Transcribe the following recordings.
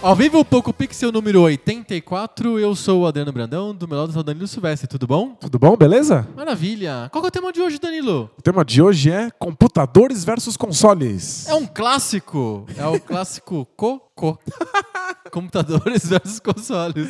Ao vivo, Poco Pixel número 84, eu sou o Adriano Brandão, do meu lado está o Danilo Silvestre, tudo bom? Tudo bom, beleza? Maravilha! Qual que é o tema de hoje, Danilo? O tema de hoje é computadores versus consoles. É um clássico! É o clássico Coco. Computadores versus consoles.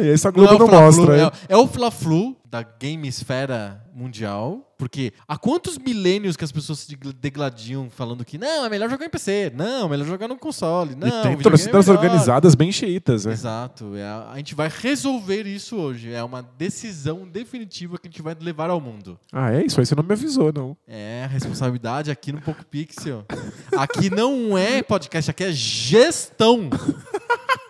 É, esse a Não Globo é o não, Fla-Flu, mostra. é hein? o- É o Fla-Flu da gamesfera mundial. Porque há quantos milênios que as pessoas se degl- degladiam falando que não, é melhor jogar em PC, não, é melhor jogar no console, não, e tem videogame é torcidas melhor." organizadas bem cheitas, né? Exato. É, a a gente vai resolver isso hoje. É uma decisão definitiva que a gente vai levar ao mundo. Ah, é isso aí, você não me avisou, não. É a responsabilidade aqui no Poco Pixel. Aqui não é podcast, aqui é gestão.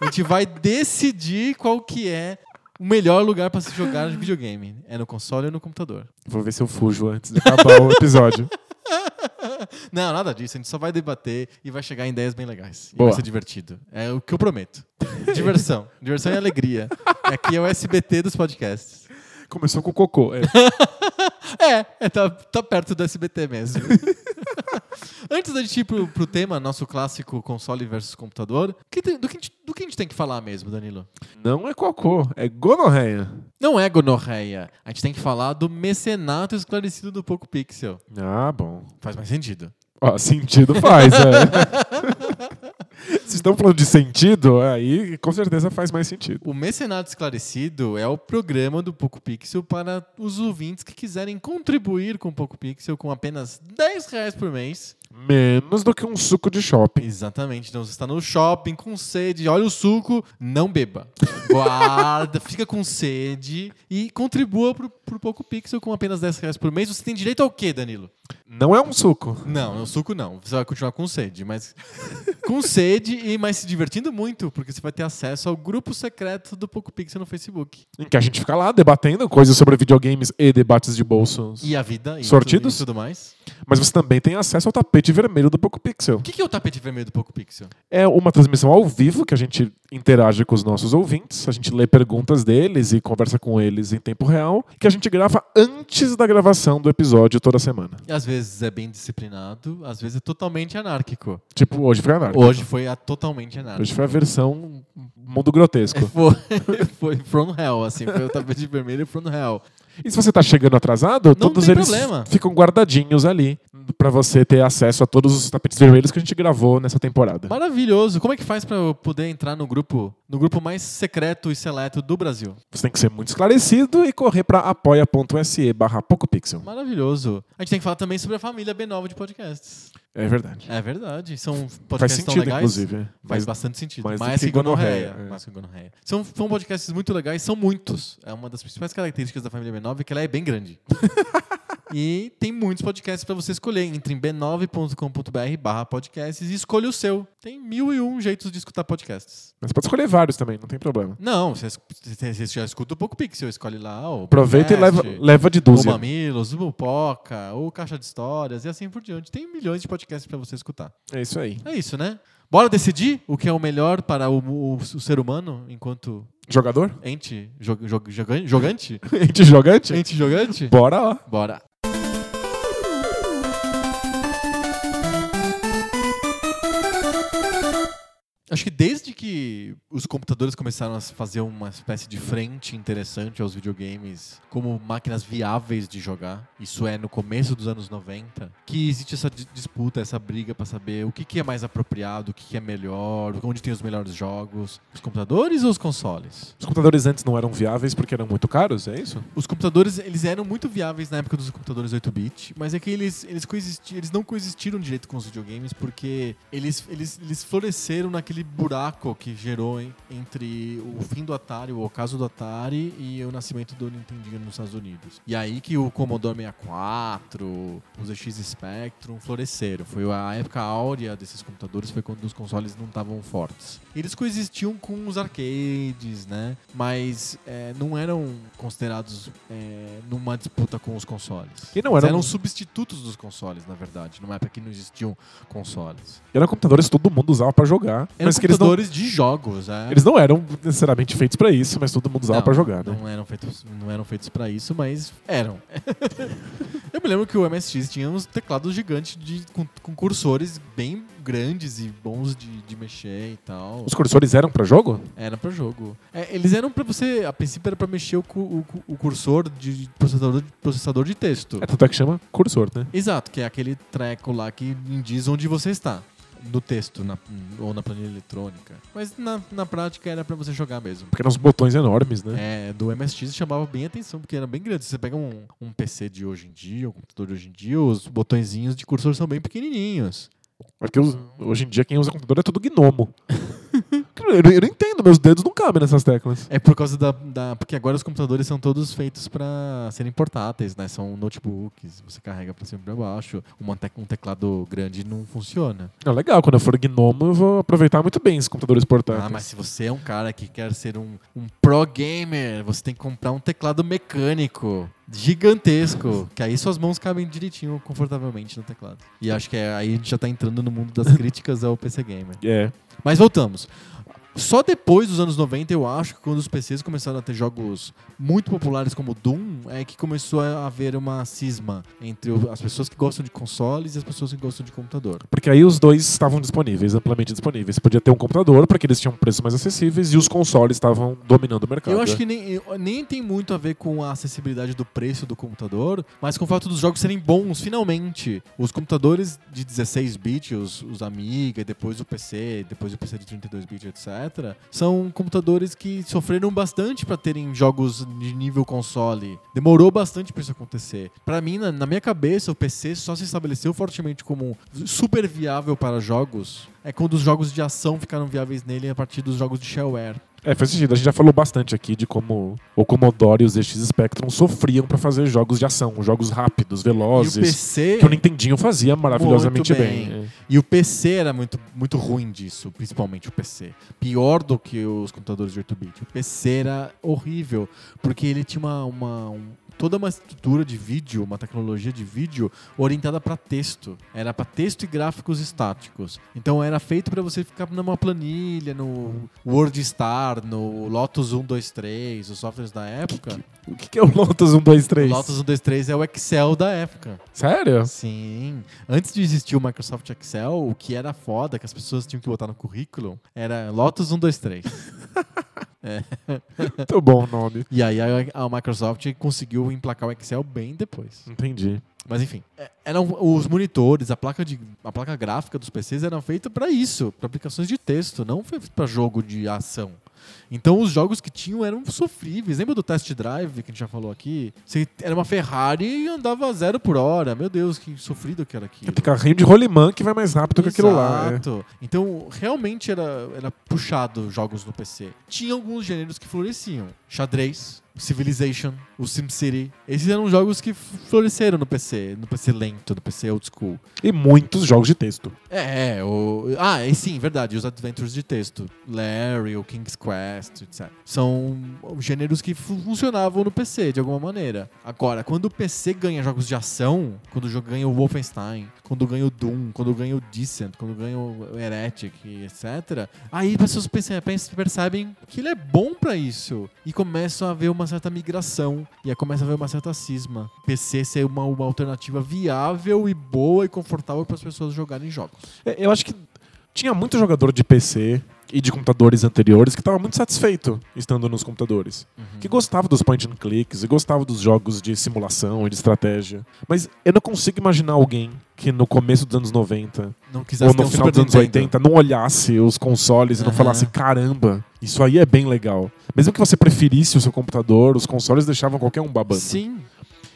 A gente vai decidir qual que é o melhor lugar para se jogar videogame. É no console ou no computador? Vou ver se eu fujo antes de acabar o episódio. Não, nada disso. A gente só vai debater e vai chegar em ideias bem legais. E Boa. vai ser divertido. É o que eu prometo. Diversão. Diversão e alegria. Aqui é o SBT dos podcasts. Começou com cocô. É. É, é, tá, tá perto do SBT mesmo. Antes da gente ir pro, pro tema, nosso clássico console versus computador, que tem- do, que a gente, do que a gente tem que falar mesmo, Danilo? Não é cocô, é gonorreia. Não é gonorreia. A gente tem que falar do mecenato esclarecido do Poco Pixel. Ah, bom. Faz mais sentido. Ó, sentido faz, é. Se estão falando de sentido, aí com certeza faz mais sentido. O Mecenato Esclarecido é o programa do Poco Pixel para os ouvintes que quiserem contribuir com o Poco Pixel com apenas 10 reais por mês. Menos do que um suco de shopping. Exatamente. Então você está no shopping com sede, olha o suco, não beba. Guarda, fica com sede e contribua pro, pro Poco Pixel com apenas 10 reais por mês. Você tem direito ao quê, Danilo? Não é um suco. Não, no suco não. Você vai continuar com sede, mas com sede e mas se divertindo muito, porque você vai ter acesso ao grupo secreto do Poco Pixel no Facebook. Em que a gente fica lá debatendo coisas sobre videogames e debates de bolsos. E a vida e Sortidos? tudo, e tudo mais. Mas você também tem acesso ao tapete vermelho do Poco Pixel. O que que é o tapete vermelho do Poco Pixel? É uma transmissão ao vivo que a gente interage com os nossos ouvintes, a gente lê perguntas deles e conversa com eles em tempo real, que a gente grava antes da gravação do episódio toda semana. Às vezes é bem disciplinado, às vezes é totalmente anárquico. Tipo, hoje foi anárquico. Hoje foi a totalmente anárquico. É. Hoje foi a versão mundo grotesco. Foi, foi From Hell, assim. Foi o tapete vermelho From Hell. E se você tá chegando atrasado, todos tem eles problema. ficam guardadinhos ali pra você ter acesso a todos os tapetes vermelhos que a gente gravou nessa temporada. Maravilhoso. Como é que faz pra eu poder entrar no grupo, no grupo mais secreto e seleto do Brasil? Você tem que ser muito esclarecido e correr pra apoia.se barra PocoPixel. Maravilhoso. A gente tem que falar também sobre a família B9 de podcasts. É verdade. É verdade. São Faz podcasts tão sentido, legais. inclusive. é. Faz Mas bastante sentido. mais do Mais que que gonorreia. gonorreia, é. Mais que gonorreia. São, são podcasts muito legais, são muitos. É uma das principais características da família B9 é que ela é bem grande. e tem muitos podcasts para você escolher. Entre em b9.com.br barra podcasts e escolha o seu. Tem mil e um jeitos de escutar podcasts. mas você pode escolher vários também, não tem problema. Não, você, es- você você já escuta o Poco Pixel, escolhe lá o Aproveita e leva, Braincast, leva de O dúzia. Mamilos, o Mupoca, o Caixa de Histórias e assim por diante. Tem milhões de podcasts para você escutar. É isso aí. É isso, né? Bora decidir o que é o melhor para o, o- o ser humano enquanto Jogador? ente jog, jog- jogan- jogante? Ente jogante? Ente jogante? Bora lá. Bora. Acho que desde que os computadores começaram a fazer uma espécie de frente interessante aos videogames como máquinas viáveis de jogar, isso é no começo dos anos 90, que existe essa di- disputa, essa briga pra saber o que, que é mais apropriado, o que, que é melhor, onde tem os melhores jogos, os computadores ou os consoles? Os computadores antes não eram viáveis porque eram muito caros, é isso? Os computadores, eles eram muito viáveis na época dos computadores 8-bit, mas é que eles, eles, coexisti- eles não coexistiram direito com os videogames porque eles, eles, eles floresceram naquele esse buraco que gerou en- entre o fim do Atari, o ocaso do Atari e o nascimento do Nintendinho nos Estados Unidos. E aí que o Commodore 64, o ZX Spectrum floresceram. Foi a época áurea desses computadores, foi quando os consoles não estavam fortes. Eles coexistiam com os arcades, né? Mas é, não eram considerados é, numa disputa com os consoles. E não eram- eram substitutos dos consoles, na verdade, numa época que não existiam consoles. E eram computadores que todo mundo usava pra jogar. Eram mas que eles não, computadores de jogos, é. eles não eram necessariamente feitos pra isso, mas todo mundo usava Não, pra jogar, né? Não eram feitos, não eram feitos para isso, mas eram. Eu me lembro que o MSX tinha uns teclados gigantes de, com, com cursores bem grandes e bons de, de mexer e tal. Os cursores eram pra jogo? Era pra jogo. É, eles eram pra você, a princípio era pra mexer o, cu- o cu- o cursor de processador, de processador de texto. É tanto é que chama cursor, né? Exato, que é aquele treco lá que diz onde você está. No texto na- ou na planilha eletrônica. Mas na, na prática era pra você jogar mesmo. Porque eram uns botões enormes, né? É, do MSX chamava bem atenção, porque era bem grande. Você pega um, um PC de hoje em dia, um computador de hoje em dia, os botõezinhos de cursor são bem pequenininhos. Porque os- hoje em dia quem usa computador é tudo gnomo. eu, eu não entendo, meus dedos não cabem nessas teclas. É por causa da, da- Porque agora os computadores são todos feitos para serem portáteis, né? São notebooks, você carrega pra cima e pra baixo. Uma tec- um teclado grande não funciona. É legal, quando eu for gnomo eu vou aproveitar muito bem esses computadores portáteis. Ah, mas se você é um cara que quer ser um, um pro gamer, você tem que comprar um teclado mecânico gigantesco, que aí suas mãos cabem direitinho, confortavelmente no teclado. E acho que é, aí a gente já tá entrando no mundo das críticas ao PC gamer. É. Mas voltamos. Só depois dos anos 90, eu acho que quando os PCs começaram a ter jogos muito populares como Doom, é que começou a haver uma cisma entre o- as pessoas que gostam de consoles e as pessoas que gostam de computador. Porque aí os dois estavam disponíveis, amplamente disponíveis. Você podia ter um computador, porque eles tinham preços mais acessíveis, e os consoles estavam dominando o mercado. Eu acho que nem, eu- nem tem muito a ver com a acessibilidade do preço do computador, mas com o fato dos jogos serem bons, finalmente. Os computadores de 16-bit, os, os Amiga, e depois o PC, depois o PC de 32-bit, etc., são computadores que sofreram bastante para terem jogos de nível console. Demorou bastante para isso acontecer. Para mim, na, na minha cabeça, o PC só se estabeleceu fortemente como super viável para jogos. É quando os jogos de ação ficaram viáveis nele a partir dos jogos de shareware. É, faz sentido. A gente já falou bastante aqui de como o Commodore e o ZX Spectrum sofriam pra fazer jogos de ação, jogos rápidos, e o velozes. PC Que o Nintendinho fazia maravilhosamente Muito bem. bem. É. E o PC era muito, muito ruim disso, principalmente o PC. Pior do que os computadores de 8-bit. O PC era horrível, porque ele tinha uma, uma- um- toda uma estrutura de vídeo, uma tecnologia de vídeo orientada para texto. Era para texto e gráficos estáticos. Então era feito para você ficar numa planilha, no WordStar, no Lotus 123, os softwares da época. O que que é o Lotus 1, 2, 3? O Lotus 123 é o Excel da época. Sério? Sim. Antes de existir o Microsoft Excel, o que era foda, que as pessoas tinham que botar no currículo, era Lotus 123. Muito bom o nome. e aí a, a Microsoft conseguiu emplacar o Excel bem depois. Entendi. Mas enfim, é- eram os monitores, a placa, de, a placa gráfica dos PCs eram feita para isso, para aplicações de texto, não para jogo de ação. Então os jogos que tinham eram sofríveis. Lembra do test drive que a gente já falou aqui? Você era uma Ferrari e andava a zero por hora. Meu Deus, que sofrido que era aquilo. Tem carrinho de rolimã que vai mais rápido que aquilo lá. é. Exato. Então, realmente era, era puxado jogos no PC. Tinha alguns gêneros que floresciam. Xadrez, Civilization, o SimCity. Esses eram jogos que floresceram no PC. No PC lento, no PC old school. E muitos jogos de texto. É, é, o... Ah, e sim, verdade. Os adventures de texto. Larry, o King's Quest, etc. São gêneros que fu- funcionavam no PC, de alguma maneira. Agora, quando o PC ganha jogos de ação, quando o jogo ganha o Wolfenstein, quando ganha o Doom, quando ganha o Decent, quando ganha o Heretic, etc. Aí as pessoas perce- perce- percebem que ele é bom pra isso. E começam a ver uma certa migração. E aí começa a ver uma certa cisma. PC ser uma, uma alternativa viável e boa e confortável para as pessoas jogarem jogos. É, Eu acho que tinha muito jogador de PC e de computadores anteriores que estava muito satisfeito estando nos computadores. Uhum. Que gostava dos point and clicks e gostava dos jogos de simulação e de estratégia. Mas eu não consigo imaginar alguém que no começo dos anos 90 Não ou quisesse ter no um final Super dos anos Nintendo. 80 não olhasse os consoles e não Aham. falasse caramba, isso aí é bem legal. Mesmo que você preferisse o seu computador, os consoles deixavam qualquer um babando. Sim,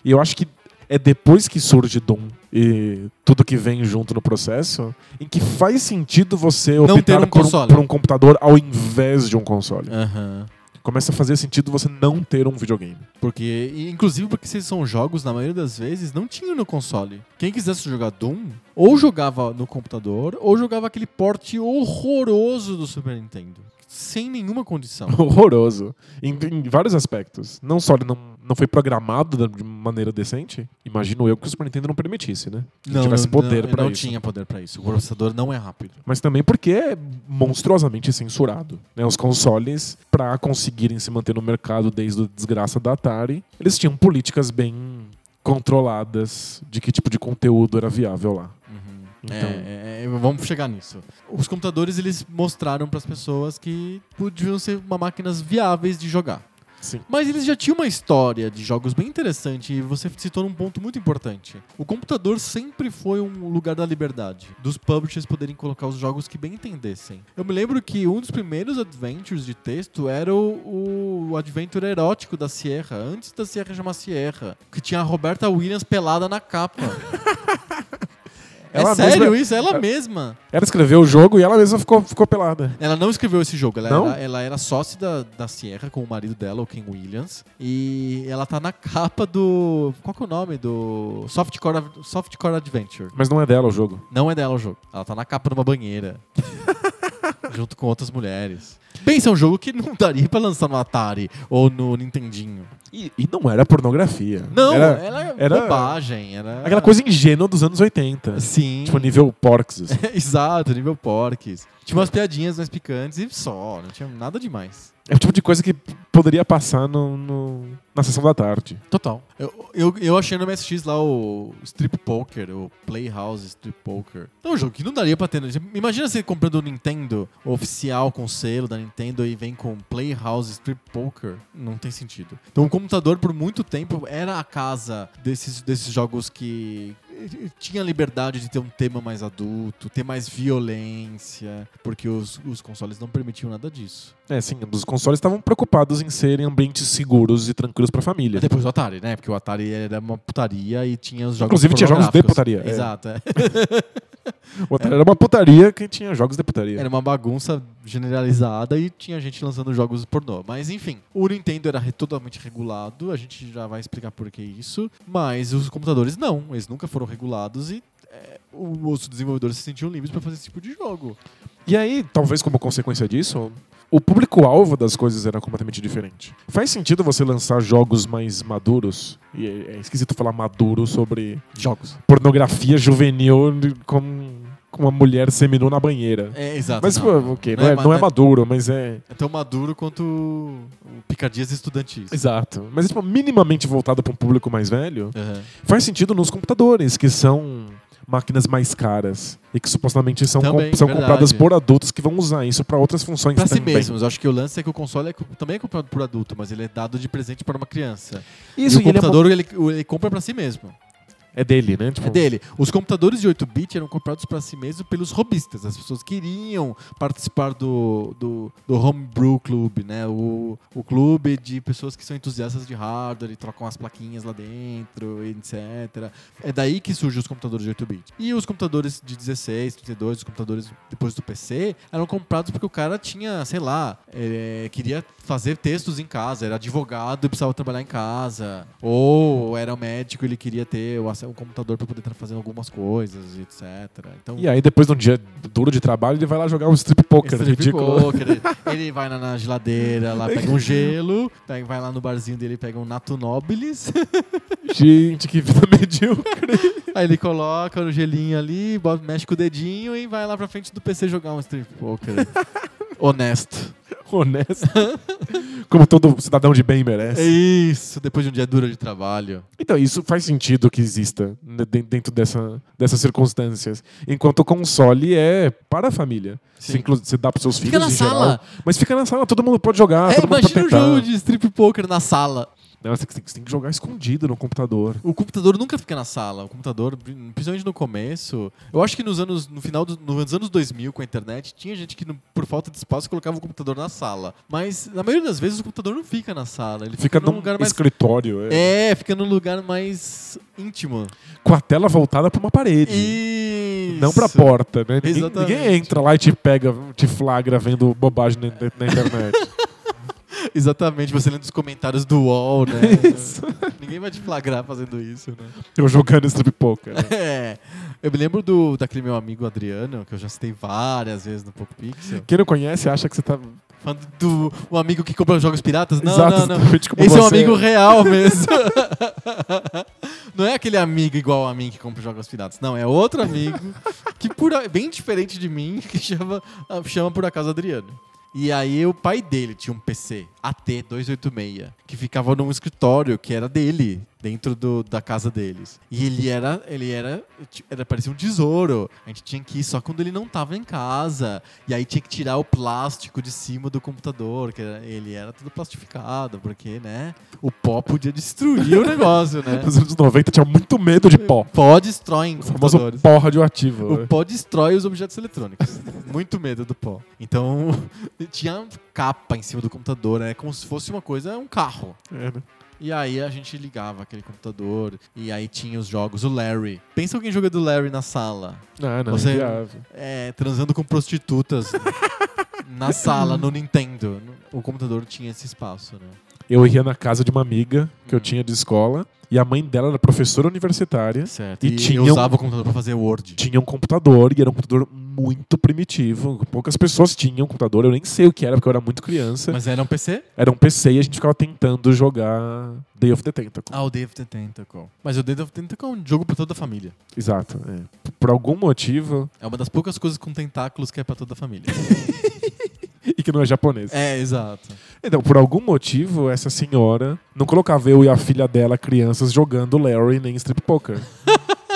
E eu acho que é depois que surge Doom e e tudo que vem junto no processo, em que faz sentido você optar ter um por, console. por um computador ao invés de um console. Aham. Começa a fazer sentido você não ter um videogame. Porque, e, inclusive porque esses são jogos, na maioria das vezes, não tinham no console. Quem quisesse jogar Doom, ou jogava no computador, ou jogava aquele porte horroroso do Super Nintendo. Sem nenhuma condição. Horroroso. Em, em vários aspectos. Não só ele não, não foi programado da- de maneira decente, imagino eu que o Super Nintendo não permitisse, né? Que tivesse poder não, pra não isso. tinha poder pra isso. O processador não é rápido. Mas também porque é monstruosamente censurado. Né? Os consoles, pra conseguirem se manter no mercado desde a desgraça da Atari, eles tinham políticas bem controladas de que tipo de conteúdo era viável lá. É, Então, é, é, vamos chegar nisso. Os computadores eles mostraram para as pessoas que podiam ser uma máquinas viáveis de jogar. sim. Mas eles já tinham uma história de jogos bem interessante e você citou um ponto muito importante. O computador sempre foi um lugar da liberdade, dos publishers poderem colocar os jogos que bem entendessem. Eu me lembro que um dos primeiros adventures de texto era o, o adventure erótico da Sierra, antes da Sierra chamar Sierra, que tinha a Roberta Williams pelada na capa. É Ela sério mesma- isso? Ela mesma. Ela escreveu o jogo e ela mesma ficou, ficou pelada. Ela não escreveu esse jogo, ela, Não? Era, ela era sócia da, da Sierra com o marido dela, o Ken Williams, e ela tá na capa do. Qual que é o nome? Do Softcore, Ad- Softcore Adventure. Mas não é dela o jogo. Não é dela o jogo. Ela tá na capa de uma banheira. junto com outras mulheres. Pensa, é um jogo que não daria pra lançar no Atari ou no Nintendinho. E, e não era pornografia. Não, é. Era era, era- bobagem. Era aquela coisa ingênua dos anos 80. Sim. Tipo, nível porcs. assim. Exato, nível porques. Tinha umas piadinhas mais picantes e só, não tinha nada demais. É o tipo de coisa que poderia passar no- no- na sessão da tarde. Total. Eu, eu, eu achei no MSX lá o Strip Poker, o Playhouse Strip Poker. É um jogo que não daria pra ter. né? Imagina você comprando o Nintendo oficial com selo da Nintendo e vem com Playhouse Strip Poker. Não tem sentido. Então o computador por muito tempo era a casa desses, desses jogos que tinha liberdade de ter um tema mais adulto, ter mais violência, porque os, os consoles não permitiam nada disso. É, sim, os consoles estavam preocupados em serem ambientes seguros e tranquilos pra família. Depois do Atari, né? Porque o Atari era uma putaria e tinha os jogos Inclusive tinha jogos de pornográficos. putaria, é. Exato. é. O Atari era uma putaria que tinha jogos de putaria. Era uma bagunça generalizada e tinha gente lançando jogos pornô. Mas enfim, o Nintendo era re- totalmente regulado, a gente já vai explicar por que isso. Mas os computadores não, eles nunca foram regulados e é, o- os desenvolvedores se sentiam livres pra fazer esse tipo de jogo. E aí, talvez como consequência disso, o público-alvo das coisas era completamente diferente. Faz sentido você lançar jogos mais maduros? E é é esquisito falar maduro sobre Jogos. pornografia juvenil de- com, com uma mulher seminua na banheira. É, exato. Mas, pô, ok, não, é, ma- não é maduro, mas é. é tão maduro quanto o Picardias Estudantis. Exato. Mas, tipo, minimamente voltado para um público mais velho, Aham. faz sentido nos computadores, que são máquinas mais caras e que supostamente são, Também, com- são verdade. compradas por adultos que vão usar isso para outras funções Pra si também. mesmos. Eu acho que o lance é que o console é co- também é comprado por adulto, mas ele é dado de presente para uma criança. Isso, e o e ele é mo- computador ele, ele compra pra si mesmo. é dele, né? Tipo, É dele. Os computadores de 8-bit eram comprados pra si mesmo pelos robistas. As pessoas queriam participar do, do, do Homebrew Club, né? O, o clube de pessoas que são entusiastas de hardware e trocam as plaquinhas lá dentro, etc. É daí que surgem os computadores de 8-bit. E os computadores de 16, 32, os computadores depois do PC, eram comprados porque o cara tinha, sei lá, eh, queria fazer textos em casa, era advogado e precisava trabalhar em casa, ou era um médico e ele queria ter o ace- um computador para poder tra- fazer algumas coisas, etc. Então, E aí, depois de um dia duro de trabalho, ele vai lá jogar um strip poker esse tipo de ridículo. poker, ele- ele vai na, na geladeira, lá pega um gelo, pega- vai lá no barzinho dele, pega um Nato Nobilis, Gente, que vida medíocre. Aí ele coloca no gelinho ali, bota- mexe com o dedinho e vai lá pra frente do PC jogar um strip poker. Honesto. Honesto. Como todo cidadão de bem merece. É isso, depois de um dia duro de trabalho. Então, isso faz sentido que exista ne- den- dentro dessa, dessas circunstâncias. Enquanto o console é para a família. Sim. Você, inclu- você dá para seus Fica filhos na em sala. geral. Mas fica na sala, Ah, todo mundo tá pode jogar, é, todo mundo pode imagina um tentar. jogo de strip poker na sala. Nossa, você tem que- você tem que jogar escondido no computador. O computador nunca fica na sala. O computador, principalmente no começo. Eu acho que nos anos, no final dos nos anos 2000, com a internet, tinha gente que, no- por falta de espaço, colocava o computador na sala. Mas, na maioria das vezes, o computador não fica na sala. Ele fica, Fica num num lugar mais. escritório, é. É, fica num lugar mais íntimo. com a tela voltada pra uma parede. Isso. Não pra porta, né? Ninguém, Exatamente. ninguém entra lá e te pega, te flagra vendo bobagem na, na internet. Exatamente, você lendo os comentários do UOL, né? Isso. Ninguém vai te flagrar fazendo isso, né? Eu jogando strip poker. né? É. Eu me lembro do, daquele meu amigo Adriano, que eu já citei várias vezes no Pop Pixel. Quem não conhece acha que você tá. Falando do um amigo que compra jogos piratas? Não, Exato, não, não. exatamente como Esse é um você. amigo real mesmo. não é aquele amigo igual a mim que compra jogos piratas. Não, é outro amigo que por, a- bem diferente de mim, que chama, ah, chama por acaso Adriano. E aí o pai dele tinha um PC, AT286, que ficava num escritório que era dele, dentro do- da casa deles. E ele era, ele era, era, parecia um tesouro. A gente tinha que ir só quando ele não tava em casa. E aí tinha que tirar o plástico de cima do computador, que era- ele era tudo plastificado, porque, né, o pó podia destruir o negócio, né? Nos anos 90 tinha muito medo de pó. Pó destrói O famoso um computadores. pó radioativo. O pó destrói os objetos eletrônicos. Muito medo do pó. Então, tinha capa em cima do computador, é como se fosse uma coisa, um carro. É, né? E aí a gente ligava aquele computador, e aí tinha os jogos, o Larry. Pensa alguém jogando Larry na sala. Não, não, Você- inviável. É, transando com prostitutas na sala, no Nintendo. O computador tinha esse espaço, né? Eu ia na casa de uma amiga que eu Hum. tinha de escola e a mãe dela era professora universitária. Certo. E E, tinha eu um- usava o computador pra fazer Word. Tinha um computador e era um computador muito primitivo. Poucas pessoas tinham computador. Eu nem sei o que era porque eu era muito criança. Mas era um PC? Era um PC e a gente ficava tentando jogar Day of the Tentacle. Ah, o Day of the Tentacle. Mas o Day of the Tentacle é um jogo pra toda a família. Exato. é. Por algum motivo É uma das poucas coisas com tentáculos que é pra toda a família. e que não é japonês. é, exato. Então, por algum motivo, essa senhora não colocava eu e a filha dela, crianças, jogando Larry nem strip poker.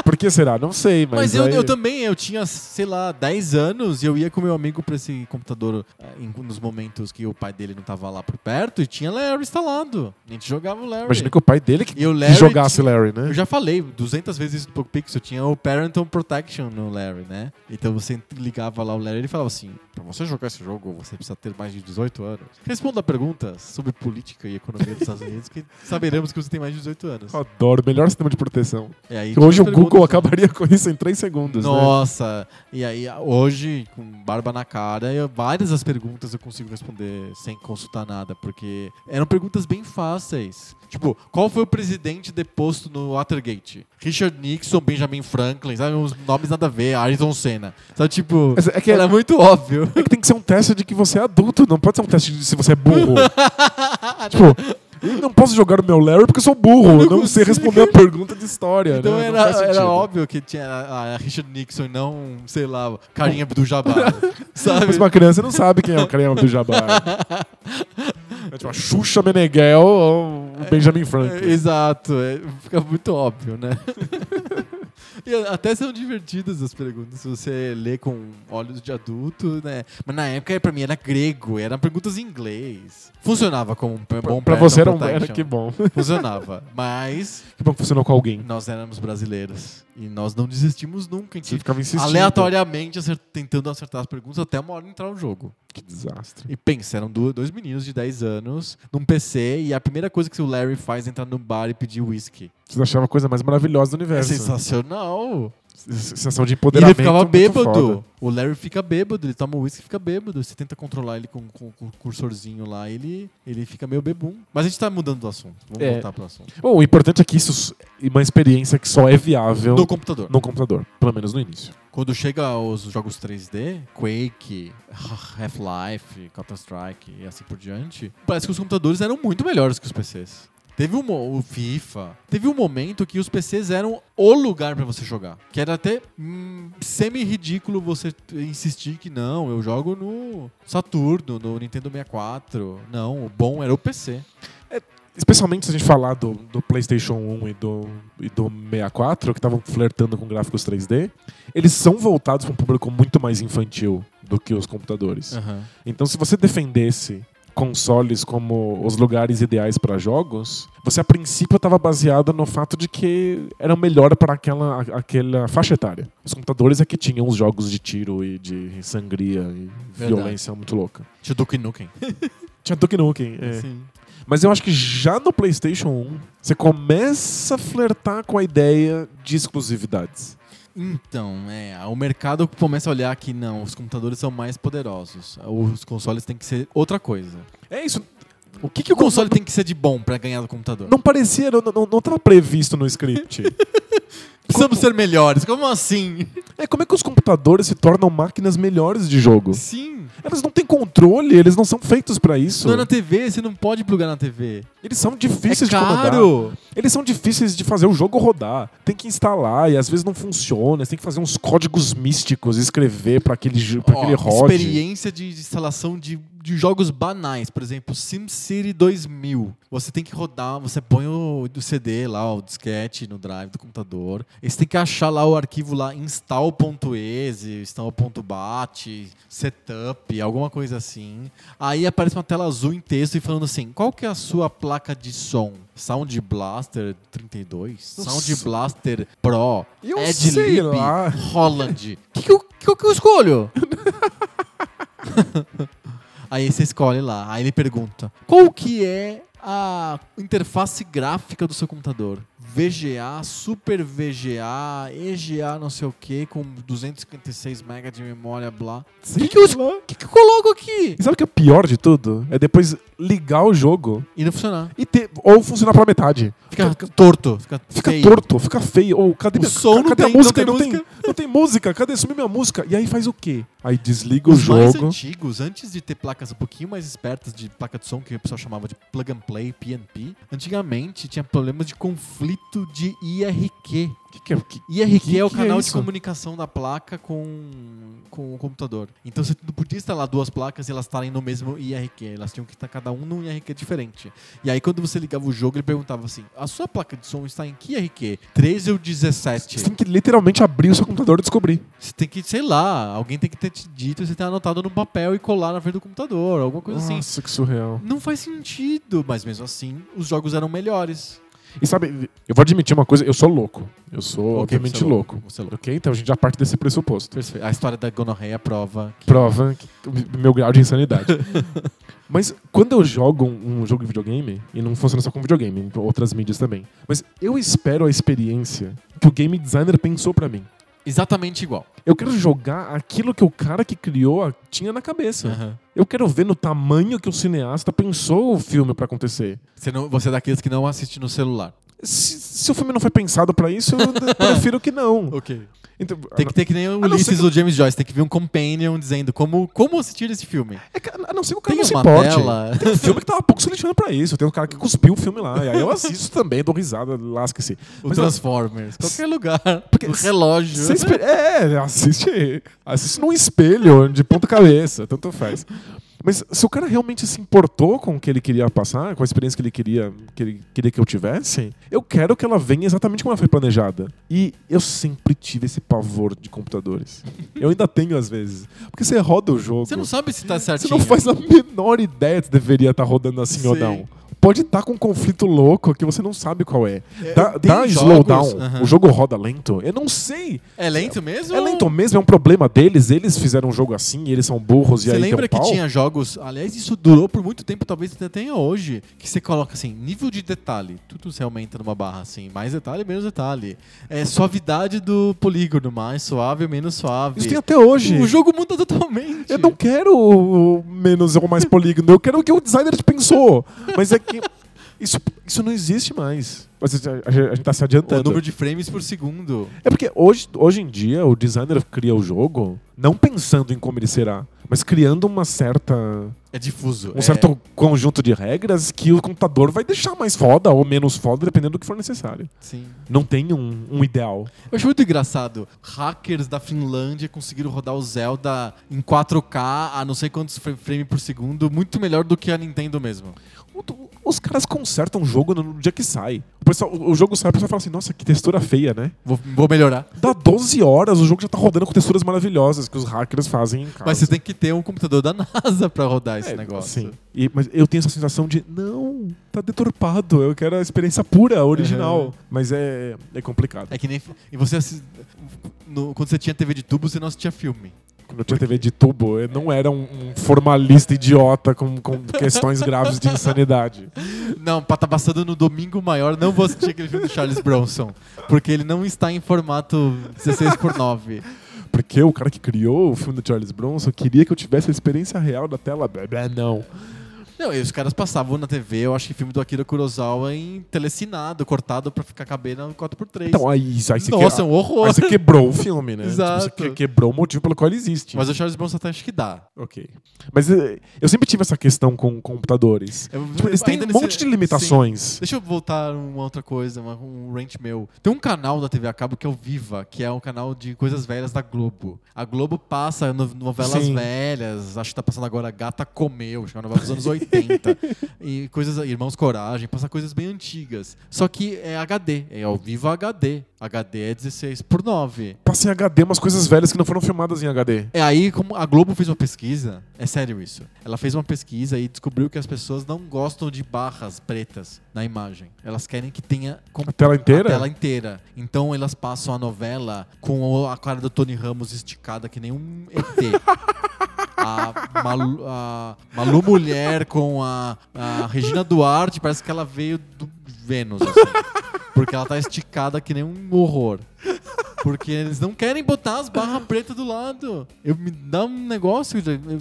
por que será? Não sei, mas. Mas, eu, aí- eu também, eu tinha, sei lá, 10 anos e eu ia com meu amigo pra esse computador ah, em- nos momentos que o pai dele não tava lá por perto e tinha Larry instalado. A gente jogava o Larry. Imagina que o pai dele que, E o que Larry jogasse Larry, né? Eu já falei 200 vezes no PocoPixel, tinha o Parental Protection no Larry, né? Então você ligava lá o Larry e ele falava assim, pra você jogar esse jogo, você precisa ter mais de 18 anos. Responda a pergunta sobre política e economia dos Estados Unidos que saberemos que você tem mais de 18 anos. Adoro, melhor sistema de proteção. E aí, Que hoje tinha o Google perguntas, acabaria com isso em 3 segundos. Né? Nossa, e aí ah, hoje, com barba na cara, eu- várias das perguntas eu consigo responder sem consultar nada, porque eram perguntas bem fáceis. Tipo, qual foi o presidente deposto no Watergate? Richard Nixon, Benjamin Franklin, sabe? Uns nomes nada a ver, Ayrton Senna. Sabe, tipo, Mas É que, era muito óbvio. é que tem que ser um teste de que você é adulto, não pode ser um teste de se você é burro. tipo, eu não posso jogar o meu Larry porque eu sou burro, não, sei consigo. responder a pergunta de história. Então né? Não era, faz sentido. era óbvio que tinha a a Richard Nixon e não, sei lá, Karim Abdul-Jabbar, sabe? Mas uma criança não sabe quem é o Carinha do Jabbar. É tipo a Xuxa Meneghel ou o Benjamin É, Franklin. Exato, é, fica muito óbvio, né? e a- até são divertidas as perguntas, se você lê com olhos de adulto, né? Mas na época, pra mim, era grego, eram perguntas em inglês. Funcionava como um p- bom pra parental você era um protection. era que bom. Funcionava, mas Que bom que funcionou com alguém. nós éramos brasileiros e nós não desistimos nunca. A Você gente ficava insistindo. aleatoriamente acer- tentando acertar as perguntas até uma hora entrar no jogo. Que desastre. E pensa, eram du- dois meninos de 10 anos num PC e a primeira coisa que o Larry faz é entrar no bar e pedir whisky. Vocês achavam a coisa mais maravilhosa do É universo. sensacional. Sensação E de ele empoderamento. ficava muito foda. bêbado. O Larry fica bêbado, ele toma uísque e fica bêbado. Você tenta controlar ele com, com, com o cursorzinho lá, ele, ele fica meio bebum. Mas a gente tá mudando do assunto. Vamos É. voltar pro assunto. Bom, o importante é que isso é uma experiência que só é viável No computador. no computador. Pelo menos no início. Quando chega os jogos 3D, Quake, Half-Life, Counter-Strike e assim por diante, parece que os computadores eram muito melhores que os PCs. Teve um, mo- o FIFA, teve um momento que os PCs eram o lugar pra você jogar. Que era até hum, semi-ridículo você t- insistir que não, eu jogo no Saturno, no Nintendo 64. Não, o bom era o PC. Especialmente se a gente falar do, do PlayStation 1 e do, e do 64, que estavam flertando com gráficos 3D, eles são voltados É. para um público muito mais infantil do que os computadores. Então, se você defendesse consoles como os lugares ideais para jogos, você a princípio estava baseado no fato de que era melhor para aquela, aquela faixa etária. Os computadores é que tinham os jogos de tiro e de sangria e Verdade. violência muito louca. Tio Duke Nukem. Tinha Duke Nukem, é. Sim. Mas eu acho que já no PlayStation 1, você começa a flertar com a ideia de exclusividades. Então, é, o mercado começa a olhar que não, os computadores são mais poderosos, os consoles têm que ser outra coisa. É isso. O que, que o console tem que ser de bom pra ganhar do computador? Não parecia, não, não, não tava previsto no script. Precisamos ser melhores, como assim? é como é que os computadores se tornam máquinas melhores de jogo? Sim. Eles não têm controle, eles não são feitos pra isso. Não é na TV, você não pode plugar na TV. Eles são é difíceis de comandar. caro. Eles são difíceis de fazer o jogo rodar. Tem que instalar e às vezes não funciona. Você tem que fazer uns códigos místicos, escrever pra aquele, jo- pra Ó, aquele rod. Experiência de de instalação de, de jogos banais, por exemplo, SimCity 2000. Você tem que rodar, você põe o, o CD lá, o disquete no drive do computador. E você tem que achar lá o arquivo lá install.exe, install.bat, setup, alguma coisa assim. Aí aparece uma tela azul em texto e falando assim: "Qual que é a sua placa de som? Sound Blaster 32, Nossa. Sound Blaster Pro, Eu Ed sei Lib, lá. Holland. Que que eu- que, que eu escolho? Aí você escolhe lá, aí ele pergunta: qual que é a interface gráfica do seu computador? VGA, Super VGA, EGA não sei o que, com 256 MB de memória, blá. O que, que, eu- Lá. que que eu coloco aqui? E sabe o que é pior de tudo? É depois ligar o jogo E não funcionar. e ter. Ou funcionar pela metade. Fica torto, fica, Fica feio. torto, fica feio. Ou cadê O minha som ca- não cadê tem- a música? não tem Não tem, não tem música, cadê? Sumiu minha música. E aí faz o quê? Aí desliga o Os mais jogo. antigos, antes de ter placas um pouquinho mais espertas de placa de som, que o pessoal chamava de plug and play, PNP, antigamente tinha problemas de conflito de IRQ. O que, que é? Que... IRQ Que é o que é canal de isso? comunicação da placa com, com o computador. Então você não podia instalar duas placas e elas estarem no mesmo IRQ. Elas tinham que estar cada um num IRQ diferente. E aí quando você ligava o jogo, ele perguntava assim: a sua placa de som está em que IRQ? 13 ou Você 17? tem que literalmente abrir o seu computador e descobrir. Você tem que, sei lá, alguém tem que ter te dito e você tem anotado num papel e colar na frente do computador, alguma coisa assim. Nossa, que surreal. Não faz sentido, mas mesmo assim, os jogos eram melhores. E sabe, eu vou admitir uma coisa, eu sou louco. Eu sou Ok, obviamente você é louco. Você é louco. Ok? Então a gente já parte desse pressuposto. Perfeito. A história da gonorreia prova que prova que- o meu grau de insanidade. Mas quando eu jogo um, um jogo de videogame, e não funciona só com videogame, em outras mídias também, mas eu espero a experiência que o game designer pensou pra mim. exatamente igual. Eu quero jogar aquilo que o cara que criou a- tinha na cabeça. Aham. Eu quero ver no tamanho que o cineasta pensou o filme pra acontecer. Você, não, você é daqueles que não assiste no celular. Se, se o filme não foi pensado pra isso, eu d- prefiro que não. Ok. Então, Tem que ter que nem o não ser Ulisses que- do James Joyce, tem que vir um companion dizendo como, como assistir esse filme. É que- a não ser que o cara Tem não se uma importe. tela. Tem Um filme que tava pouco se lixando pra isso. Tem um cara que cuspiu o filme lá. E aí eu assisto também, dou risada, lasca-se. O Mas eu- Transformers, qualquer lugar. o relógio. Você espe- É, assiste, assiste num espelho de ponta cabeça, tanto faz. Mas se o cara realmente se importou com o que ele queria passar, com a experiência que ele queria que, ele queria que eu tivesse, eu quero que ela venha exatamente como ela foi planejada. E eu sempre tive esse pavor de computadores. Eu ainda tenho às vezes. Porque você roda o jogo. Você não sabe se tá Você certinho. não faz a menor ideia se deveria estar rodando assim ou Sim. não. Pode estar com um conflito louco que você não sabe qual é. Dá, tem dá jogos- slowdown, Aham. o jogo roda lento. Eu não sei. É lento mesmo? É lento mesmo, é um problema deles. Eles fizeram um jogo assim e eles são burros e Você aí lembra deu que pau? tinha jogos, aliás, isso durou por muito tempo, talvez até tenha hoje, que você coloca assim, nível de detalhe, tudo se aumenta numa barra assim, mais detalhe, menos detalhe. É suavidade do polígono, mais suave, menos suave. Isso tem até hoje. O jogo muda totalmente. Eu não quero o menos ou mais polígono, eu quero o que o designer pensou. Mas é que isso, isso não existe mais. Mas a, a gente tá se o adiantando. número de frames por segundo. É porque hoje, hoje em dia o designer cria o jogo não pensando em como ele será, mas criando uma certa, um É difuso. é- certo conjunto de regras que o computador vai deixar mais foda ou menos foda, dependendo do que for necessário. Sim. Não tem um, um ideal. Eu acho muito engraçado. Hackers da Finlândia conseguiram rodar o Zelda em 4K a não sei quantos fra- frames por segundo, muito melhor do que a Nintendo mesmo. O, Os caras consertam o jogo no no dia que sai. O, pessoal, o o jogo sai, o pessoal fala assim, nossa, que textura feia, né? Vou, vou melhorar. Dá 12 horas, o jogo já tá rodando com texturas maravilhosas que os hackers fazem em casa. Mas você tem que ter um computador da NASA pra rodar esse assim. É, negócio. Sim. E- mas eu tenho essa sensação de, não, tá deturpado, eu quero a experiência pura, original. Uhum. Mas é, é complicado. É que nem. fi- E você assi- no- quando você tinha TV de tubo, você não assistia filme. Quando eu tinha TV de tubo, eu não era um, um formalista idiota com, com questões graves de insanidade. Não, pra tá passando no domingo maior, não vou assistir aquele filme do Charles Bronson. Porque ele não está em formato 16 por 9 Porque o cara que criou o filme do Charles Bronson queria que eu tivesse a experiência real da tela. Blá, blá, Não. Não, e os caras passavam na TV, eu acho que filme do Akira Kurosawa em telecinado, cortado pra ficar cabendo em 4x3. Então, aí, aí você Nossa, é que- um horror. Aí você quebrou o filme, né? Exato. Tipo, você que- quebrou o motivo pelo qual ele existe. Mas o Charles Bronson até acho que dá. Ok. Mas eh, eu sempre tive essa questão com computadores. Eu- Tipo, eles têm ainda um nesse- monte de limitações. Sim. Deixa eu voltar a uma outra coisa, uma- um rant meu. Tem um canal da TV a cabo que é o Viva, que é um canal de coisas velhas da Globo. A Globo passa no- novelas Sim. velhas, acho que tá passando agora Gata Comeu, acho que é uma novela dos anos 80. e coisas, Irmãos Coragem, passa coisas bem antigas. Só que é HD, é ao Viva HD. HD é 16 por 9. Passa em HD umas coisas velhas que não foram filmadas em HD. É aí como a Globo fez uma pesquisa, é sério isso. Ela fez uma pesquisa e descobriu que as pessoas não gostam de barras pretas na imagem. Elas querem que tenha com- A tela inteira? a tela inteira. Então elas passam a novela com o- a cara do Tony Ramos esticada que nem um ET. A Malu, a Malu Mulher com a, a Regina Duarte parece que ela veio do Vênus, assim. Porque ela tá esticada que nem um horror. Porque eles não querem botar as barras pretas do lado. Eu me dá um negócio. de- eu-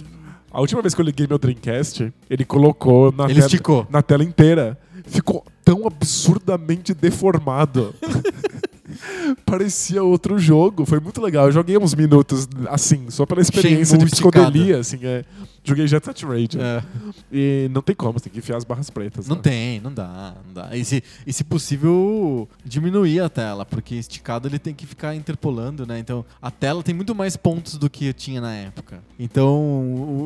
A última vez que eu liguei meu Dreamcast, ele colocou na, Ele tela- esticou. na tela inteira. Ficou tão absurdamente deformado. Parecia outro jogo. Foi muito legal. Eu joguei uns minutos assim, só pela experiência Shenmue de psicodelia. Assim, é. Joguei Jet Set Radio. é. E não tem como, você tem que enfiar as barras pretas. Não né? tem, não dá, não dá. E se, e se possível, diminuir a tela, porque esticado ele tem que ficar interpolando, né? Então a tela tem muito mais pontos do que tinha na época. Então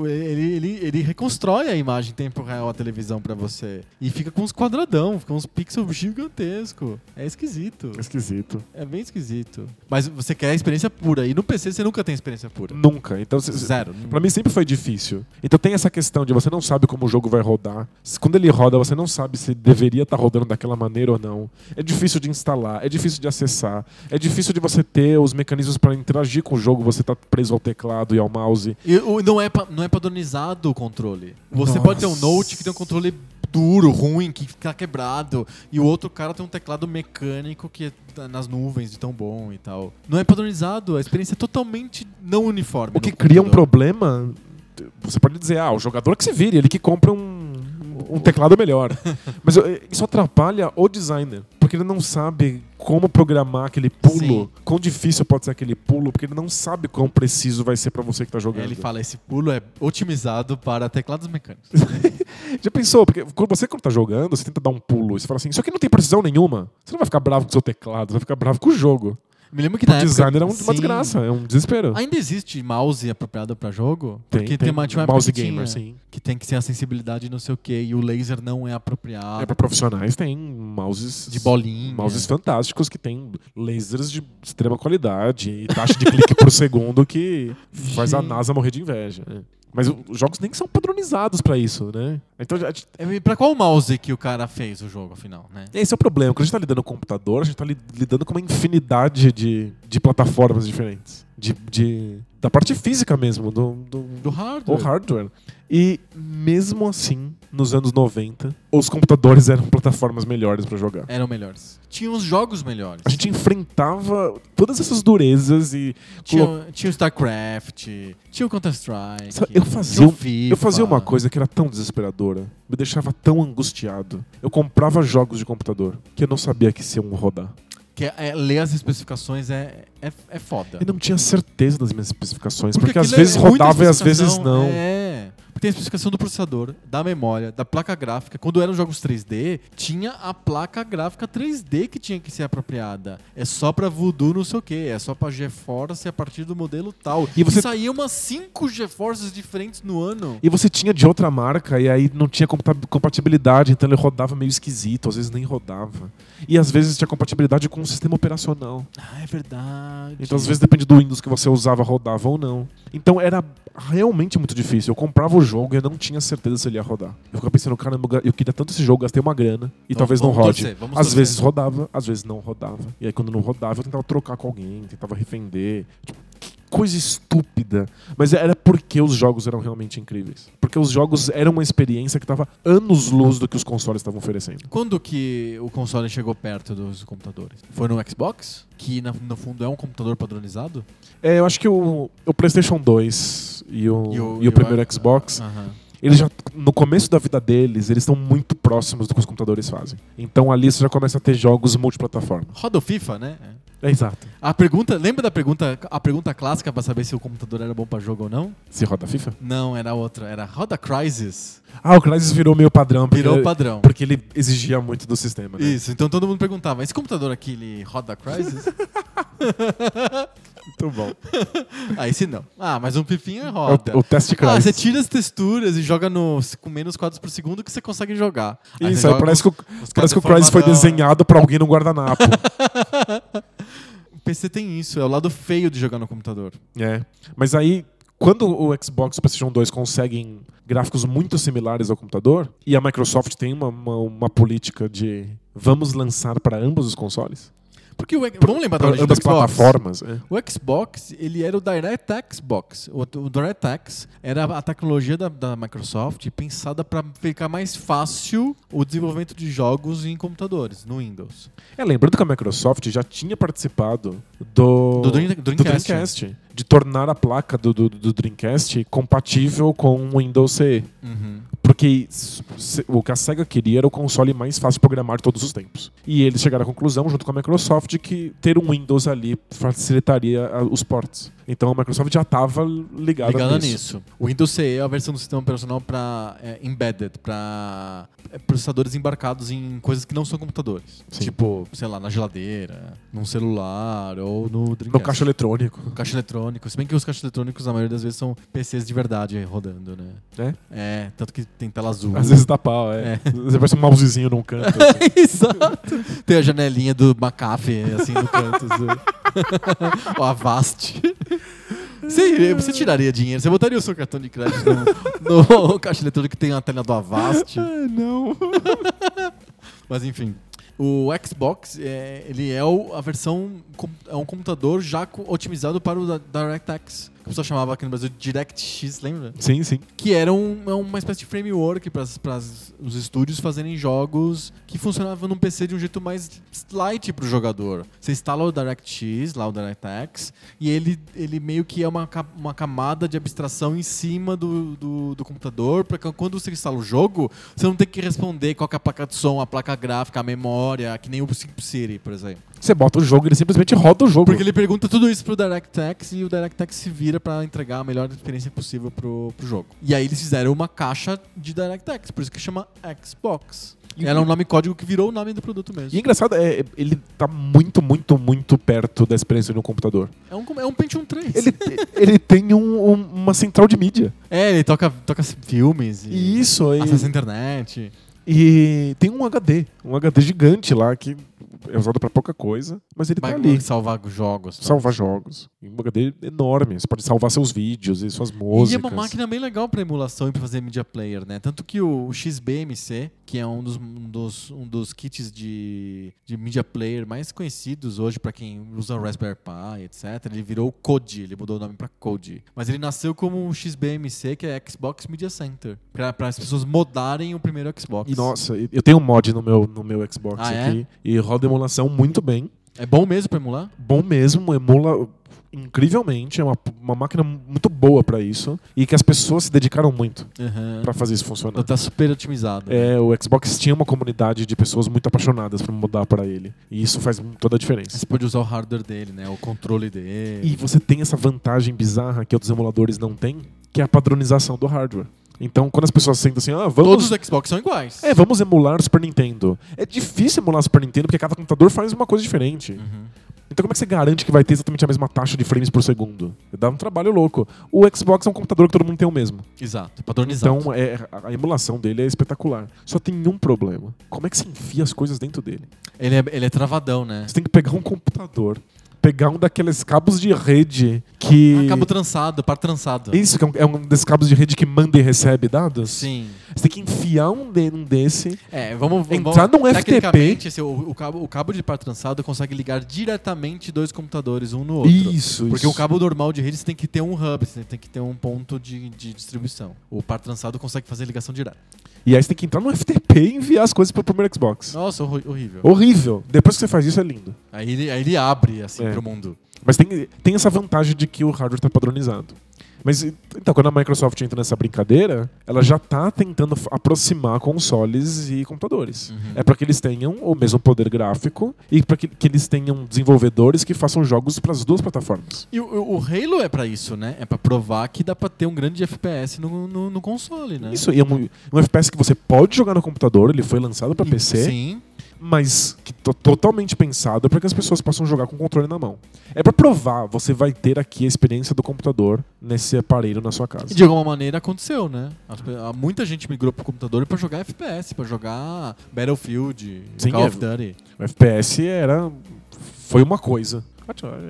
o- ele, ele, ele reconstrói a imagem em tempo real a televisão pra você. E fica com uns quadradão, fica uns pixels gigantesco. É esquisito. Esquisito. É bem esquisito. Mas você quer a experiência pura. E no PC você nunca tem experiência pura. Nunca. Então, se- se- Zero. Pra mim sempre foi difícil. Então tem essa questão de você não sabe como o jogo vai rodar. Se- Quando ele roda, você não sabe se deveria estar rodando daquela maneira ou não. É difícil de instalar, é difícil de acessar, é difícil de você ter os mecanismos pra interagir com o jogo, você tá preso ao teclado e ao mouse. E o- não, é, pa- não é padronizado o controle. Você Nossa. pode ter um Note que tem um controle duro, ruim, que fica quebrado. E o outro cara tem um teclado mecânico que é tá nas nuvens de tão bom e tal. Não é padronizado, a experiência é totalmente não uniforme. O que no cria um computador. problema, você pode dizer, ah, o jogador que se vire, ele que compra um, um teclado melhor. Mas eh, isso atrapalha o designer, porque ele não sabe como programar aquele pulo, Sim. quão difícil pode ser aquele pulo, porque ele não sabe quão preciso vai ser pra você que tá É, jogando. Ele fala, esse pulo é otimizado para teclados mecânicos. Já pensou? Porque quando você quando tá jogando, você tenta dar um pulo e você fala assim, isso aqui não tem precisão nenhuma. Você não vai ficar bravo com o seu teclado, você vai ficar bravo com o jogo. Me lembro que O na época- designer é um- Sim. uma desgraça, é um desespero. Ainda existe mouse apropriado pra jogo? Porque uma, tinha uma época mouse que gamer, tinha, sim. Que tem que ser a sensibilidade não sei o que, e o laser não é apropriado. É pra profissionais, tem mouses. De bolinha. Mouses fantásticos que tem lasers de extrema qualidade e taxa de clique por segundo que faz a Gente. NASA morrer de inveja. né? Mas o- os jogos nem são padronizados pra isso, né? Então já- É, e Pra qual mouse que o cara fez o jogo, afinal, né? esse é o problema. Quando a gente tá lidando com o computador, a gente tá li- lidando com uma infinidade de, de plataformas diferentes. De, de- da parte física mesmo, do, do, Do do hardware. hardware. E mesmo assim, nos anos 90, os computadores eram plataformas melhores pra jogar. Eram melhores. Tinha uns jogos melhores. A gente enfrentava todas essas durezas e. colo- Tinha, tinha o StarCraft, tinha o Counter-Strike. Sabe, Eu tinha fazia, o FIFA. eu fazia uma coisa que era tão desesperadora, me deixava tão angustiado. Eu comprava jogos de computador que eu não sabia que se iam rodar. Que é- é- ler as especificações é, é, é foda. Eu não tinha certeza das minhas especificações, porque, às aquilo é- vezes é muita rodava e às vezes especificação, não. É. Porque tem a especificação do processador, da memória, da placa gráfica. Quando eram jogos 3D, tinha a placa gráfica 3D que tinha que ser apropriada. É só pra Voodoo não sei o que, é só pra GeForce a partir do modelo tal. E E, você- saía umas 5 GeForces diferentes no ano. E você tinha de outra marca e aí não tinha compa- compatibilidade, então ele rodava meio esquisito, às vezes nem rodava. E às vezes tinha compatibilidade com o sistema operacional. Ah, é verdade. Então às vezes depende do Windows que você usava, rodava ou não. Então era realmente muito difícil. Eu comprava o jogo e eu não tinha certeza se ele ia rodar. Eu ficava pensando, caramba, eu queria tanto esse jogo, gastei uma grana e Então, talvez não vamos rode. torcer, vamos às torcer. vezes rodava, às vezes não rodava. E aí quando não rodava, eu tentava trocar com alguém, tentava revender. Tipo, que coisa estúpida. Mas era porque os jogos eram realmente incríveis. Porque os jogos eram uma experiência que estava anos luz do que os consoles estavam oferecendo. Quando que o console chegou perto dos computadores? Foi no Xbox? Que na- no fundo é um computador padronizado? É, eu acho que o, o PlayStation 2 e o, e o, e primeiro Xbox Aham. eles já no começo da vida deles, eles estão muito próximos do que os computadores fazem. Então ali você já começa a ter jogos multiplataforma. Roda o FIFA, né? É. É exato. A pergunta, lembra da pergunta, a pergunta clássica pra saber se o computador era bom pra jogo ou não? Se roda FIFA? Não, era outra, era Roda Crisis. Ah, o Crysis virou meio padrão. Porque Virou padrão. Porque ele exigia muito do sistema, né? Isso, então todo mundo perguntava, esse computador aqui ele roda Crisis? Muito bom. ah, esse não. Ah, mas um pifinha roda. É o, o teste ah, Crysis. você tira as texturas e joga no, com menos quadros por segundo que você consegue jogar. Aí Isso, você aí joga parece que com- o, os parece que o caras Crysis foi deformadão. desenhado pra alguém num guardanapo. O PC tem isso, é o lado feio de jogar no computador. É. Mas aí, quando o Xbox e o PlayStation 2 conseguem gráficos muito similares ao computador, e a Microsoft tem uma, uma, uma política de vamos lançar para ambos os consoles, Porque o, vamos lembrar da para origem do ambas as Xbox? plataformas, é. O Xbox, ele era o DirectX Box. O, o DirectX era a tecnologia da, da Microsoft pensada para ficar mais fácil o desenvolvimento de jogos em computadores, no Windows. É, lembrando que a Microsoft já tinha participado do, Do Dream- Dreamcast. Dreamcast, de tornar a placa do, do, do Dreamcast compatível com o Windows CE. Porque s- se- o que a SEGA queria era o console mais fácil de programar de todos os tempos. E eles chegaram à conclusão, junto com a Microsoft, que ter um Windows ali facilitaria a- os ports. Então a Microsoft já estava ligada, Ligado nisso. nisso. O Windows CE é a versão do sistema operacional para embedded, para processadores embarcados em coisas que não são computadores. Sim. Tipo, sei lá, na geladeira, num celular ou no Dreamcast. No caixa eletrônico. Caixa eletrônico. Se bem que os caixas eletrônicos, na maioria das vezes, são PCs de verdade aí rodando, né? É? É, tanto que tem tela azul. Às vezes dá pau, é. É. Você parece um mousezinho num canto. assim. Exato. Tem a janelinha do McAfee, assim, no canto. assim. Ou a Vast. Você, você tiraria dinheiro, você botaria o seu cartão de crédito no, no caixa eletrônico que tem a tela do Avast. Ah, não. Mas enfim. O Xbox, é, ele é o- a versão, com- é um computador já co- otimizado para o da- DirectX. Que o pessoal chamava aqui no Brasil de DirectX, lembra? Sim, sim. que era um- é uma espécie de framework para os estúdios fazerem jogos que funcionavam num PC de um jeito mais light para o jogador. Você instala o DirectX, lá o DirectX, e ele, ele meio que é uma, ca- uma camada de abstração em cima do, do, do computador, para quando você instala o jogo, você não tem que responder qual que é a placa de som, a placa gráfica, a memória, que nem o Sim City, por exemplo. Você bota o jogo, ele simplesmente roda o jogo. Porque ele pergunta tudo isso pro DirectX e o DirectX se vira pra entregar a melhor experiência possível pro, pro jogo. E aí eles fizeram uma caixa de DirectX, por isso que chama Xbox. E- Era um nome código que virou o nome do produto mesmo. E engraçado, é, ele tá muito, muito, muito perto da experiência de um computador. É um, é um Pentium 3. Ele, ele tem um- um- uma central de mídia. É, ele toca, toca filmes E e, isso, e, acessa a internet. e tem um HD. Um HD gigante lá que é usado pra pouca coisa, mas ele Vai tá ali. salvar jogos. tá? Salva jogos. E Um HD enorme. Você pode salvar seus vídeos e suas músicas. E é uma máquina bem legal para emulação e para fazer media player, né? Tanto que o, o XBMC, que é um dos, um dos, um dos kits de, de media player mais conhecidos hoje para quem usa o Raspberry Pi, etc., ele virou o Code, ele mudou o nome para Code. Mas ele nasceu como um o XBMC, que é Xbox Media Center, para as pessoas modarem o primeiro Xbox. E nossa, eu tenho um mod no meu, no meu Xbox Ah, é? aqui. E roda emulação muito bem. É bom mesmo para emular? bom mesmo, emula incrivelmente, é uma, uma máquina muito boa pra isso e que as pessoas se dedicaram muito Aham. pra fazer isso funcionar. Tá super otimizado. Uhum. né? É, o Xbox tinha uma comunidade de pessoas muito apaixonadas pra mudar pra ele e isso faz toda a diferença. Você pode usar o hardware dele, né? O controle dele. E você tem essa vantagem bizarra que outros emuladores não têm, que é a padronização do hardware. Então, quando as pessoas sentem assim, ah, Todos vamos. os Xbox são iguais. É, vamos emular o Super Nintendo. É difícil emular o Super Nintendo porque cada computador faz uma coisa diferente. Uhum. Então como é que você garante que vai ter exatamente a mesma taxa de frames por segundo? Dá um trabalho louco. O Xbox é um computador que todo mundo tem o mesmo. Exato, padronizado. Então é, a emulação dele é espetacular. Só tem um problema. Como é que você enfia as coisas dentro dele? ele, é, ele é travadão, né? Você tem que pegar um computador, pegar um daqueles cabos de rede que... Ah, cabo trançado, par trançado. Isso, que é um, é um desses cabos de rede que manda e recebe dados? Sim. Você tem que enfiar um, de, um desse. É, vamos, vamos Entrar num FTP. Tecnicamente, esse- o, o cabo, o cabo de par trançado consegue ligar diretamente dois computadores, um no outro. Isso, Porque isso. o cabo normal de rede você tem que ter um hub, você tem que ter um ponto de, de distribuição. O par trançado consegue fazer ligação direta. E aí você tem que entrar no FTP e enviar as coisas pro primeiro Xbox. Nossa, horri- horrível. Horrível. Depois que você faz isso, é lindo. Aí, ele, aí ele abre, assim, É. pro mundo. Mas tem, tem essa vantagem de que o hardware está padronizado. Mas e- então, quando a Microsoft entra nessa brincadeira, ela já está tentando f- aproximar consoles e computadores. Uhum. É para que eles tenham o mesmo poder gráfico e para que, que eles tenham desenvolvedores que façam jogos para as duas plataformas. E o, o- o Halo é pra isso, né? É pra provar que dá pra ter um grande FPS no, no, no console, né? Isso, e é um, um FPS que você pode jogar no computador, ele foi lançado para PC, Sim. mas que to- totalmente pensado para que as pessoas possam jogar com o controle na mão. É para provar, você vai ter aqui a experiência do computor nesse aparelho na sua casa. E de alguma maneira aconteceu, né? As pe- ah, Muita gente migrou pro computador pra jogar FPS, pra jogar Battlefield, Sim, Call é. of Duty. O FPS era. Foi uma coisa.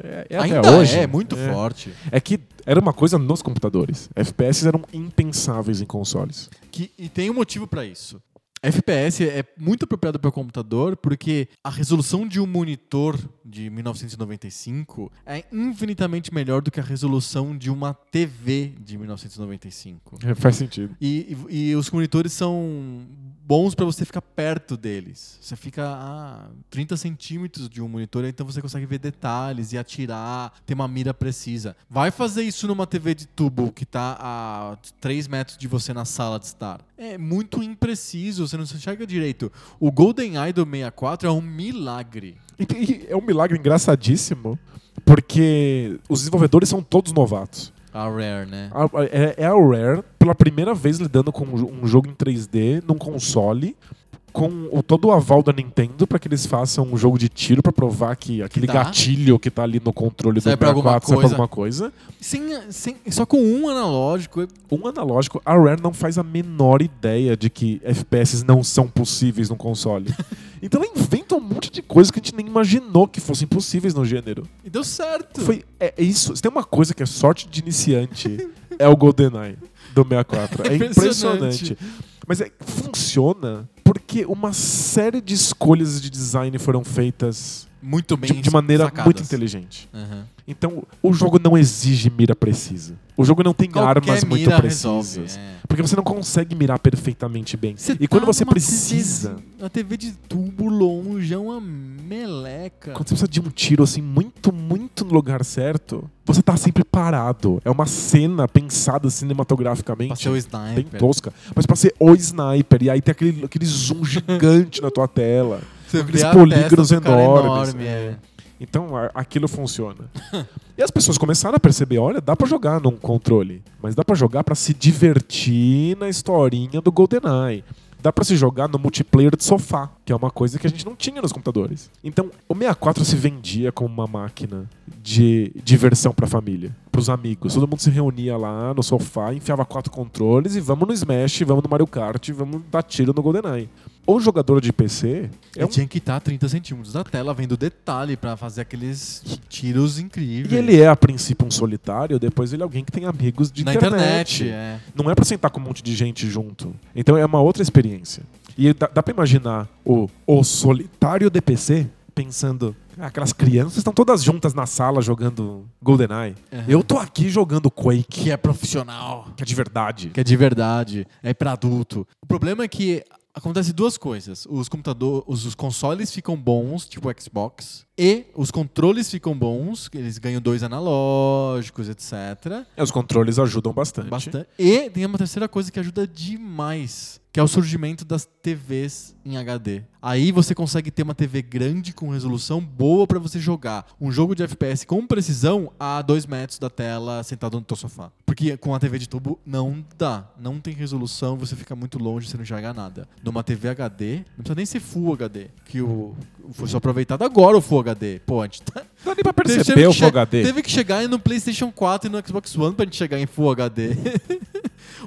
É, é Ainda até hoje. é muito É. forte. É que era uma coisa nos computadores. FPS eram impensáveis em consoles. Que, e tem um motivo pra isso. FPS é muito apropriado para o computador porque a resolução de um monitor de 1995 é infinitamente melhor do que a resolução de uma TV de 1995. É, faz sentido. E, e- e os monitores são bons pra você ficar perto deles. Você fica a 30 centímetros de um monitor, então você consegue ver detalhes e atirar, ter uma mira precisa. Vai fazer isso numa TV de tubo que tá a 3 metros de você na sala de estar. É muito impreciso, você não se enxerga direito. O GoldenEye do 64 é um milagre. E, tem- e é um milagre engraçadíssimo, porque os desenvolvedores são todos novatos. A Rare, né? A- a- É, é a Rare, pela primeira vez, lidando com um jo- um jogo em 3D num console. Com o, todo o aval da Nintendo para que eles façam um jogo de tiro para provar que aquele dá. gatilho que tá ali no controle Serve do pra alguma 64 serve pra coisa. alguma coisa. Sem, sem, só com um analógico. é- Um analógico, a Rare não faz a menor ideia de que FPS não são possíveis num console. então ela inventa um monte de coisa que a gente nem imaginou que fossem possíveis no gênero. E deu certo. Foi, é, é isso. Se tem uma coisa que é sorte de iniciante, é o GoldenEye do 64. É Impressionante. impressionante. Mas é- funciona porque uma série de escolhas de design foram feitas muito bem tipo de, de maneira sacadas. muito inteligente. Aham. Então, o jogo não exige mira precisa. O jogo não tem Qualquer armas muito mira precisas. resolve, é. Porque você não consegue mirar perfeitamente bem. Você e quando tá você numa precisa. TV, uma TV de tubo longe, é uma meleca. Quando você precisa de um tiro, assim, muito, muito no lugar certo, você tá sempre parado. É uma cena pensada Pra cinematograficamente. ser o Bem sniper. tosca. Mas pra ser o sniper. E aí tem aquele, aquele zoom gigante na tua tela. Você aqueles vê a polígonos testa do cara enormes, enorme, é. Então a- aquilo funciona. e as pessoas começaram a perceber: olha, dá pra jogar num controle, mas dá pra jogar pra se divertir na historinha do GoldenEye. Dá pra se jogar no multiplayer de sofá, que é uma coisa que a gente não tinha nos computadores. Então, o 64 se vendia como uma máquina de diversão pra família, pros amigos. Todo mundo se reunia lá no sofá, enfiava quatro controles e vamos no Smash, vamos no Mario Kart, vamos dar tiro no GoldenEye. O jogador de PC é E um tinha que estar a 30 centímetros da tela, vendo detalhe pra fazer aqueles tiros incríveis. E ele é, a princípio, um solitário, depois ele é alguém que tem amigos de Na internet. internet, é. Não é pra sentar com um monte de gente junto. Então é uma outra experiência. E dá, dá pra imaginar o, o solitário DPC pensando. "Ah, Aquelas crianças estão todas juntas na sala jogando GoldenEye. Aham. Eu tô aqui jogando Quake, Que é profissional. que é de verdade. que é de verdade, é pra adulto. O problema é que acontece duas coisas. Os computadores, os, os consoles ficam bons, tipo o Xbox, E os controles ficam bons, que eles ganham dois analógicos, etc. É, Os controles ajudam bastante. Bastante. E tem uma terceira coisa que ajuda demais, que é o surgimento das TVs em HD. Aí você consegue ter uma TV grande com resolução boa pra você jogar um jogo de FPS com precisão a dois metros da tela sentado no teu sofá. Porque com a TV de tubo não dá, não tem resolução, você fica muito longe, você não enxerga nada. Numa TV HD, não precisa nem ser Full HD, que o foi só aproveitado agora o Full HD. Pô, a gente tá, Não dá nem pra Teve perceber que o che- Full HD. Teve que chegar no PlayStation 4 e no Xbox One pra gente chegar em Full HD.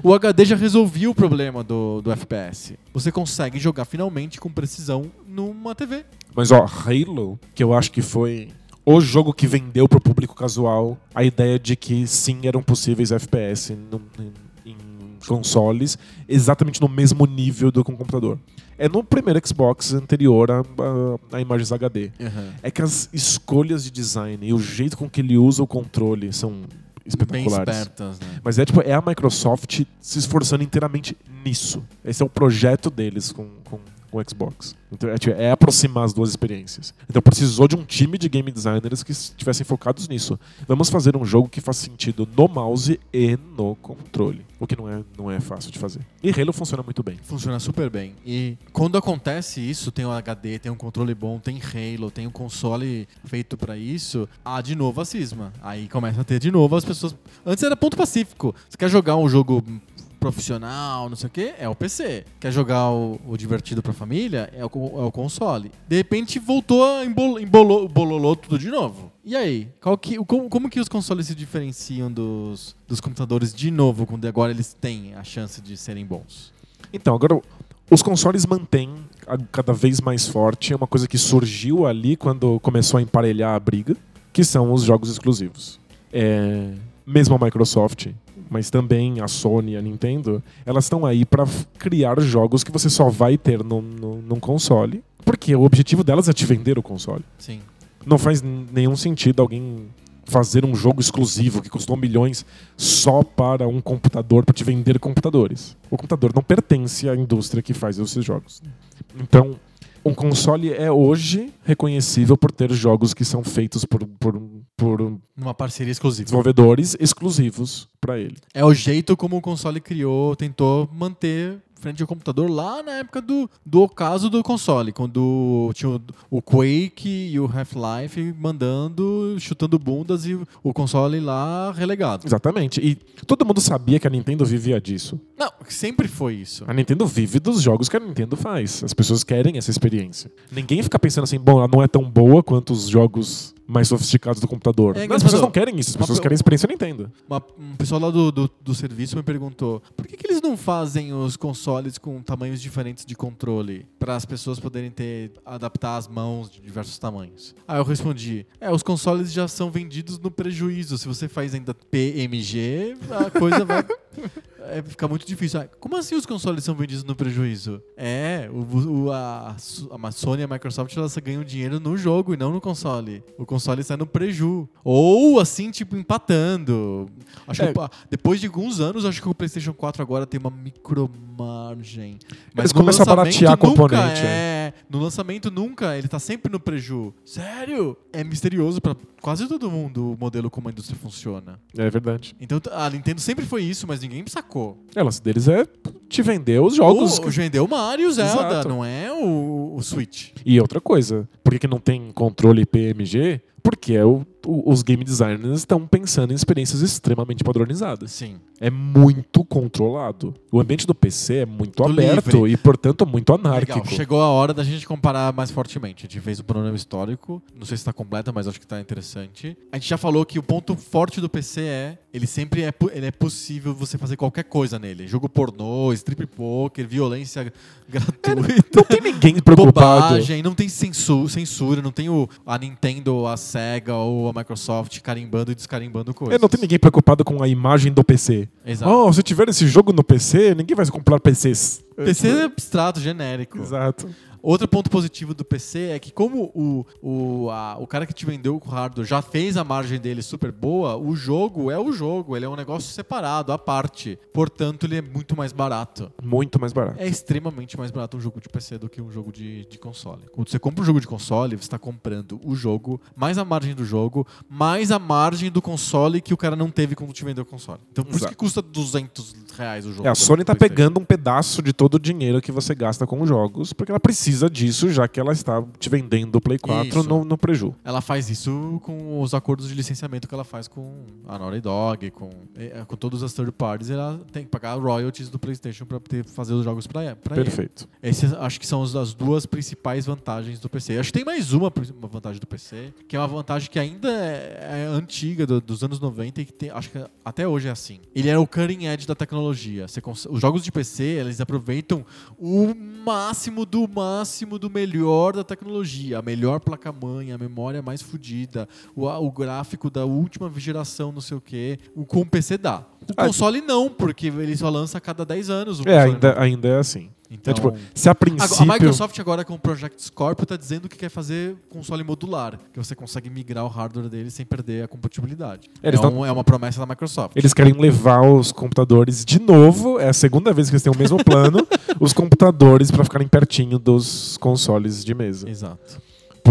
o HD já resolvia o problema do, do FPS. Você consegue jogar finalmente com precisão numa TV. Mas ó, Halo, que eu acho que foi o jogo que vendeu pro público casual a ideia de que sim, eram possíveis FPS num- em, em consoles, exatamente no mesmo nível do que um computador. É no primeiro Xbox anterior a, a, a imagens HD. É que as escolhas de design e o jeito com que ele usa o controle são Bem espetaculares. espertas, né? Mas é tipo, é a Microsoft se esforçando inteiramente nisso. Esse é o projeto deles com, com, com o Xbox. Então, é, tipo, é aproximar as duas experiências. Então precisou de um time de game designers que estivessem focados nisso. Vamos fazer um jogo que faz sentido no mouse e no controle. O que não é, não é fácil de fazer. E Halo funciona muito bem. Funciona super bem. E quando acontece isso, tem um HD, tem um controle bom, tem Halo, tem um console feito pra isso, há de novo a cisma. Aí começa a ter de novo as pessoas. Antes era ponto pacífico. Você quer jogar um jogo profissional, não sei o quê, é o PC. Quer jogar o, o divertido pra família, é o, co- é o console. De repente voltou a embol, embolou, bololou tudo de novo. E aí, qual que, o- como, como que os consoles se diferenciam dos, dos computadores de novo, quando agora eles têm a chance de serem bons? Então, agora, os consoles mantêm a- cada vez mais forte uma coisa que surgiu ali quando começou a emparelhar a briga, que são os jogos exclusivos. É, mesmo a Microsoft, mas também a Sony e a Nintendo, elas estão aí para criar jogos que você só vai ter num, num- num console, porque o objetivo delas é te vender o console. Sim. Não faz n- nenhum sentido alguém fazer um jogo exclusivo que custou milhões só para um computador para te vender computadores. O computador não pertence à indústria que faz esses jogos. Então, um console é hoje reconhecível por ter jogos que são feitos por, por, por Numa parceria exclusiva. desenvolvedores exclusivos para ele. É o jeito como o console criou, tentou manter frente ao computador lá na época do, do ocaso do console, quando tinha o, o Quake e o Half-Life mandando, chutando bundas e o console lá relegado. Exatamente. E todo mundo sabia que a Nintendo vivia disso. Não, sempre foi isso. A Nintendo vive dos jogos que a Nintendo faz. As pessoas querem essa experiência. Ninguém fica pensando assim, bom, ela não é tão boa quanto os jogos mais sofisticados do computador. É Não, as engraçado. pessoas não querem isso, as Uma pessoas pe- querem a experiência Nintendo. Uma- um pessoal lá do, do, do serviço me perguntou por que, que eles não fazem os consoles com tamanhos diferentes de controle para as pessoas poderem ter adaptar as mãos de diversos tamanhos. Aí eu respondi: é, os consoles já são vendidos no prejuízo. Se você faz ainda PMG, a coisa vai é, fica muito difícil. Ah, como assim os consoles são vendidos no prejuízo? É, o, o- a, a Sony e a Microsoft elas ganham dinheiro no jogo e não no console. O console sai no preju. Ou assim, tipo, empatando. Acho É. que, ah, depois de alguns anos, acho que o PlayStation 4 agora tem uma micromargem. Eles no começam a lançamento baratear nunca componente, É, no lançamento nunca, ele tá sempre no preju. Sério? É misterioso pra quase todo mundo o modelo como a indústria funciona. É verdade. Então a Nintendo sempre foi isso, mas ninguém sacou. Elas deles é te vender os jogos. O, o vendeu o Mario Zelda, Exato. não é o, o Switch. E outra coisa, por que que não tem controle PMG? Porque é o- o- os game designers estão pensando em experiências extremamente padronizadas. Sim. É muito controlado. O ambiente do PC é muito Muito aberto livre. e, portanto, muito anárquico. Legal. Chegou a hora da gente comparar mais fortemente. A gente fez o panorama histórico. Não sei se está completa, mas acho que está interessante. A gente já falou que o ponto forte do PC é ele sempre é, po- ele é possível você fazer qualquer coisa nele. Jogo pornô, strip poker, violência gratuita. Não tem ninguém preocupado. Bobagem, não tem censu- censura, não tem o, a Nintendo, a Sega ou a Microsoft carimbando e descarimbando É, coisas. não tem ninguém preocupado com a imagem do PC. Exato. Oh, se tiver esse jogo no PC, ninguém vai comprar PCs. PC é abstrato, genérico. É, Exato. Outro ponto positivo do PC é que, como o, o, a- o cara que te vendeu o hardware já fez a margem dele super boa, o jogo é o jogo, ele é um negócio separado, à parte. Portanto, ele é muito mais barato. Muito mais barato. É extremamente mais barato um jogo de PC do que um jogo de, de console. Quando você compra um jogo de console, você está comprando o jogo, mais a margem do jogo, mais a margem do console que o cara não teve quando te vendeu o console. Então por isso Exato. que custa 200 reais o jogo. É, a do Sony tá PlayStation. pegando um pedaço de todo o dinheiro que você gasta com os jogos, porque ela precisa disso, já que ela está te vendendo o Play 4 Isso. no, no preju. Ela faz isso com os acordos de licenciamento que ela faz com a Naughty Dog, com, eh, com todas as third parties. Ela tem que pagar royalties do PlayStation para fazer os jogos para é ele. Perfeito. Essas acho que são as- as duas principais vantagens do PC. Acho que tem mais uma, pri- uma vantagem do PC, que é uma vantagem que ainda é, é antiga, do- dos anos 90, e que tem- acho que até hoje é assim. Ele é o cutting edge da tecnologia. Você cons- os jogos de PC, eles aproveitam o máximo do máximo do melhor da tecnologia. A melhor placa-mãe, a memória mais fodida, o, a- o gráfico da última geração, não sei o quê. O com o PC dá. O Ah, console não, porque ele só lança a cada 10 anos. o É, console ainda, ainda é assim. Então- É tipo, se a princípio. Agora, A Microsoft agora com o Project Scorpio tá dizendo que quer fazer console modular, que você consegue migrar o hardware dele sem perder a compatibilidade. É, Eles um- tão- é uma promessa da Microsoft. Eles querem levar os computadores de novo. É a segunda vez que eles têm o mesmo plano. os computadores para ficarem pertinho dos consoles de mesa. Exato.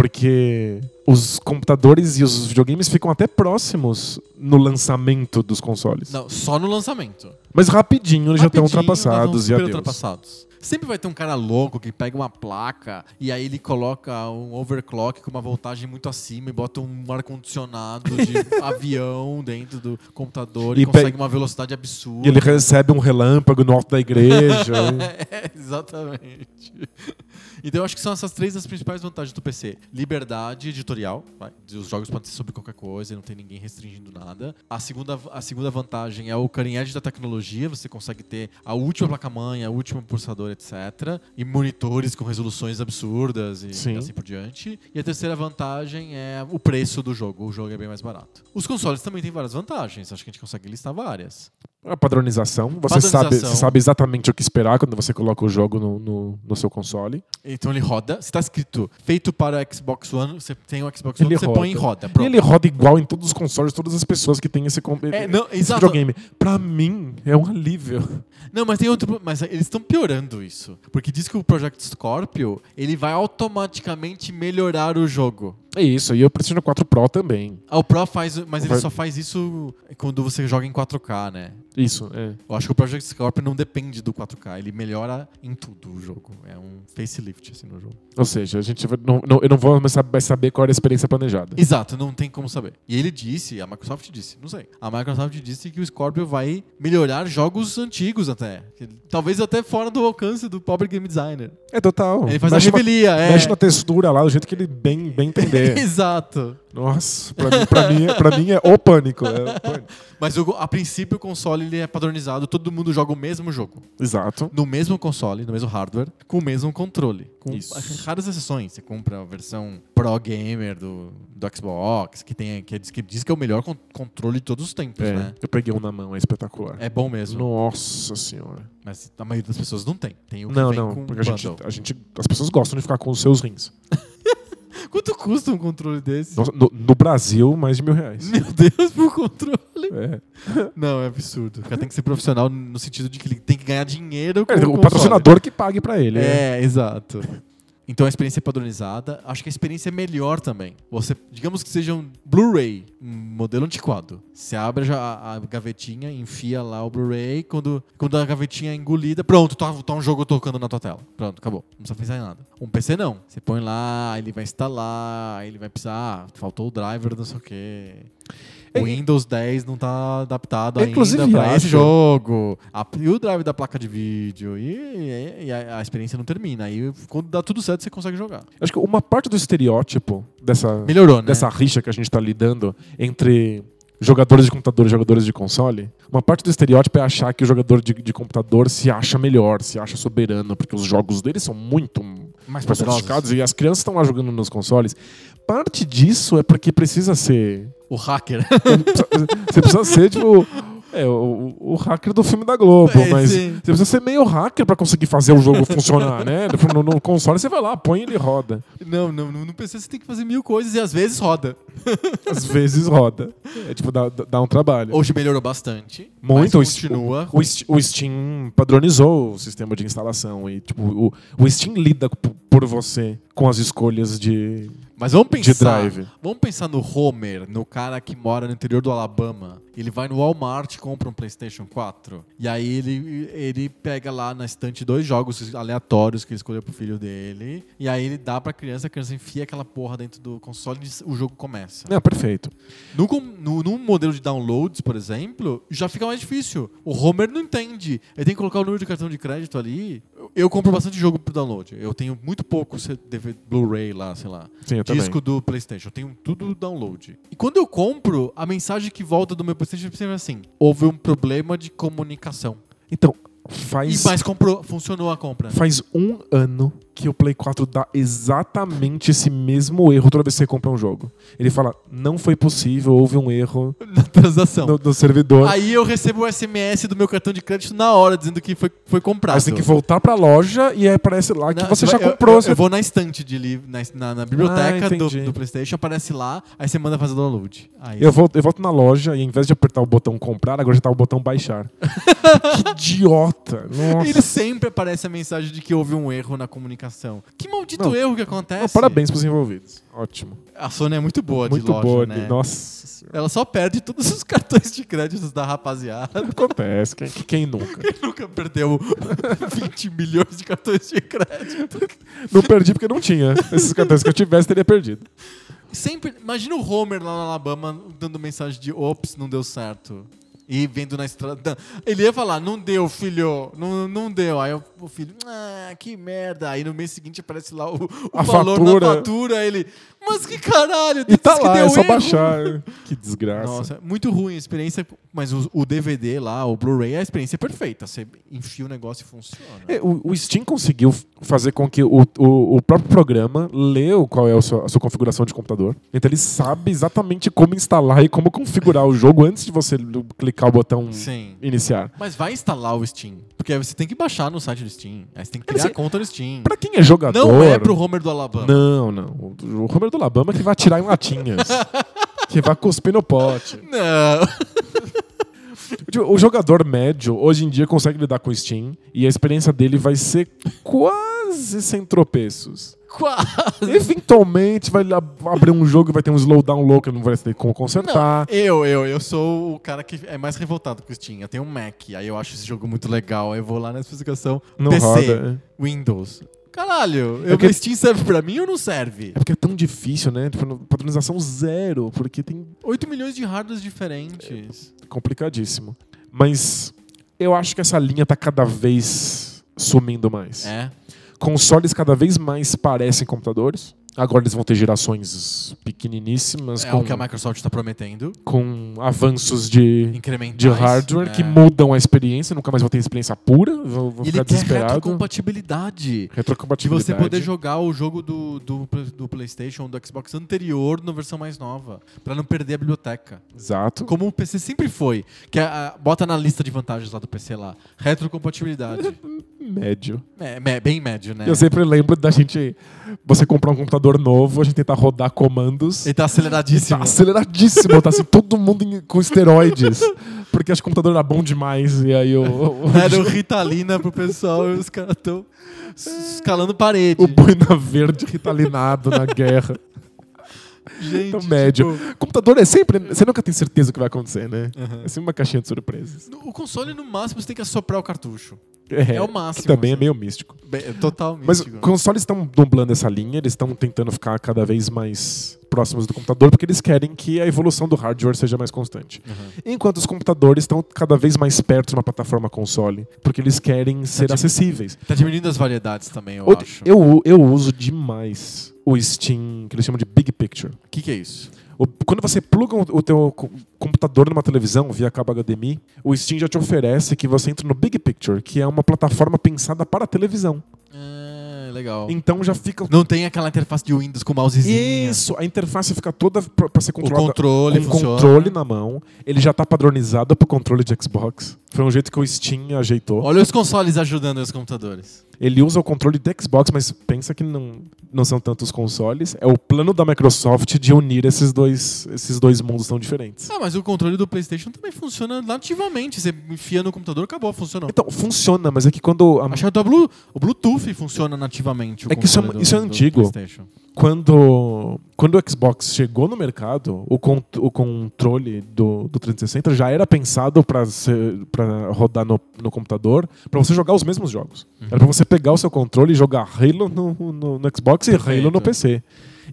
Porque os computadores e os videogames ficam até próximos no lançamento dos consoles. Não, só no lançamento. Mas rapidinho eles já estão Rapidinho, nós ultrapassados vamos e super adeus. ultrapassados. Sempre vai ter um cara louco que pega uma placa e aí ele coloca um overclock com uma voltagem muito acima e bota um ar-condicionado de avião dentro do computador e, E pe- consegue uma velocidade absurda. E ele recebe um relâmpago no alto da igreja. É, exatamente. Então eu acho que são essas três as principais vantagens do PC: liberdade editorial, vai, os jogos podem ser sobre qualquer coisa, não tem ninguém restringindo nada. A segunda, a segunda vantagem é o cutting edge da tecnologia, você consegue ter a última placa-mãe, a última processador, etc. E monitores com resoluções absurdas e Sim. assim por diante. E a terceira vantagem é o preço do jogo, o jogo é bem mais barato. Os consoles também têm várias vantagens, acho que a gente consegue listar várias. A padronização. Você, Sabe, Padronização. você sabe exatamente o que esperar quando você coloca o jogo no, no- no seu console. Então ele roda, se tá escrito feito para Xbox One, você tem o Xbox Ele One, você roda. põe em roda. Pronto. E ele roda igual em todos os consoles, todas as pessoas que têm esse, com- É, não, esse exato. videogame. Pra mim, é um alívio. Não, mas tem outro, pro- mas eles estão piorando isso, porque diz que o Project Scorpio, ele vai automaticamente melhorar o jogo. É isso, e o PlayStation 4 Pro também. Ah, O Pro faz, mas ele Vai- só faz isso quando você joga em 4K, né? Isso, é. Eu acho que o Project Scorpio não depende do 4K, ele melhora em tudo o jogo. É um facelift assim no jogo. Ou seja, a gente vai- não, não- eu não vou mais sab- mais saber qual era a experiência planejada. Exato, não tem como saber. E ele disse, a Microsoft disse, não sei. A Microsoft disse que o Scorpio vai melhorar jogos antigos até. Que- Talvez até fora do alcance do pobre game designer. É total. Ele faz mexe, a revelia, na, é. mexe na textura lá, do jeito que ele bem, bem entender. Exato. Nossa, pra mim, pra mim, é- pra mim é o pânico. é o pânico. Mas o- a princípio o console ele é padronizado, todo mundo joga o mesmo jogo. Exato. No mesmo console, no mesmo hardware, com o mesmo controle. Com Isso. raras exceções. Você compra a versão Pro Gamer do, do Xbox, que, tem, que, diz, que diz que é o melhor con- controle de todos os tempos, É, né? Eu peguei um na mão, é espetacular. É bom mesmo. Nossa senhora. Mas a maioria das pessoas não tem. Tem o que Não, vem não, com porque a gente, bundle. a gente. As pessoas gostam de ficar com os seus rins. Quanto custa um controle desse? Nossa, no, no Brasil, mais de mil reais. Meu Deus, por controle. É. Não, é absurdo. O cara tem que ser profissional no sentido de que ele tem que ganhar dinheiro com É, o console. patrocinador que pague pra ele. né? É, exato. Então a experiência é padronizada. Acho que a experiência é melhor também. Você, digamos que seja um Blu-ray, um modelo antiquado. Você abre já a, a gavetinha, enfia lá o Blu-ray. Quando, quando a gavetinha é engolida, pronto, tá, tá um jogo tocando na tua tela. Pronto, acabou. Não precisa pensar em nada. Um PC não. Você põe lá, ele vai instalar, ele vai precisar. Ah, faltou o driver, não sei o quê. O É, Windows 10 não tá adaptado Eu, inclusive, ainda pra esse acho- jogo. A, e o drive da placa de vídeo. E, e- e a, a experiência não termina. Aí quando dá tudo certo, você consegue jogar. Acho que uma parte do estereótipo dessa, Melhorou, né? dessa rixa que a gente tá lidando entre jogadores de computador e jogadores de console, uma parte do estereótipo é achar que o jogador de, de computador se acha melhor, se acha soberano, porque os jogos dele são muito Mais mais poderosos. sofisticados e as crianças estão lá jogando nos consoles. Parte disso é porque precisa ser O hacker. Você precisa ser, tipo, É, o, o- o hacker do filme da Globo, É, mas sim. você precisa ser meio hacker pra conseguir fazer o jogo funcionar, né? No, no console você vai lá, põe e ele roda. Não, não, não, não precisa, você tem que fazer mil coisas e às vezes roda. Às vezes roda. É tipo, dá, dá- dá um trabalho. Hoje melhorou bastante. Muito, o mas Steam- continua. O, Ste- o Steam padronizou o sistema de instalação e, tipo, o, o Steam lida p- por você com as escolhas de. Mas vamos De pensar. drive. Vamos pensar no Homer, no cara que mora no interior do Alabama. Ele vai no Walmart, compra um PlayStation 4. E aí ele, ele pega lá na estante dois jogos aleatórios que ele escolheu pro filho dele. E aí ele dá pra criança, a criança enfia aquela porra dentro do console e o jogo começa. É, perfeito. No, com- no, num modelo de downloads, por exemplo, já fica mais difícil. O Homer não entende. Ele tem que colocar o número de cartão de crédito ali. Eu, eu compro bastante jogo pro download. Eu tenho muito pouco CD Blu-ray lá, sei lá Sim, eu também. disco do PlayStation. Eu tenho tudo download. E quando eu compro, a mensagem que volta do meu PlayStation é sempre assim: houve um problema de comunicação. Então, E faz. mas comprou, funcionou a compra. Faz um ano que o Play 4 dá exatamente esse mesmo erro toda vez que você compra um jogo. Ele fala, não foi possível, houve um erro Na transação. no, no servidor. Aí eu recebo o SMS do meu cartão de crédito na hora, dizendo que foi, foi comprado. Aí você tem que voltar pra loja e aí aparece lá que Na- você já eu- comprou. Eu, você- eu vou na estante de livro, na, na, na biblioteca Ah, do, entendi. do PlayStation, aparece lá, aí você manda fazer download. Aí Eu volto, eu volto na loja e ao invés de apertar o botão comprar, agora já tá o botão baixar. que idiota! Nossa. Ele sempre aparece a mensagem de que houve um erro na comunicação. Que maldito Não. erro que acontece. Não, parabéns pros envolvidos. Ótimo. A Sony é muito boa Muito de loja, boa. né? Nossa senhora. Ela só perde todos os cartões de créditos da rapaziada. Acontece. Quem, quem nunca? Nunca perdeu 20 milhões de cartões de crédito. Não perdi porque não tinha. Esses cartões que eu tivesse, teria perdido. Sempre. Imagina o Homer lá no Alabama dando mensagem de ops, não deu certo. E vendo na estrada. Ele ia falar, não deu, filho. Não, não deu. Aí o filho, ah, que merda. Aí no mês seguinte aparece lá o, o A valor fatura. da fatura. Ele, mas que caralho, E tá disse que lá, deu é só erro." baixar. assim. Que desgraça. Nossa, é muito ruim a experiência, mas o, o DVD lá, o Blu-ray, é a experiência é perfeita. Você enfia o negócio e funciona. É, o, o Steam conseguiu f- fazer com que o, o, o próprio programa leu qual é a sua, a sua configuração de computador. Então ele sabe exatamente como instalar e como configurar o jogo antes de você l- clicar o botão Sim. iniciar. Mas vai instalar o Steam. Porque aí você tem que baixar no site do Steam. Aí você tem que Ele criar se- a conta no Steam. Pra quem é jogador. Não é pro Homer do Alabama. Não, não. O, o Romero do Alabama que vai atirar em latinhas. que vai cuspir no pote. Não. Tipo, O jogador médio hoje em dia consegue lidar com o Steam e a experiência dele vai ser quase sem tropeços. Quase. Eventualmente vai ab- abrir um jogo e vai ter um slowdown louco, não vai ter como consertar. Eu, eu, eu sou o cara que é mais revoltado com o Steam. Eu tenho um Mac, aí eu acho esse jogo muito legal. Aí eu vou lá na especificação Não PC, roda. é. Windows. Caralho, eu, que- o Steam serve pra mim ou não serve? É porque é tão difícil, né? Tipo, no- padronização zero, porque tem 8 milhões de hardwares diferentes. complicadíssimo. Mas eu acho que essa linha tá cada vez sumindo mais. É. Consoles cada vez mais parecem computadores. Agora eles vão ter gerações pequeniníssimas É com, o que a Microsoft está prometendo. com avanços de, Incrementais. de hardware né? que mudam a experiência, nunca mais vão ter experiência pura, vão, vão E Ele ficar quer desesperados. retrocompatibilidade. De Retrocompatibilidade. você poder jogar o jogo do, do, do PlayStation, do Xbox anterior, na versão mais nova. Pra não perder a biblioteca. Exato. Como o PC sempre foi. Que a- a- bota na lista de vantagens lá do PC lá. Retrocompatibilidade. Médio. é, me- bem médio, né? Eu sempre lembro da gente. Você comprar um computador novo, a gente tentar rodar comandos. Ele tá aceleradíssimo. Tá aceleradíssimo, tá assim, todo mundo em- com esteroides. Porque acho que o computador era bom demais. E aí o, o, Era o Ritalina pro pessoal e os caras tão escalando parede. É. o boina verde ritalinado na guerra. Gente, Então, médio. tipo, Computador é sempre. Você nunca tem certeza o que vai acontecer, né? É sempre uma caixinha de surpresas. no- tipo, o console, no máximo, você tem que assoprar o cartucho. É, o máximo, Que também é assim. meio místico. Bem, totalmente. Mas consoles estão dublando essa linha, eles estão tentando ficar cada vez mais próximos do computador, porque eles querem que a evolução do hardware seja mais constante. Uhum. Enquanto os computadores estão cada vez mais perto de uma plataforma console, porque eles querem ser É de- acessíveis. Tá diminuindo as variedades também, eu Outro- acho. Eu, u- eu uso demais o Steam, que eles chamam de Big Picture. O que, que é isso? O- quando você pluga o, o teu co- computador numa televisão via cabo HDMI, o Steam já te oferece que você entre no Big Picture, que é uma plataforma pensada para a televisão. Ah, legal. Então já fica. Não tem aquela interface de Windows com mousezinho. Isso, a interface fica toda pra, pra ser O controlada. controle com funciona. controle na mão. Ele já tá padronizado pro controle de Xbox. Foi um jeito que o Steam ajeitou. Olha os consoles ajudando os computadores. Ele usa o controle do Xbox, mas pensa que não, não são tantos consoles. É o plano da Microsoft de unir esses dois, esses dois mundos tão diferentes. Ah, mas o controle do PlayStation também funciona nativamente. Você enfia no computador, acabou, funciona. Então, funciona, mas é que quando, a- Acho que até o Blu- o Bluetooth funciona nativamente. o É que isso é- controle isso é antigo. PlayStation. quando, quando o Xbox chegou no mercado, o, con- o controle do, do 360 já era pensado para rodar no, no computador, para você jogar os mesmos jogos. Era para você pegar o seu controle e jogar Halo no, no- no Xbox e Halo no Perfeito. PC.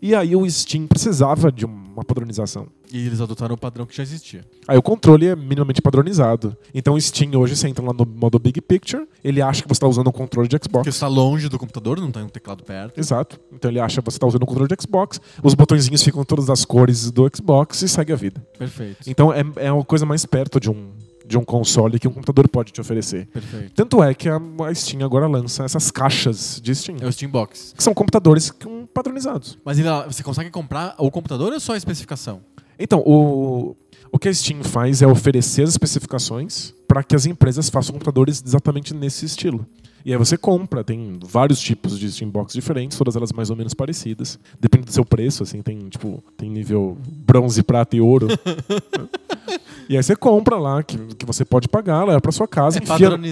E aí o Steam precisava de uma padronização. E eles adotaram o padrão que já existia. Aí o controle é minimamente padronizado. Então o Steam hoje, você entra lá no modo Big Picture, ele acha que você está usando um controle de Xbox. Porque você está longe do computador, não tem um teclado perto. Exato. Então ele acha que você está usando o controle de Xbox, os botõezinhos ficam todas as cores do Xbox e segue a vida. Perfeito. Então é, é uma coisa mais perto de um, de um console que um computador pode te oferecer. Perfeito. Tanto é que a, a Steam agora lança essas caixas de Steam, É o Steam Box. que são computadores com- padronizados. Mas ele- você consegue comprar o computador ou só a especificação? Então, o, o que a Steam faz é oferecer as especificações para que as empresas façam computadores exatamente nesse estilo. E aí você compra, tem vários tipos de Steam Box diferentes, todas elas mais ou menos parecidas. Depende do seu preço, assim, tem tipo, tem nível bronze, prata e ouro. e aí você compra lá, que, que você pode pagar, leva pra sua casa, É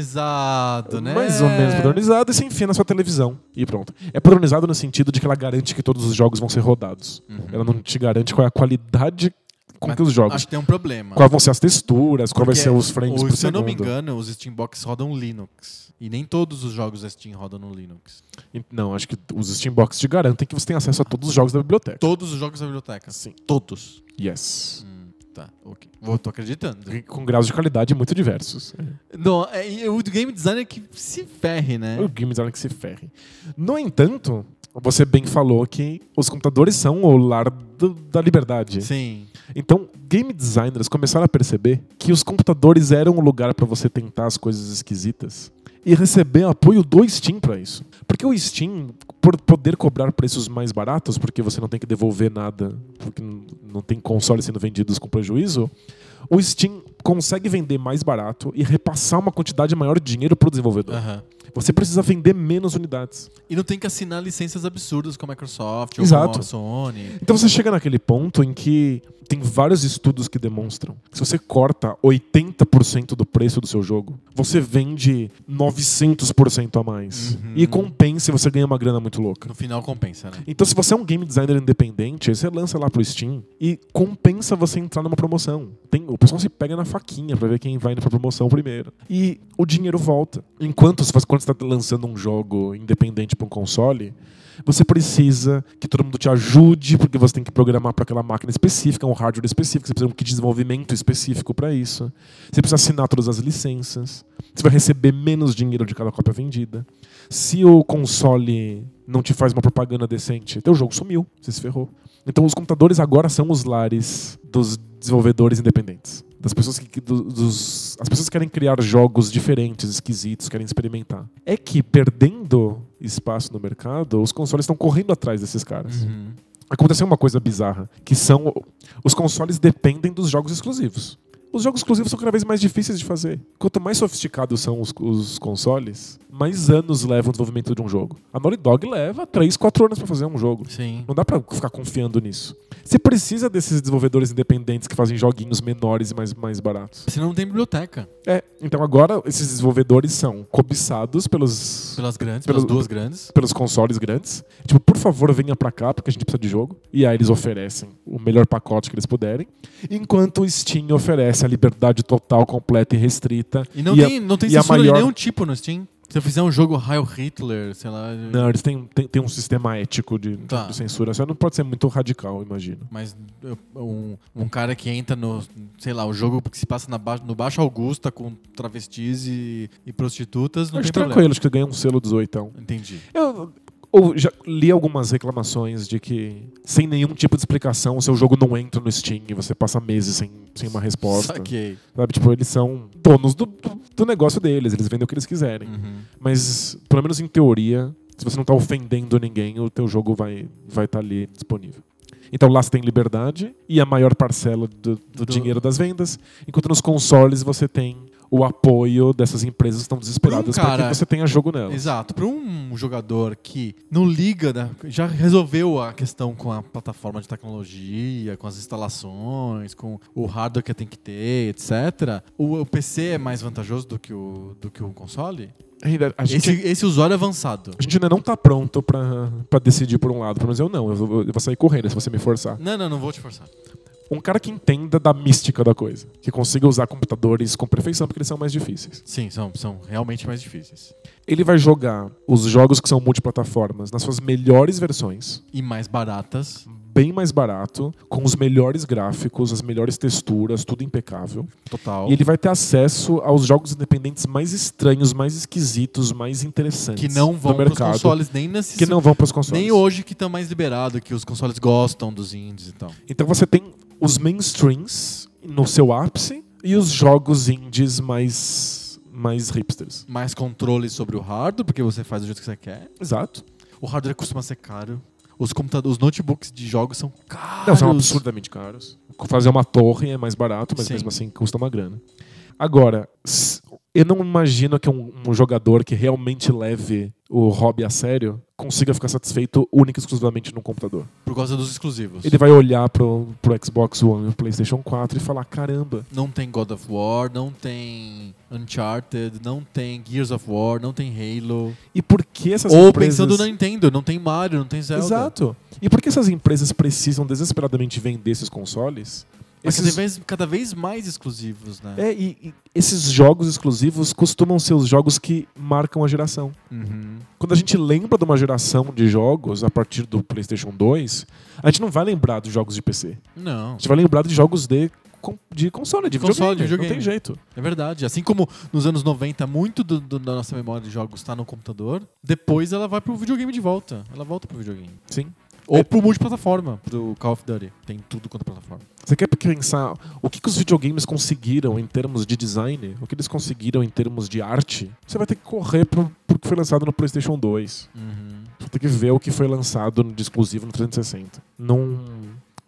padronizado, né? mais ou menos padronizado e se enfia na sua televisão. E pronto. É padronizado no sentido de que ela garante que todos os jogos vão ser rodados. Uhum. Ela não te garante qual é a qualidade com Mas que os jogos. Acho que tem um problema. Qual vão ser as texturas, qual vai Porque, ser os frames ou, por Se eu não me segundo. engano, os Steam Box rodam Linux. E nem todos os jogos da Steam rodam no Linux. E- Não, acho que os Steambox te garantem que você tem acesso a todos os jogos da biblioteca. Todos os jogos da biblioteca. Sim. Todos. Yes. Hum, tá, ok. Vou, tô acreditando. Com graus de qualidade muito diversos. Não, é, e o game designer que se ferre, né? O game design que se ferre. No entanto, você bem falou que os computadores são o lar do- da liberdade. Sim. Então, game designers começaram a perceber que os computadores eram um lugar para você tentar as coisas esquisitas e receber apoio do Steam para isso. Porque o Steam, por poder cobrar preços mais baratos, porque você não tem que devolver nada, porque n- não tem consoles sendo vendidos com prejuízo, o Steam consegue vender mais barato e repassar uma quantidade maior de dinheiro para o desenvolvedor. Aham. Você precisa vender menos unidades. E não tem que assinar licenças absurdas com a Microsoft ou com Exato. a Sony. Então você chega naquele ponto em que tem vários estudos que demonstram que se você corta 80% do preço do seu jogo, você vende 900% a mais. Uhum. E compensa e você ganha uma grana muito louca. No final compensa, né? Então, se você é um game designer independente, você lança lá pro Steam e compensa você entrar numa promoção. Tem, o pessoal se pega na faquinha pra ver quem vai indo pra promoção primeiro. E o dinheiro volta. Enquanto se faz- quando você tá lançando um jogo independente pra um console, você precisa que todo mundo te ajude, porque você tem que programar pra aquela máquina específica, um hardware específico, você precisa de um kit de desenvolvimento específico pra isso. Você precisa assinar todas as licenças. Você vai receber menos dinheiro de cada cópia vendida. Se o console não te faz uma propaganda decente, teu jogo sumiu, você se ferrou. Então os computadores agora são os lares dos desenvolvedores independentes. Das pessoas que, que- do- dos, as pessoas querem criar jogos diferentes, esquisitos, querem experimentar. É que perdendo espaço no mercado, os consoles estão correndo atrás desses caras. Uhum. Aconteceu uma coisa bizarra, que são os consoles dependem dos jogos exclusivos. Os jogos exclusivos são cada vez mais difíceis de fazer. Quanto mais sofisticados são os, os consoles, mais anos leva o desenvolvimento de um jogo. A Naughty Dog leva 3, 4 anos pra fazer um jogo. Sim. Não dá pra ficar confiando nisso. Você precisa desses desenvolvedores independentes que fazem joguinhos menores e mais, mais baratos. Você não tem biblioteca. É, então agora esses desenvolvedores são cobiçados pelos, Pelas grandes, Pelo- pelas duas grandes. pelos consoles grandes. Tipo, por favor, venha pra cá, porque a gente precisa de jogo. E aí eles oferecem o melhor pacote que eles puderem. Enquanto o Steam oferece a liberdade total, completa e restrita. E não a- tem, não tem e a censura de maior- nenhum tipo no Steam. Se eu fizer um jogo Heil Hitler, sei lá. Não, eles têm, têm, têm um sistema ético de, Tá. de censura. Só não pode ser muito radical, eu imagino. Mas eu- um, um cara que entra no, sei lá, o jogo que se passa na ba no Baixo Augusta com travestis e, e prostitutas, não acho tem tranquilo, acho que ganha um selo 18. então. problema. Entendi. Eu ou já li algumas reclamações de que, sem nenhum tipo de explicação, o seu jogo não entra no Steam e você passa meses sem, sem uma resposta. Saquei. Sabe? Tipo, eles são donos do, do, do negócio deles, eles vendem o que eles quiserem. Uhum. Mas, pelo menos em teoria, Se você não tá ofendendo ninguém, o teu jogo vai estar vai tá ali disponível. Então lá você tem liberdade e a maior parcela do, Do- do dinheiro das vendas, enquanto nos consoles você tem o apoio dessas empresas que estão desesperadas para cara- que você tenha jogo nela. Exato. Para um jogador que não liga, né, já resolveu a questão com a plataforma de tecnologia, com as instalações, com o hardware que tem que ter, etc. O, o PC é mais vantajoso do que o, do que o console? Ainda- A gente, Esse, esse usuário é avançado. a gente ainda não tá pronto para decidir por um lado. Pelo menos eu não. Eu vou, eu vou sair correndo se você me forçar. Não, não, não vou te forçar. Um cara que entenda da mística da coisa. Que consiga usar computadores com perfeição, porque eles são mais difíceis. Sim, são, são realmente mais difíceis. Ele vai jogar os jogos que são multiplataformas nas suas melhores versões. E mais baratas. bem mais barato, com os melhores gráficos, as melhores texturas, tudo impecável. Total. E ele vai ter acesso aos jogos independentes mais estranhos, mais esquisitos, mais interessantes que não vão do para os mercado, consoles nem nesses. que não vão para os consoles. nem hoje que estão mais liberado, que os consoles gostam dos indies e tal. Então você tem os mainstreams no seu ápice e os jogos indies mais mais hipsters. mais controle sobre o hardware, porque você faz do jeito que você quer. Exato. O hardware costuma ser caro. Os computadores, os notebooks de jogos são caros. Não, é um são absurdamente caros. Fazer uma torre é mais barato, mas Sim. mesmo assim custa uma grana. Agora, s- eu não imagino que um, um jogador que realmente leve o hobby a sério consiga ficar satisfeito única e exclusivamente no computador. Por causa dos exclusivos. Ele vai olhar pro, pro Xbox One e o PlayStation 4 e falar: caramba, Não tem God of War, não tem Uncharted, não tem Gears of War, não tem Halo. e por que essas Ou empresas... pensando na Nintendo, não tem Mario, não tem Zelda. Exato. E por que essas empresas precisam desesperadamente vender esses consoles? Mas né? Esses- cada, vez, cada vez mais exclusivos, né? É, e, e esses jogos exclusivos costumam ser os jogos que marcam a geração. Uhum. Quando a gente lembra de uma geração de jogos a partir do PlayStation 2, a gente não vai lembrar dos jogos de PC. A Não, gente vai lembrar de jogos de, con- de console, de Console, videogame. de Não tem videogame. jeito. é verdade. Assim como nos anos 90, muito do- do- da nossa memória de jogos está no computador, depois ela vai pro videogame de volta. Ela volta pro videogame. Sim. Ou É. pro multiplataforma, pro Call of Duty. Tem tudo quanto é plataforma. Você quer pensar o que, que os videogames conseguiram em termos de design, o que eles conseguiram em termos de arte? Você vai ter que correr pro, pro que foi lançado no PlayStation 2. Você tem que ver o que foi lançado de exclusivo no 360. Não,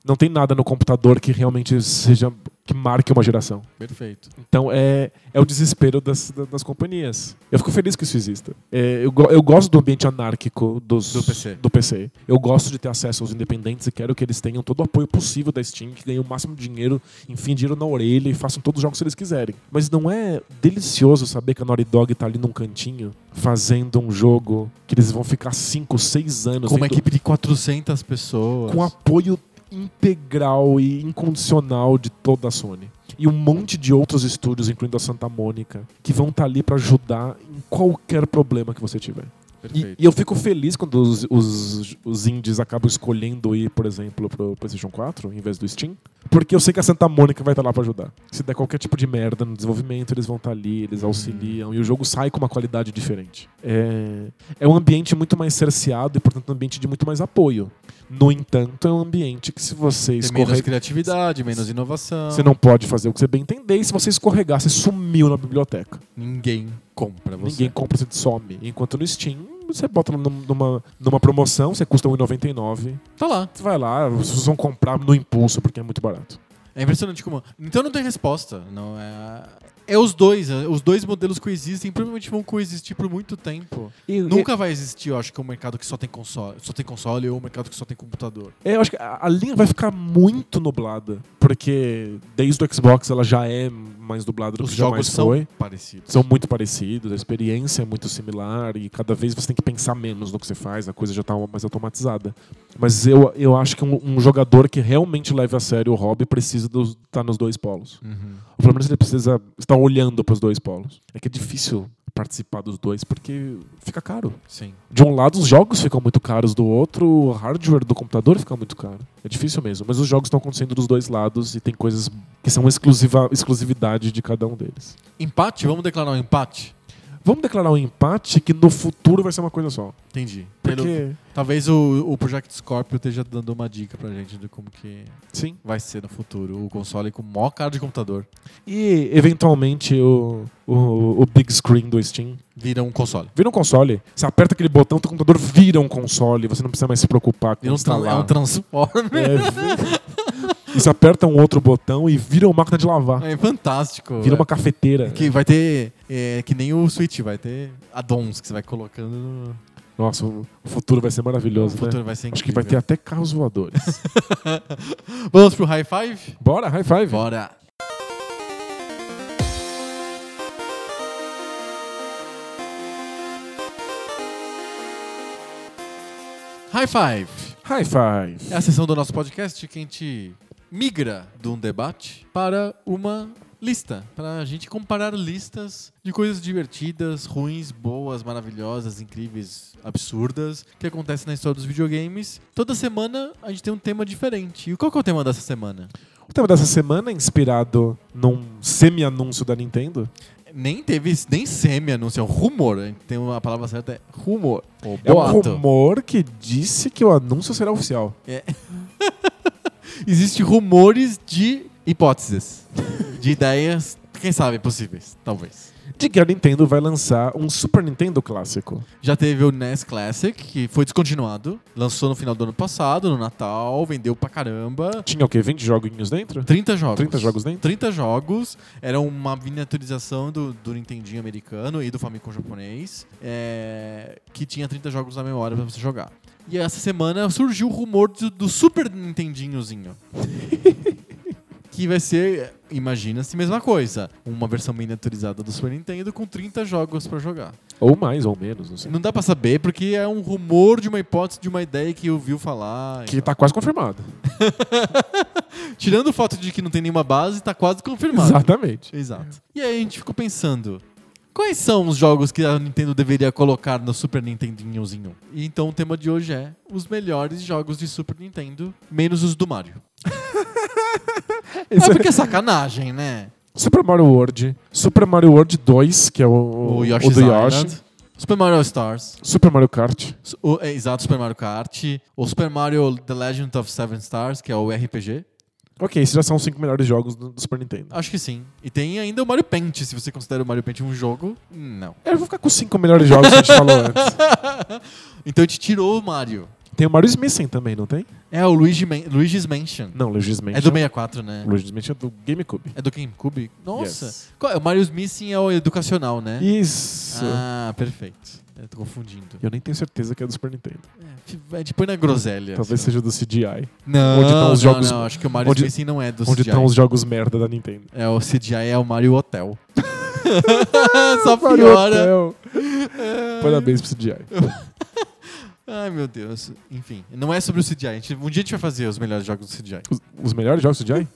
não tem nada no computador que realmente seja. que marque uma geração. Perfeito. Então é, é o desespero das, da- das companhias. Eu fico feliz que isso exista. É, eu, go- eu gosto do ambiente anárquico dos, Do PC. PC. Eu gosto de ter acesso aos independentes e quero que eles tenham todo o apoio possível da Steam, que ganhem o máximo de dinheiro, enfim, dinheiro na orelha e façam todos os jogos que eles quiserem. Mas não é delicioso saber que a Naughty Dog tá ali num cantinho fazendo um jogo que eles vão ficar 5, 6 anos Com uma tendo- equipe de 400 pessoas. com apoio integral e incondicional de toda a Sony. E um monte de outros estúdios, incluindo a Santa Mônica, que vão estar ali para ajudar em qualquer problema que você tiver. E, Perfeito. e eu fico feliz quando os, os, os indies acabam escolhendo ir, por exemplo, pro PlayStation 4 em vez do Steam. Porque eu sei que a Santa Mônica vai estar lá para ajudar. Se der qualquer tipo de merda no desenvolvimento, eles vão estar ali, eles Uhum. auxiliam. E o jogo sai com uma qualidade diferente. É, é um ambiente muito mais cerceado e, portanto, um ambiente de muito mais apoio. No entanto, é um ambiente que se você Tem menos escorregar... criatividade, menos inovação. Você não pode fazer o que você bem entender. E se você escorregar, você sumiu na biblioteca. Ninguém compra você. Ninguém compra, você some. Enquanto no Steam, você bota num- numa, numa promoção, você custa R$1,99. Tá lá. Você vai lá, vocês vão comprar no impulso, porque é muito barato. É impressionante como... Então não tem resposta. Não é... É os dois. é- Os dois modelos coexistem. Provavelmente vão coexistir por muito tempo. Nunca vai existir, eu acho, que um mercado que só tem console, só tem console ou um mercado que só tem computador. É, eu acho que a a linha vai ficar muito nublada, porque desde o Xbox ela já é mais dublada do Os que jogos jamais são foi. parecidos. São muito parecidos, a experiência é muito similar e cada vez você tem que pensar menos no que você faz, a coisa já está mais automatizada. Mas eu, eu acho que um, um jogador que realmente leve a sério o hobby precisa estar nos dois polos. Uhum. Ou pelo menos ele precisa estar olhando para os dois polos. É que é difícil participar dos dois porque fica caro. Sim. De um lado, os jogos ficam muito caros, do outro, o hardware do computador fica muito caro. É difícil mesmo, mas os jogos estão acontecendo dos dois lados e tem coisas que são exclusiva, exclusividade de cada um deles. Empate? Vamos declarar um empate? Vamos declarar um empate que no futuro vai ser uma coisa só. Entendi. Pelo- Porque. Talvez o, o Project Scorpio esteja dando uma dica pra gente de como que Sim. vai ser no futuro. O console com o maior cara de computador E eventualmente o, o, o big screen do Steam vira um console. vira um console. Você aperta aquele botão, teu computador vira um console. Você não precisa mais se preocupar com Vira um, tran- instalar. é um transformer. É, vi- e você aperta um outro botão e vira uma máquina de lavar. É, fantástico. Vira uma É. cafeteira. Que vai ter. é, que nem o Switch, vai ter addons que você vai colocando no. Nossa, o futuro vai ser maravilhoso, o né? futuro vai ser Acho que incrível. vai ter até carros voadores. Vamos pro high five? Bora, high five. Bora! High five! High five. É a sessão do nosso podcast que a gente migra de um debate para uma lista, para a gente comparar listas de coisas divertidas, ruins, boas, maravilhosas, incríveis, absurdas que acontecem na história dos videogames. Toda semana a gente tem um tema diferente. E qual que é o tema dessa semana? O tema dessa semana é inspirado num semi-anúncio da Nintendo. Nem teve, nem semi-anúncio, é um rumor. Tem uma palavra certa, é rumor. Ou É um boato. rumor que disse que o anúncio será oficial. Existem rumores de hipóteses, de ideias, quem sabe, possíveis, talvez. De que a Nintendo vai lançar um Super Nintendo clássico. Já teve o NES Classic, que foi descontinuado. Lançou no final do ano passado, no Natal, vendeu pra caramba. Tinha o quê? 20 joguinhos dentro? 30 jogos. 30 jogos dentro? 30 jogos. Era uma miniaturização do, do Nintendinho americano e do Famicom japonês, é, que tinha 30 jogos na memória pra você jogar. E essa semana surgiu o rumor do, do Super Nintendinhozinho. que vai ser, imagina-se, mesma coisa. Uma versão miniaturizada do Super Nintendo com 30 jogos pra jogar. Ou mais, ou menos, não sei. Não dá pra saber, porque é um rumor de uma hipótese, de uma ideia que ouviu falar. Que tá quase confirmado. Tirando o fato de que não tem nenhuma base, tá quase confirmado. Exatamente. Exato. É. E aí a gente ficou pensando, quais são os jogos que a Nintendo deveria colocar no Super Nintendinhozinho? E então o tema de hoje é os melhores jogos de Super Nintendo, menos os do Mario. É Esse porque é sacanagem, né? é Super Mario World. Super Mario World 2, que é o, O o Yoshi's do Yoshi. Island, Super Mario Stars, Super Mario Kart. su- o- é, exato, Super Mario Kart, o Super Mario The Legend of Seven Stars, que é o RPG. Ok, esses já são os cinco melhores jogos do, do Super Nintendo. Acho que sim. E tem ainda o Mario Paint, se você considera o Mario Paint um jogo. Não. É, Eu vou ficar com os cinco melhores jogos que a gente falou antes. então te tirou o Mario. Tem o Mario Smithson também, não tem? É o Luigi Man- Luigi's Mansion. Não, Luigi's Mansion. É do 64, né? Luigi's Mansion é do GameCube. É do GameCube? Nossa. Yes. Qual é? O Mario's Missing é o educacional, né? Isso. Ah, perfeito. Eu tô confundindo. Eu nem tenho certeza que é do Super Nintendo. É, te põe na groselha. Talvez seja do CGI. Não, Onde estão os não, jogos- não. Acho que o Mario's onde- Missing não é do onde CGI. estão os jogos merda da Nintendo. É, o CGI é o Mario Hotel. Só Mario piora. É. Hotel. Parabéns pro CGI. Ai, meu Deus. Enfim, não é sobre o CGI. A gente- um dia a gente vai fazer os melhores jogos do CGI. Os, os melhores jogos do CGI?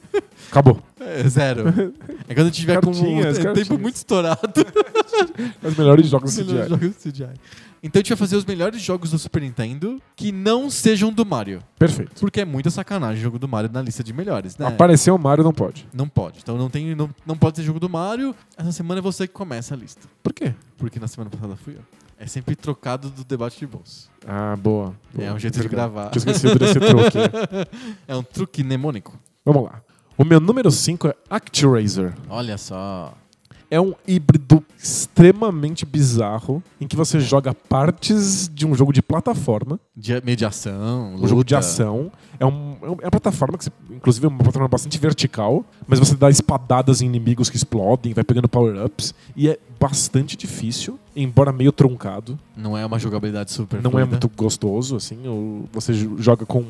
Acabou. É, zero. É quando a gente tiver Cartinhas, com um cartinhas. tempo muito estourado. Os melhores jogos do Melhores CGI. jogos do CGI. Então a gente vai fazer os melhores jogos do Super Nintendo que não sejam do Mario. Perfeito. Porque é muita sacanagem o jogo do Mario na lista de melhores, né? Apareceu o Mario, não pode. Não pode. Então não, tem, não, não pode ser jogo do Mario. Essa semana é você que começa a lista. Por quê? Porque na semana passada fui eu. É sempre trocado do debate de bolso. Ah, boa. boa. É um jeito de Verdade. gravar. Tinha esquecido desse truque. É um truque mnemônico. Vamos lá. O meu número 5 é ActRaiser. Olha só. É um híbrido extremamente bizarro em que você joga partes de um jogo de plataforma, De mediação, um jogo de ação. É, um- é um- é uma plataforma que, você- inclusive, é uma plataforma bastante vertical, mas você dá espadadas em inimigos que explodem, vai pegando power-ups, e é bastante difícil, embora meio truncado. Não é uma jogabilidade super Não é fluida. muito gostoso, assim. ou Você jo- joga com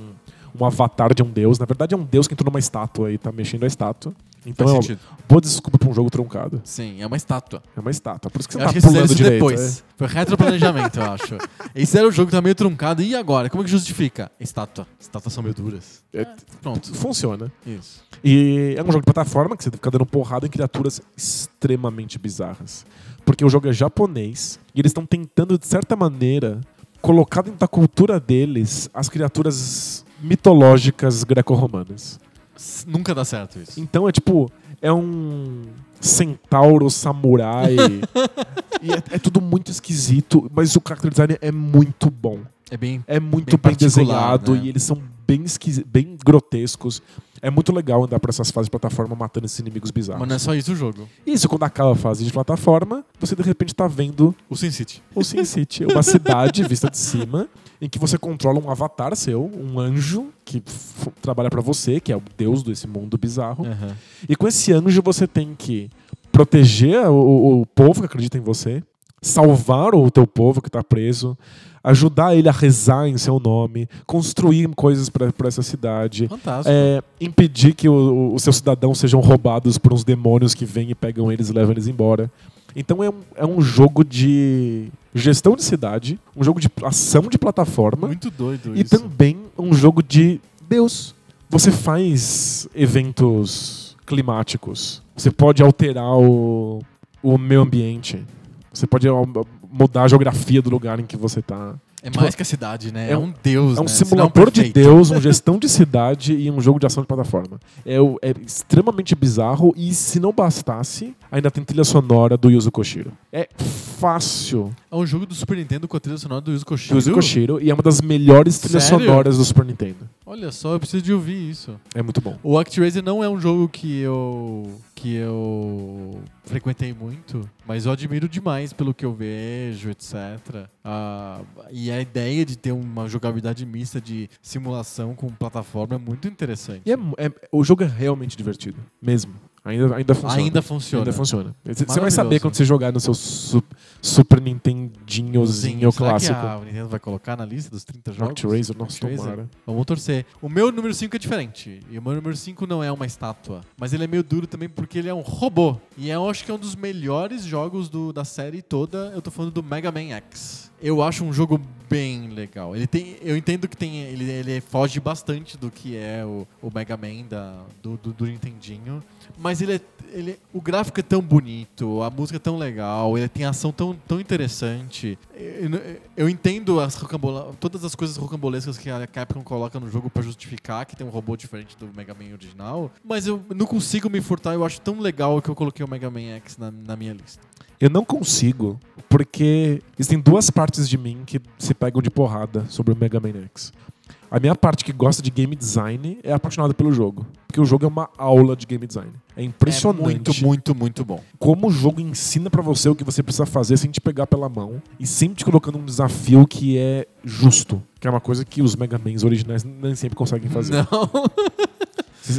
um avatar de um deus. Na verdade, é um deus que entrou numa estátua e tá mexendo a estátua. Então, Faz é uma sentido. boa desculpa pra um jogo truncado. Sim, é uma estátua. É uma estátua. Por isso que você Eu tá acho que eles fizeram pulando isso direito. depois. é. Foi retroplanejamento, eu acho. Esse era o jogo que tá meio truncado. E agora? Como é que justifica? Estátua. Estátuas são meio duras. É. Pronto. Funciona. Isso. E é um jogo de plataforma que você fica dando porrada em criaturas extremamente bizarras. Porque o jogo é japonês e eles estão tentando, de certa maneira, colocar dentro da cultura deles as criaturas mitológicas greco-romanas. S- Nunca dá certo isso. Então é tipo, é um centauro samurai. e é, é tudo muito esquisito, mas o character design é muito bom. É bem. É muito Bem bem, particular, desenhado né? e eles são bem, esquisi- bem grotescos. É muito legal andar por essas fases de plataforma matando esses inimigos bizarros. Mas não é só isso o jogo. Isso, quando acaba a fase de plataforma, você de repente tá vendo O Sin City. o Sin City, uma cidade vista de cima, em que você controla um avatar seu, um anjo que f- trabalha pra você, que é o deus desse mundo bizarro. Aham. E com esse anjo você tem que proteger o- o, o povo que acredita em você, salvar o teu povo que está preso, ajudar ele a rezar em seu nome, construir coisas para essa cidade, Fantástico. é, impedir que o- o- os seus cidadãos sejam roubados por uns demônios que vêm e pegam eles e levam eles embora. Então é um, é um jogo de gestão de cidade, um jogo de ação de plataforma Muito doido e isso. também um jogo de Deus. Você faz eventos climáticos. Você pode alterar o, o meio ambiente. Você pode al- mudar a geografia do lugar em que você está. É tipo, mais que a cidade, né? é É um- um deus, É um né? simulador de Senão, perfeito. Deus, uma gestão de cidade e um jogo de ação de plataforma. É, o- é extremamente bizarro e, se não bastasse, ainda tem trilha sonora do Yuzo Koshiro. É fácil É um jogo do Super Nintendo com a trilha sonora do Yuzo do Koshiro. Yuzo Koshiro e é uma das melhores trilhas Sério? sonoras do Super Nintendo. Olha só, eu preciso de ouvir isso. É muito bom. O ActRaiser não é um jogo que eu que eu frequentei muito, mas eu admiro demais pelo que eu vejo, etc. Ah, e a ideia de ter uma jogabilidade mista de simulação com plataforma é muito interessante. E é mu- é- o jogo é realmente divertido, mesmo. Ainda, ainda funciona. Ainda funciona. Ainda funciona. Você você vai Maravilhoso. saber quando você jogar no seu su- Super Nintendinhozinho Será clássico. Que a Nintendo vai colocar na lista dos 30 jogos? Actraiser, nossa, Actraiser? tomara. Vamos torcer. O meu número 5 é diferente. E o meu número 5 não é uma estátua. Mas ele é meio duro também porque ele é um robô. E eu acho que é um dos melhores jogos do- da série toda. Eu tô falando do Mega Man X. Eu acho um jogo bem legal. Ele tem, eu entendo que tem, ele, ele foge bastante do que é o, o Mega Man da, do, do, do Nintendinho. Mas ele é, ele, o gráfico é tão bonito, a música é tão legal, ele tem ação tão, tão interessante. Eu, eu- eu entendo as rocambola, todas as coisas rocambolescas que a Capcom coloca no jogo pra justificar que tem um robô diferente do Mega Man original, mas eu não consigo me furtar, eu acho tão legal que eu coloquei o Mega Man X na, na minha lista. Eu não consigo, porque existem duas partes de mim que se pegam de porrada sobre o Mega Man X. A minha parte que gosta de game design é apaixonada pelo jogo. Porque o jogo é uma aula de game design. É impressionante. É muito, muito, muito bom. como o jogo ensina pra você o que você precisa fazer sem te pegar pela mão e sempre te colocando um desafio que é justo, que é uma coisa que os Mega Mans originais nem sempre conseguem fazer. Não.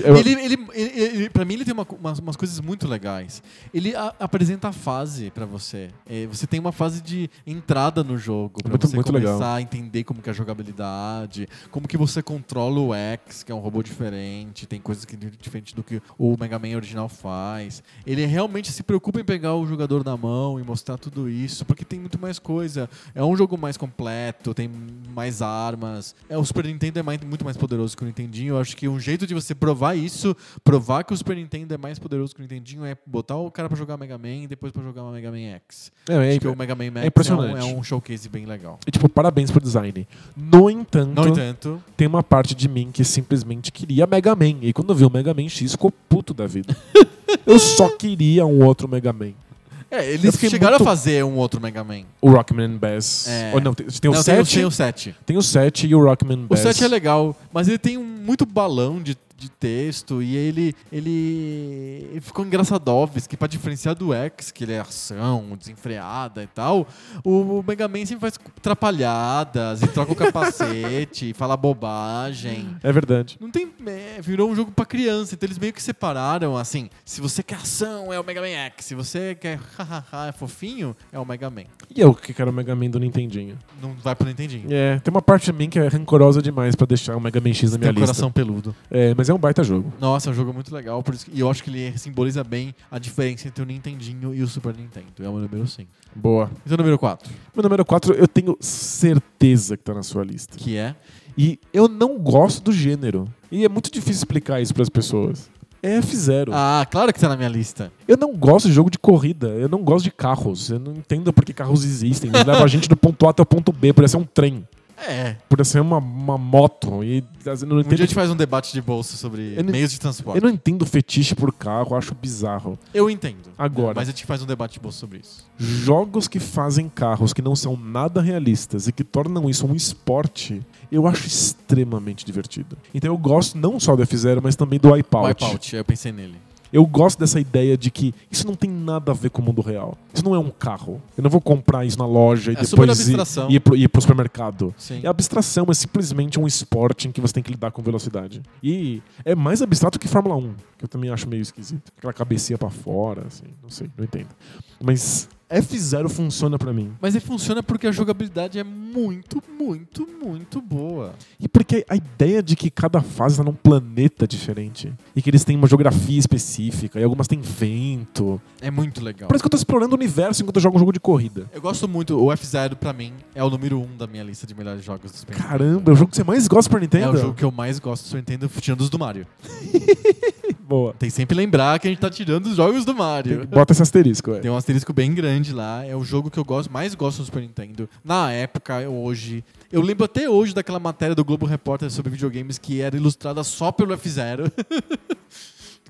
Eu- Ele, ele, ele- ele- pra mim, ele tem uma co- umas, umas coisas muito legais. Ele a- apresenta a fase pra você. É, você tem uma fase de entrada no jogo. Pra É Muito- você muito começar legal. a entender como que é a jogabilidade, como que você controla o X, que é um robô diferente, tem coisas que diferente do que o Mega Man original faz. Ele realmente se preocupa em pegar o jogador na mão e mostrar tudo isso, porque tem muito mais coisa. É um jogo mais completo, tem mais armas. É, o Super Nintendo é mais- muito mais poderoso que o Nintendinho. Eu acho que um jeito de você provar isso, provar que o Super Nintendo é mais poderoso que o Nintendinho, é botar o cara pra jogar Mega Man e depois pra jogar uma Mega Man X. Não, é, acho que o Mega Man X é, um, impressionante. é um showcase bem legal. é tipo, parabéns pro design. No entanto, No entanto, tem uma parte de mim que simplesmente queria Mega Man. E quando eu vi o Mega Man X, ficou puto da vida. eu só queria um outro Mega Man. é, Eu eles fiquei chegaram muito- a fazer um outro Mega Man. O Rockman Bass. É. Ou não, tem, tem o Não, 7. tem o- Tem o 7. Tem o 7 e o Rockman O Bass. 7 é legal, mas ele tem um muito balão de, de texto e ele, ele ele ficou engraçadovski, que pra diferenciar do X, que ele é ação, desenfreada e tal, o, o Mega Man sempre faz atrapalhadas e troca o capacete, e fala bobagem. É verdade. Não tem. é, virou um jogo pra criança, então eles meio que separaram, assim. Se você quer ação, é o Mega Man X. Se você quer hahaha, é fofinho, é o Mega Man. E eu que quero o Mega Man do Nintendinho. Não vai pro Nintendinho. É, tem uma parte de mim que é rancorosa demais pra deixar o Mega Man X na Tem minha o lista. coração peludo. É, mas é um baita jogo. Nossa, é um jogo muito legal. Por isso que- e eu acho que ele simboliza bem a diferença entre o Nintendinho e o Super Nintendo. É o meu número 5. Boa. Então, número 4, Meu número 4, eu tenho certeza que tá na sua lista. que é. E eu não gosto do gênero. E é muito difícil explicar isso pras pessoas. É F0. Ah, claro que tá na minha lista. Eu não gosto de jogo de corrida. Eu não gosto de carros. Eu não entendo por que carros existem. Eles levam a gente do ponto A até o ponto B. Parece um trem. É. Podia ser uma, uma moto. E assim, eu não Um dia entendo, a gente faz um debate de bolsa sobre Eu não- meios de transporte. eu não entendo fetiche por carro, eu acho bizarro. Eu entendo. Agora. Mas a gente faz um debate de bolsa sobre isso. Jogos que fazem carros que não são nada realistas e que tornam isso um esporte, eu acho extremamente divertido. Então eu gosto não só do F0, mas também do Wipeout. Wipeout, eu pensei nele. Eu gosto dessa ideia de que isso não tem nada a ver com o mundo real. Isso não é um carro. Eu não vou comprar isso na loja e É super depois ir, abstração. ir, pro, ir pro supermercado. Sim. É abstração, é simplesmente um esporte em que você tem que lidar com velocidade. E é mais abstrato que Fórmula 1, que eu também acho meio esquisito. Aquela cabecinha pra fora, assim, não sei, não entendo. Mas F0 funciona pra mim. Mas ele funciona porque a jogabilidade é muito, muito, muito boa. E porque a ideia de que cada fase tá num planeta diferente. E que eles têm uma geografia específica, e algumas têm vento. É muito legal. Parece que eu tô explorando o universo enquanto eu jogo um jogo de corrida. Eu gosto muito, o F-Zero pra mim é o número um da minha lista de melhores jogos do Super Nintendo. Caramba, é o jogo que você mais gosta pra É Nintendo? o jogo que eu mais gosto do Super Nintendo, tirando os do Mario. Boa. Tem que sempre lembrar que a gente tá tirando os jogos do Mario. Bota esse asterisco, é. Tem um asterisco bem grande lá. É o jogo que eu gosto, mais gosto do Super Nintendo. Na época, eu hoje. Eu lembro até hoje daquela matéria do Globo Repórter sobre videogames que era ilustrada só pelo F0.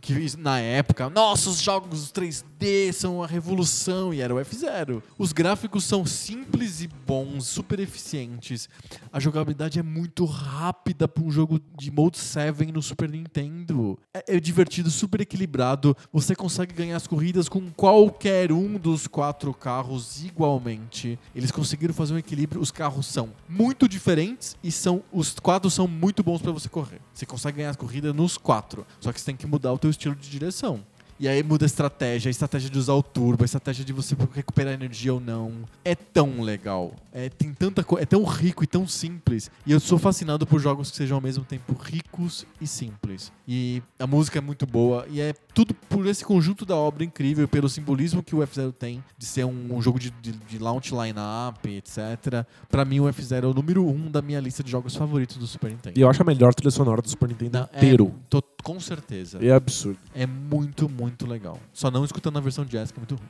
que isso- na época, nossa, os jogos 3D são a revolução e era o F0. Os gráficos são simples e bons, super eficientes. A jogabilidade é muito rápida para um jogo de Mode 7 no Super Nintendo. É, é divertido, super equilibrado. Você consegue ganhar as corridas com qualquer um dos quatro carros igualmente. Eles conseguiram fazer um equilíbrio. Os carros são muito diferentes e são os quatro são muito bons para você correr. Você consegue ganhar as corridas nos quatro, só que você tem que mudar o teu estilo de direção. E aí muda a estratégia, a estratégia de usar o turbo, a estratégia de você recuperar energia ou não. É tão legal. É, tem tanta co- é tão rico e tão simples. E eu sou fascinado por jogos que sejam ao mesmo tempo ricos e simples. E a música é muito boa. E é tudo por esse conjunto da obra incrível, pelo simbolismo que o F-Zero tem de ser um, um jogo de, de, de launch line-up, etc. Pra mim, o F-Zero é o número um da minha lista de jogos favoritos do Super Nintendo. E eu acho a melhor trilha sonora do Super Nintendo Não, é- inteiro. tô- com certeza. É absurdo. É muito, muito legal. Só não escuta na versão jazz, que é muito ruim.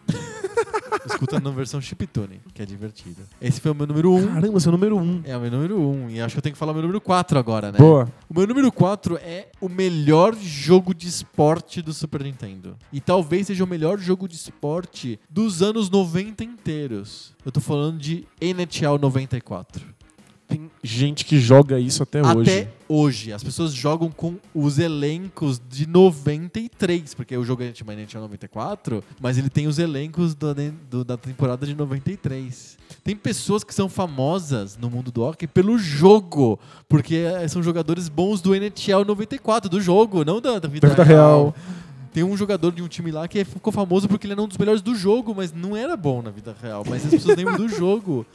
escuta na versão chiptune, que é divertida. Esse foi o meu número 1. Um. Caramba, seu número um. É o meu número 1. Um, e acho que eu tenho que falar o meu número 4 agora, né? Boa. O meu número 4 é o melhor jogo de esporte do Super Nintendo. E talvez seja o melhor jogo de esporte dos anos 90 inteiros. Eu tô falando de NHL 94. Tem gente que joga isso até, hoje. Até hoje. As pessoas jogam com os elencos de 93, porque o jogo é de 94, mas ele tem os elencos do- né, do- da temporada de 93. Tem pessoas que são famosas no mundo do hockey pelo jogo, porque eh, são jogadores bons do NHL 94, do jogo, não da, da vida, Da vida real. Tem um jogador de um time lá que ficou famoso porque ele era um dos melhores do jogo, mas não era bom na vida real. Mas as pessoas lembram do jogo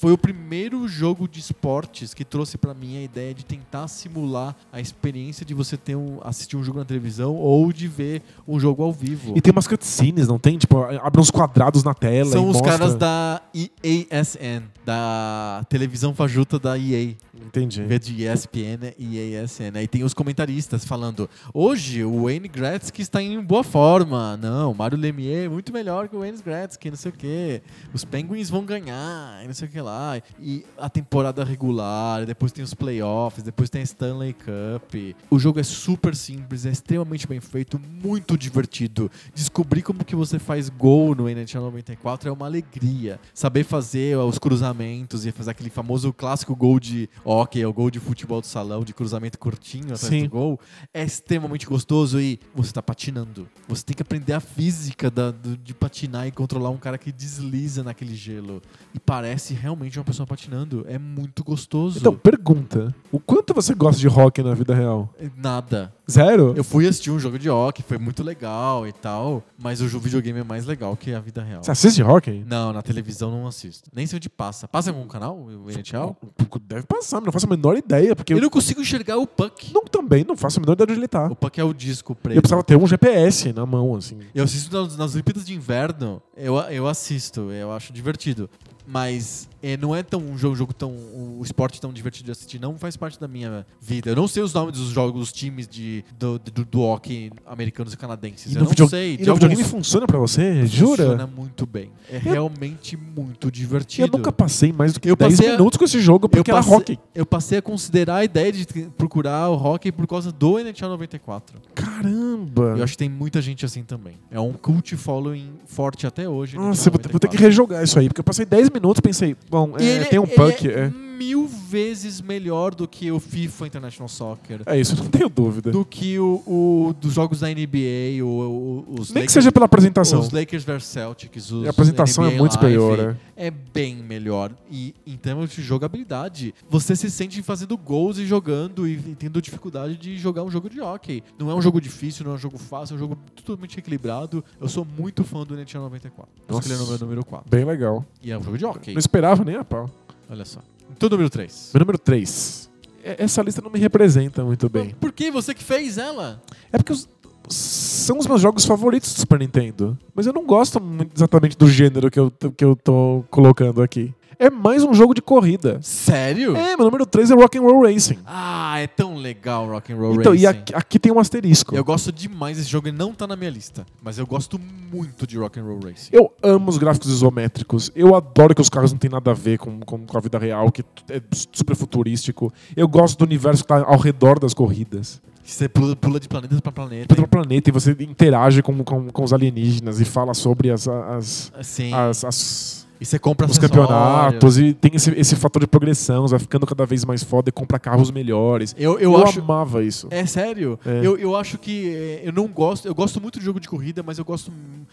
foi o primeiro jogo de esportes que trouxe pra mim a ideia de tentar simular a experiência de você ter um, assistir um jogo na televisão ou de ver um jogo ao vivo. E tem umas cutscenes, não tem? Tipo, abre uns quadrados na tela São e os mostra. caras da EASN, da televisão fajuta da EA. Entendi. Em vez de ESPN e ESN. Aí tem os comentaristas falando: hoje o Wayne Gretzky está em boa forma. Não, o Mário Lemieux é muito melhor que o Wayne Gretzky, não sei o quê. Os Penguins vão ganhar, e não sei o que lá. E a temporada regular, e depois tem os playoffs, depois tem a Stanley Cup. O jogo é super simples, é extremamente bem feito, muito divertido. Descobrir como que você faz gol no NHL 94 é uma alegria. Saber fazer é, os cruzamentos e fazer aquele famoso clássico gol de hockey, o gol de futebol de salão, de cruzamento curtinho atrás Sim. do gol, é extremamente gostoso e você tá patinando. Você tem que aprender a física da- do- de patinar e controlar um cara que desliza naquele gelo. E parece realmente uma pessoa patinando. É muito gostoso. Então, pergunta. O quanto você gosta de rock na vida real? Nada. Zero? Eu fui assistir um jogo de hockey, foi muito legal e tal, mas o jo- videogame é mais legal que a vida real. Você assiste rock? Não, na televisão não assisto. Nem sei onde passa. Passa em algum canal, o NHL? Deve passar, mas não faço a menor ideia, porque Eu Tipo, não eu consigo enxergar o puck. não, também não faço a menor ideia de onde ele tá. O puck é o disco preto. Eu precisava ter um GPS na mão, assim. Eu assisto nas, nas Olimpíadas de Inverno, eu, eu assisto, eu acho divertido. Mas é, não é tão um jogo, jogo tão. O esporte tão divertido de assistir não faz parte da minha vida. Eu não sei os nomes dos jogos, dos times de, do, do, do hockey americanos e canadenses. E eu no não video- sei. E de no videogame alguns funciona pra você? Jura? Funciona muito bem. É realmente muito divertido. Eu nunca passei mais do que Eu 10 passei a- minutos com esse jogo porque era passei- rock. eu passei a considerar a ideia de t- procurar o hockey por causa do NHL 94. Caramba! Eu acho que tem muita gente assim também. É um cult following forte até hoje. no Nossa, eu vou, NHL vou ter que 94. rejogar isso aí, porque eu passei 10 minutos e pensei, bom, é, E ele é- tem um ele puck. é É... mil vezes melhor do que o FIFA International Soccer. É isso, não tenho dúvida. Do que o, o- dos jogos da NBA, o, o- os Nem que Lakers- seja pela apresentação. Os Lakers vs Celtics, os A apresentação é NBA muito Live, superior, É bem melhor. E em termos de jogabilidade, você se sente fazendo gols e jogando e e tendo dificuldade de jogar um jogo de hockey. Não é um jogo difícil, não é um jogo fácil, é um jogo totalmente equilibrado. Eu sou muito fã do NHL 94. Eu Nossa. escolhi o meu é número 4. Bem legal. E é um jogo de hockey. Não esperava nem a pau. Olha só. Então, número 3. Meu número 3. Essa lista não me representa muito bem. Por que você que fez ela? É porque os- são os meus jogos favoritos do Super Nintendo. Mas eu não gosto muito exatamente do gênero que eu, t- que eu tô colocando aqui. É mais um jogo de corrida. Sério? É, meu número 3 é Rock'n'Roll Racing. Ah, é tão legal Rock'n'Roll então, Racing. e aqui, aqui tem um asterisco. Eu gosto demais desse jogo, ele não tá na minha lista, mas eu gosto muito de Rock'n'Roll Racing. Eu amo os gráficos isométricos. Eu adoro que os carros não têm nada a ver com, com, com a vida real, que t- é super futurístico. Eu gosto do universo que tá ao redor das corridas. Você pula, pula de planeta pra planeta. Pedro Planeta e você interage com, com, com os alienígenas e fala sobre as- as, Sim. as, as e você compra os acessórios. campeonatos e tem esse, esse fator de progressão, você vai ficando cada vez mais foda e compra carros melhores. Eu, eu, Eu, acho. amava isso. É sério? É. Eu, eu acho que. é, Eu não gosto. Eu gosto muito de jogo de corrida, mas eu gosto.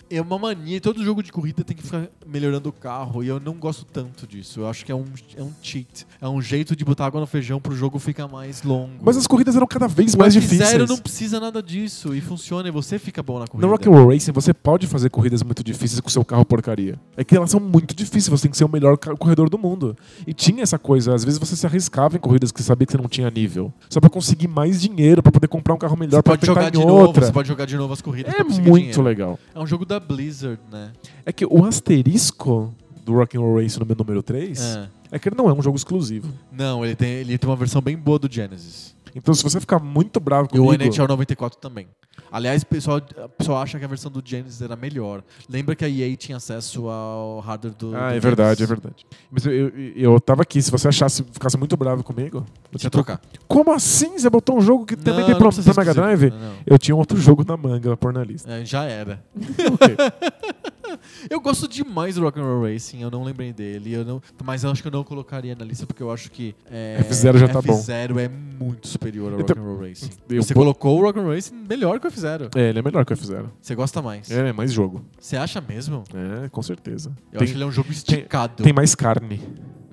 É uma mania. Todo jogo de corrida tem que ficar melhorando o carro. E eu não gosto tanto disso. Eu acho que é um, é um cheat. É um jeito de botar água no feijão pro jogo ficar mais longo. Mas as corridas eram cada vez O mais F0 difíceis. não precisa nada disso. E funciona. E você fica bom na corrida. No Rock'n'Roll Racing você pode fazer corridas muito difíceis com seu carro porcaria. É que elas são muito difíceis, você tem que ser o melhor ca- corredor do mundo. E tinha essa coisa, às vezes você se arriscava em corridas que você sabia que você não tinha nível. Só pra conseguir mais dinheiro, pra poder comprar um carro melhor, Você pra pode tentar jogar em de novo. outra. Você pode jogar de novo as corridas. É pra muito conseguir dinheiro. legal. É um jogo da Blizzard, né? É que o asterisco do Rock'n'Roll Racing no meu número 3 É. é que ele não é um jogo exclusivo. Não, ele tem, ele tem uma versão bem boa do Genesis. Então, se você ficar muito bravo E o comigo... NHL 94 também. Aliás, o pessoal, o pessoal acha que a versão do Genesis era melhor. Lembra que a EA tinha acesso ao hardware do. Ah, do é verdade, Genesis? é verdade. Mas eu, eu, eu tava aqui, se você achasse, ficasse muito bravo comigo... Eu Deixa eu trocar. Como assim? Você botou um jogo que também Não, tem não pro precisa pro ser Mega Drive? exclusivo. Não, não. Eu tinha um outro jogo na manga pra pôr na lista. É, já era. Ok. Eu gosto demais do Rock'n'Roll Racing, eu não lembrei dele, eu não, mas eu acho que eu não colocaria na lista porque eu acho que é, F0 já tá bom. F0 é muito superior ao Eu tam- Rock'n'Roll Racing. eu Você vou- colocou o Rock'n'Roll Racing melhor que o F0. É, ele é melhor que o F-Zero. Você gosta mais. É, é mais jogo. Você acha mesmo? É, com certeza. Eu tem, acho que ele é um jogo esticado. tem mais carne.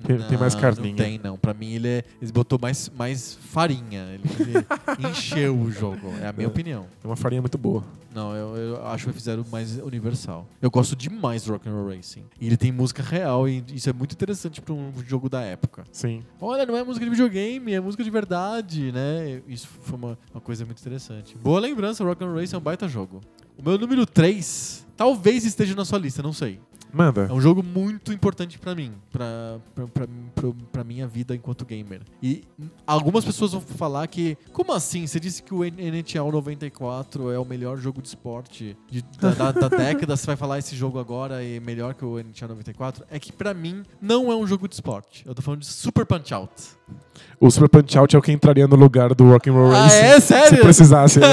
Tem, tem mais Não, carninha. Não tem, não. Pra mim, ele, é, ele botou mais, mais farinha. Ele, ele encheu o jogo. É a minha É. opinião. É uma farinha muito boa. Não, eu, eu acho o F0 mais universal. Eu gosto demais do Rock'n'Roll Racing. E ele tem música real, e isso é muito interessante pra um jogo da época. Sim. Olha, não é música de videogame, é música de verdade, né? Isso foi uma, uma coisa muito interessante. Boa lembrança, Rock'n'Roll Racing é um baita jogo. O meu número 3 talvez esteja na sua lista, não sei. Manda. É um jogo muito importante pra mim, pra pra- pra- pra- pra minha vida enquanto gamer. E hum, algumas pessoas vão falar que, como assim? Você disse que o N- NHL 94 é o melhor jogo de esporte de- da, da- da década, você vai falar esse jogo agora é melhor que o NHL 94? É que pra mim não é um jogo de esporte. Eu tô falando de Super Punch-Out. O Super Punch-Out é o que entraria no lugar do Rock'n'Roll Ah, Racing. é? Sério? Se precisasse, né?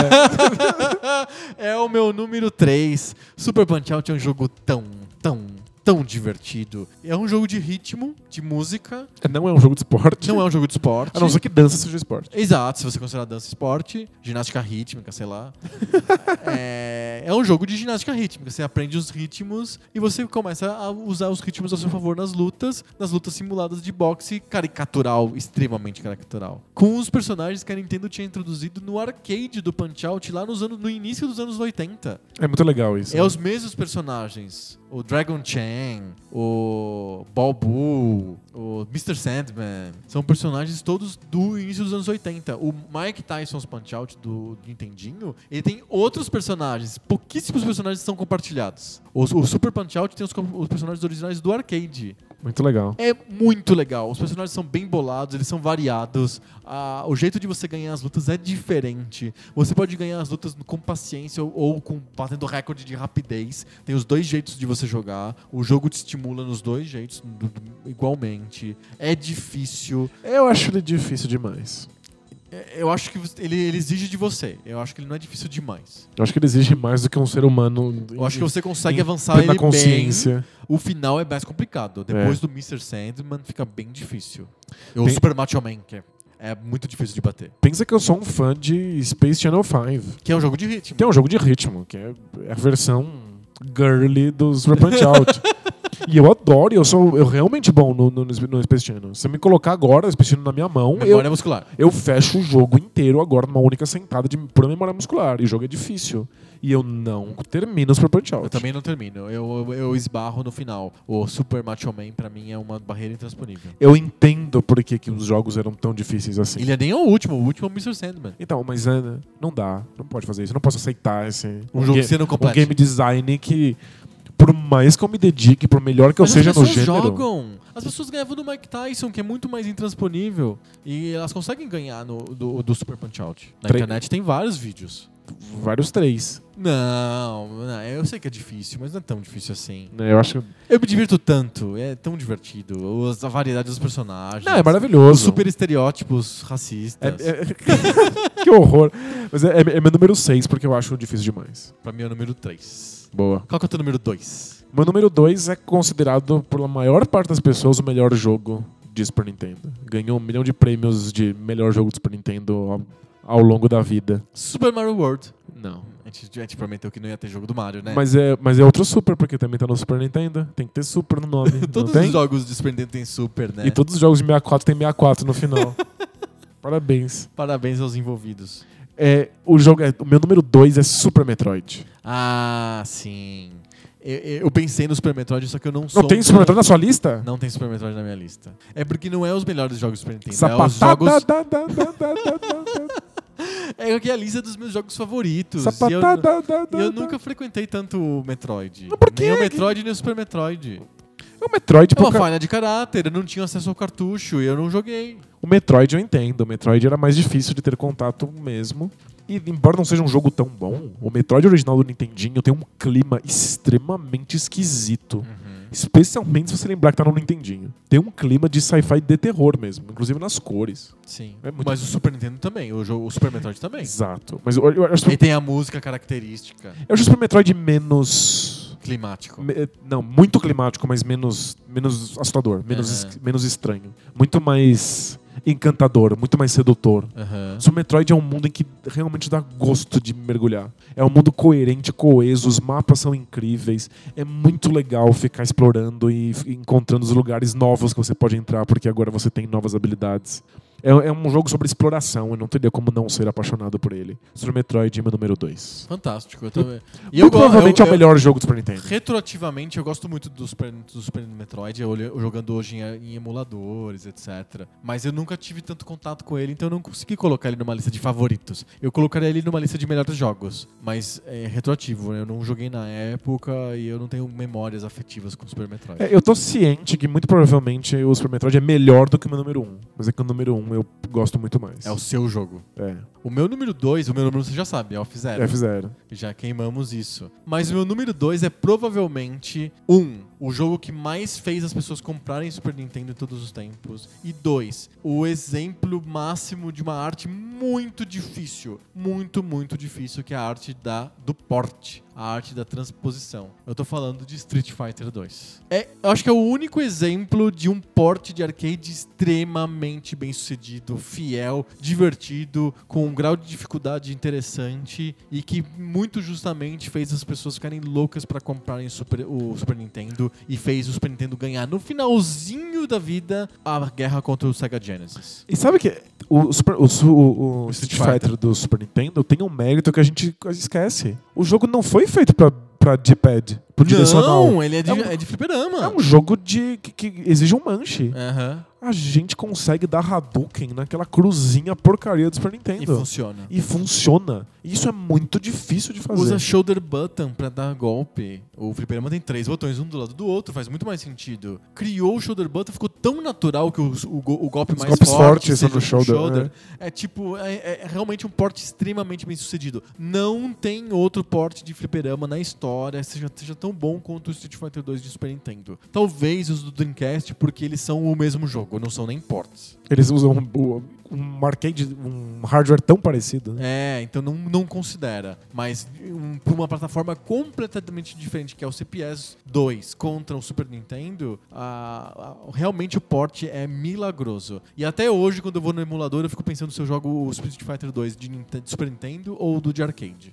é o meu número 3. Super Punch Out é um jogo tão, tão, tão divertido. É um jogo de ritmo, de música. Não é um jogo de esporte. Não é um jogo de esporte. A não ser que dança seja esporte. Exato, se você considerar dança esporte, ginástica rítmica, sei lá. é, é um jogo de ginástica rítmica. Você aprende os ritmos e você começa a usar os ritmos a seu favor nas lutas, nas lutas simuladas de boxe caricatural, extremamente caricatural. Com os personagens que a Nintendo tinha introduzido no arcade do Punch-Out lá nos anos, no início dos anos 80. É muito legal isso. É os mesmos personagens. O Dragon Chan, o Balbu, o Mr. Sandman. São personagens todos do início dos anos 80. O Mike Tyson's Punch-Out do Nintendinho, ele tem outros personagens. Pouquíssimos personagens são compartilhados. O, o Super Punch-Out tem os, com- os personagens originais do arcade. Muito legal. É muito legal. Os personagens são bem bolados, eles são variados. Ah, o jeito de você ganhar as lutas é diferente. Você pode ganhar as lutas com paciência ou, ou com batendo recorde de rapidez. Tem os dois jeitos de você jogar. O jogo te estimula nos dois jeitos do- do- igualmente. É difícil. Eu acho ele difícil demais. É- Eu acho que você- ele, ele exige de você. Eu acho que ele não é difícil demais. Eu acho que ele exige mais do que um ser humano. Eu acho que você consegue em avançar ele plena bem. consciência. O final é mais complicado. Depois É. do Mr. Sandman fica bem difícil. O Tem- Super Macho Man, que é, é muito difícil de bater. Pensa que eu sou um fã de Space Channel 5. Que é um jogo de ritmo. Tem um jogo de ritmo, que é a versão girly dos Punch Out. e eu adoro, eu sou eu realmente bom no, no, no Space Channel. Se eu me colocar agora o Space Channel na minha mão, eu, Memória muscular. eu fecho o jogo inteiro agora numa única sentada de pura memória muscular. E o jogo é difícil. E eu não termino o Super Punch Out. Eu também não termino. Eu, eu, eu esbarro no final. O Super Macho Man, pra mim, é uma barreira intransponível. Eu entendo por que, que os jogos eram tão difíceis assim. Ele é nem o último. O último é o Mr. Sandman. Então, mas Ana, não dá. Não pode fazer isso. Não posso aceitar esse. Um jogo ga- que você não complete. Um game design que, por mais que eu me dedique, por melhor que eu Mas seja as no pessoas gênero. jogam. As pessoas ganhavam do Mike Tyson, que é muito mais intransponível. E elas conseguem ganhar no, do, do Super Punch Out. Na Tre- internet tem vários vídeos. Vários três. Não, não, eu sei que é difícil, mas não é tão difícil assim. né? Eu acho. Eu me divirto tanto, é tão divertido. Os- A variedade dos personagens. Não, é Os maravilhoso. super estereótipos É- racistas. é- que horror. Mas é, é meu número 6, porque eu acho difícil demais. Pra mim é o número 3. Boa. Qual que é o teu número 2? Meu número 2 é considerado pela maior parte das pessoas o melhor jogo de Super Nintendo. Ganhou um milhão de prêmios de melhor jogo de Super Nintendo ao, ao longo da vida. Super Mario World. Não. A gente, a gente prometeu que não ia ter jogo do Mario, né? Mas é, mas é outro Super, porque também tá no Super Nintendo. Tem que ter Super no nome. Todos não os tem? jogos de Super Nintendo tem Super, né? E todos os jogos de 64 tem 64 no final. Parabéns. Parabéns aos envolvidos. É, o, jogo é- o meu número 2 é Super Metroid. Ah, sim. Eu, eu- eu pensei no Super Metroid, só que eu não sou. Não tem um- Super Metroid na sua lista? Não tem Super Metroid na minha lista. É porque não é os melhores jogos do Super Nintendo. É os Sapatada, jogos. da, da, da, da, da, da, É que é a lista dos meus jogos favoritos. da, E eu, sapatada, da, da, e eu da. nunca frequentei tanto o Metroid. Mas por quê? Nem o Metroid, nem o Super Metroid. O Metroid, É uma pouca- falha de caráter, eu não tinha acesso ao cartucho e eu não joguei. o Metroid eu entendo. O Metroid era mais difícil de ter contato mesmo. E embora não seja um jogo tão bom, o Metroid original do Nintendinho tem um clima extremamente Uhum. esquisito. Especialmente se você lembrar que tá no Nintendinho. Tem um clima de sci-fi de terror mesmo, inclusive nas cores. Sim. É muito- Mas o Super Nintendo também, o, jogo, o Super Metroid também. Exato. Mas eu, eu, acho, E tem a música característica, eu acho o Super Metroid menos. climático. me- não, muito climático, mas menos, menos assustador, menos, Aham. es- menos estranho. Muito mais encantador, muito mais sedutor. Aham. Super Metroid é um mundo em que realmente dá gosto de mergulhar. É um mundo coerente, coeso, os mapas são incríveis. É muito legal ficar explorando e f- encontrando os lugares novos que você pode entrar, porque agora você tem novas habilidades. É, é um jogo sobre exploração, eu não teria como não ser apaixonado por ele. Super Metroid é meu número 2. Fantástico, eu também. E eu Muito go- provavelmente eu- é o eu- melhor jogo do Super Nintendo. Retroativamente, eu gosto muito do Super, do Super Metroid, eu olho- jogando hoje em, em emuladores, etc. Mas eu nunca tive tanto contato com ele, então eu não consegui colocar ele numa lista de favoritos. Eu colocaria ele numa lista de melhores jogos, mas é retroativo, né? eu não joguei na época e eu não tenho memórias afetivas com o Super Metroid. É, eu tô ciente que muito provavelmente o Super Metroid é melhor do que o meu número 1. Um, mas é que o número 1 um eu gosto muito mais. É o seu jogo. É, O meu número 2, o meu número você já sabe, é o F-Zero. F0. Já queimamos isso. Mas o meu número 2 é provavelmente um, o jogo que mais fez as pessoas comprarem Super Nintendo em todos os tempos. E dois, o exemplo máximo de uma arte muito difícil. Muito, muito difícil, que é a arte da, do porte. A arte da transposição. Eu tô falando de Street Fighter 2. É, eu acho que é o único exemplo de um porte de arcade extremamente bem sucedido, fiel, divertido, com um grau de dificuldade interessante e que muito justamente fez as pessoas ficarem loucas pra comprarem Super- o Super Nintendo e fez o Super Nintendo ganhar no finalzinho da vida a guerra contra o Sega Genesis. E sabe que o, Super- o su- o- o Street Street Fighter do Super Nintendo tem um mérito que a gente quase esquece. O jogo não foi feito pra, pra D-pad, pro direcional. Não, ele é de, É um- é de fliperama. É um jogo de, que, que exige um manche. Aham. a gente consegue dar Hadouken naquela cruzinha porcaria do Super E Nintendo. funciona. E funciona. E Isso é muito difícil de fazer. Usa shoulder button pra dar golpe. O fliperama tem três botões, um do lado do outro, faz muito mais sentido. Criou o shoulder button, ficou tão natural que o, o go- o golpe Os mais golpes forte fortes são seja no shoulder, né? É. tipo, é, é realmente um porte extremamente bem sucedido. Não tem outro porte de fliperama na história seja, seja tão bom quanto o Street Fighter 2 de Super Nintendo. Talvez os do Dreamcast, porque eles são o mesmo jogo, não são nem portes. Eles usam um, um arcade, um hardware tão parecido. né? É, então não, não considera. Mas um, pra uma plataforma completamente diferente, que é o CPS 2 contra o Super Nintendo, a- a- realmente o porte é milagroso. E até hoje, quando eu vou no emulador, eu fico pensando se eu jogo o Street Fighter 2 de, Ninte- de Super Nintendo ou do de arcade.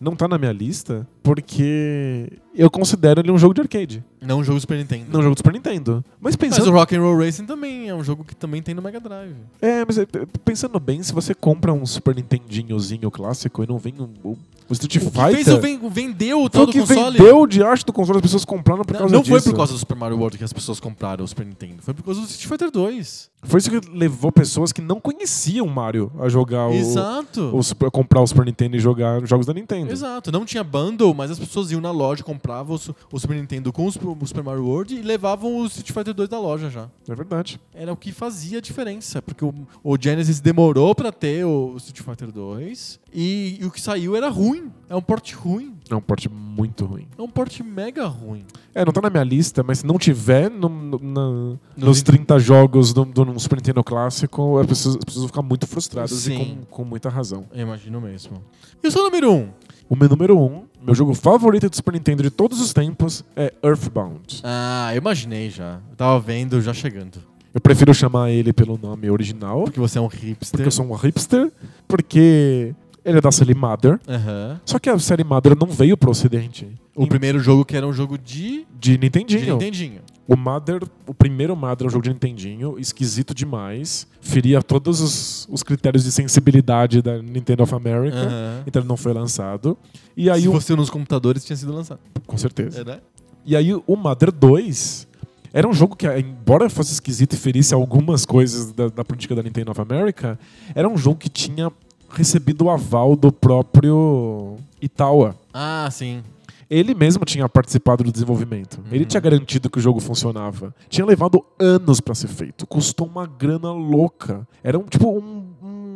Não tá na minha lista porque eu considero ele um jogo de arcade, Não jogo Super Nintendo. não um jogo do Super Nintendo. Mas Mas o pensando, Rock'n'Roll Racing também é um jogo que também tem no Mega Drive. é, mas é, p- pensando bem, se você compra um Super Nintendinhozinho clássico e não vem um, o- o Street O que Fighter, fez eu ven- vendeu o foi tal o do que console. vendeu de arte do console as pessoas compraram por Não, causa não disso. foi por causa do Super Mario World que as pessoas compraram o Super Nintendo. Foi por causa do Street Fighter 2. Foi isso que levou pessoas que não conheciam Mario a jogar É o, Exato. o Super- comprar o Super Nintendo e jogar jogos da Nintendo. Exato. Não tinha bundle, mas as pessoas iam na loja, compravam o, su- o Super Nintendo com o Super- o Super Mario World e levavam o Street Fighter 2 da loja já. É verdade. Era o que fazia a diferença, porque o, o Genesis demorou pra ter o Street Fighter 2 e, e o que saiu era ruim. É um porte ruim. É um porte muito ruim. É um porte mega ruim. É, não tá na minha lista, mas se não tiver no- no- na- nos Nos 30 jogos do, do Super Nintendo clássico, as pessoas, as pessoas vão ficar muito frustradas e Sim. com, com muita razão. Eu imagino mesmo. E o seu número 1? Um? O meu número 1, um, meu jogo favorito do Super Nintendo de todos os tempos, é Earthbound. Ah, eu imaginei já. Eu tava vendo já chegando. Eu prefiro chamar ele pelo nome original, Porque você é um hipster. porque eu sou um hipster, porque ele é da série Mother. Aham. Só que a série Mother não veio pro ocidente. O primeiro jogo que era um jogo de... De De Nintendinho. Nintendinho. O Mother, o primeiro Mother é um jogo de Nintendinho, esquisito demais, feria todos os, os critérios de sensibilidade da Nintendo of America, Aham. então ele não foi lançado. E aí, Se o, fosse nos computadores, tinha sido lançado. com certeza. né? E aí o Mother 2 era um jogo que, embora fosse esquisito e ferisse algumas coisas da, da política da Nintendo of America, era um jogo que tinha recebido o aval do próprio Itawa. Ah, sim. Ele mesmo tinha participado do desenvolvimento. Ele Uhum. tinha garantido que o jogo funcionava. Tinha levado anos pra ser feito. Custou uma grana louca. Era um tipo um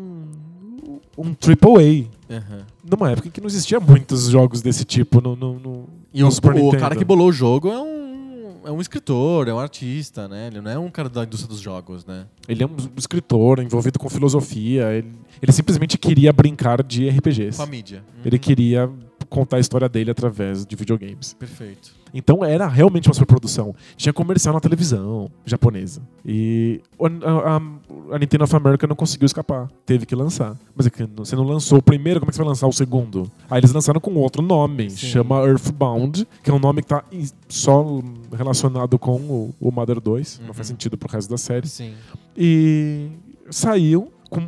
um, um triple A. Numa época em que não existia muitos jogos desse tipo no, no, no- E no o, Super o Nintendo. cara que bolou o jogo é um, é um escritor, é um artista, né? Ele não é um cara da indústria dos jogos, né? Ele é um escritor envolvido com filosofia. Ele, ele simplesmente queria brincar de RPGs. Com a mídia. Ele Uhum. queria contar a história dele através de videogames. Perfeito. Então era realmente uma superprodução. Tinha comercial na televisão japonesa. E o- a, a- a Nintendo of America não conseguiu escapar. Teve que lançar. Mas é que não- você não lançou o primeiro, como é que você vai lançar o segundo? Aí eles lançaram com outro nome. Sim. Chama Earthbound, que é um nome que tá em- só relacionado com o, o Mother 2. Não Uhum. faz sentido pro resto da série. Sim. E saiu com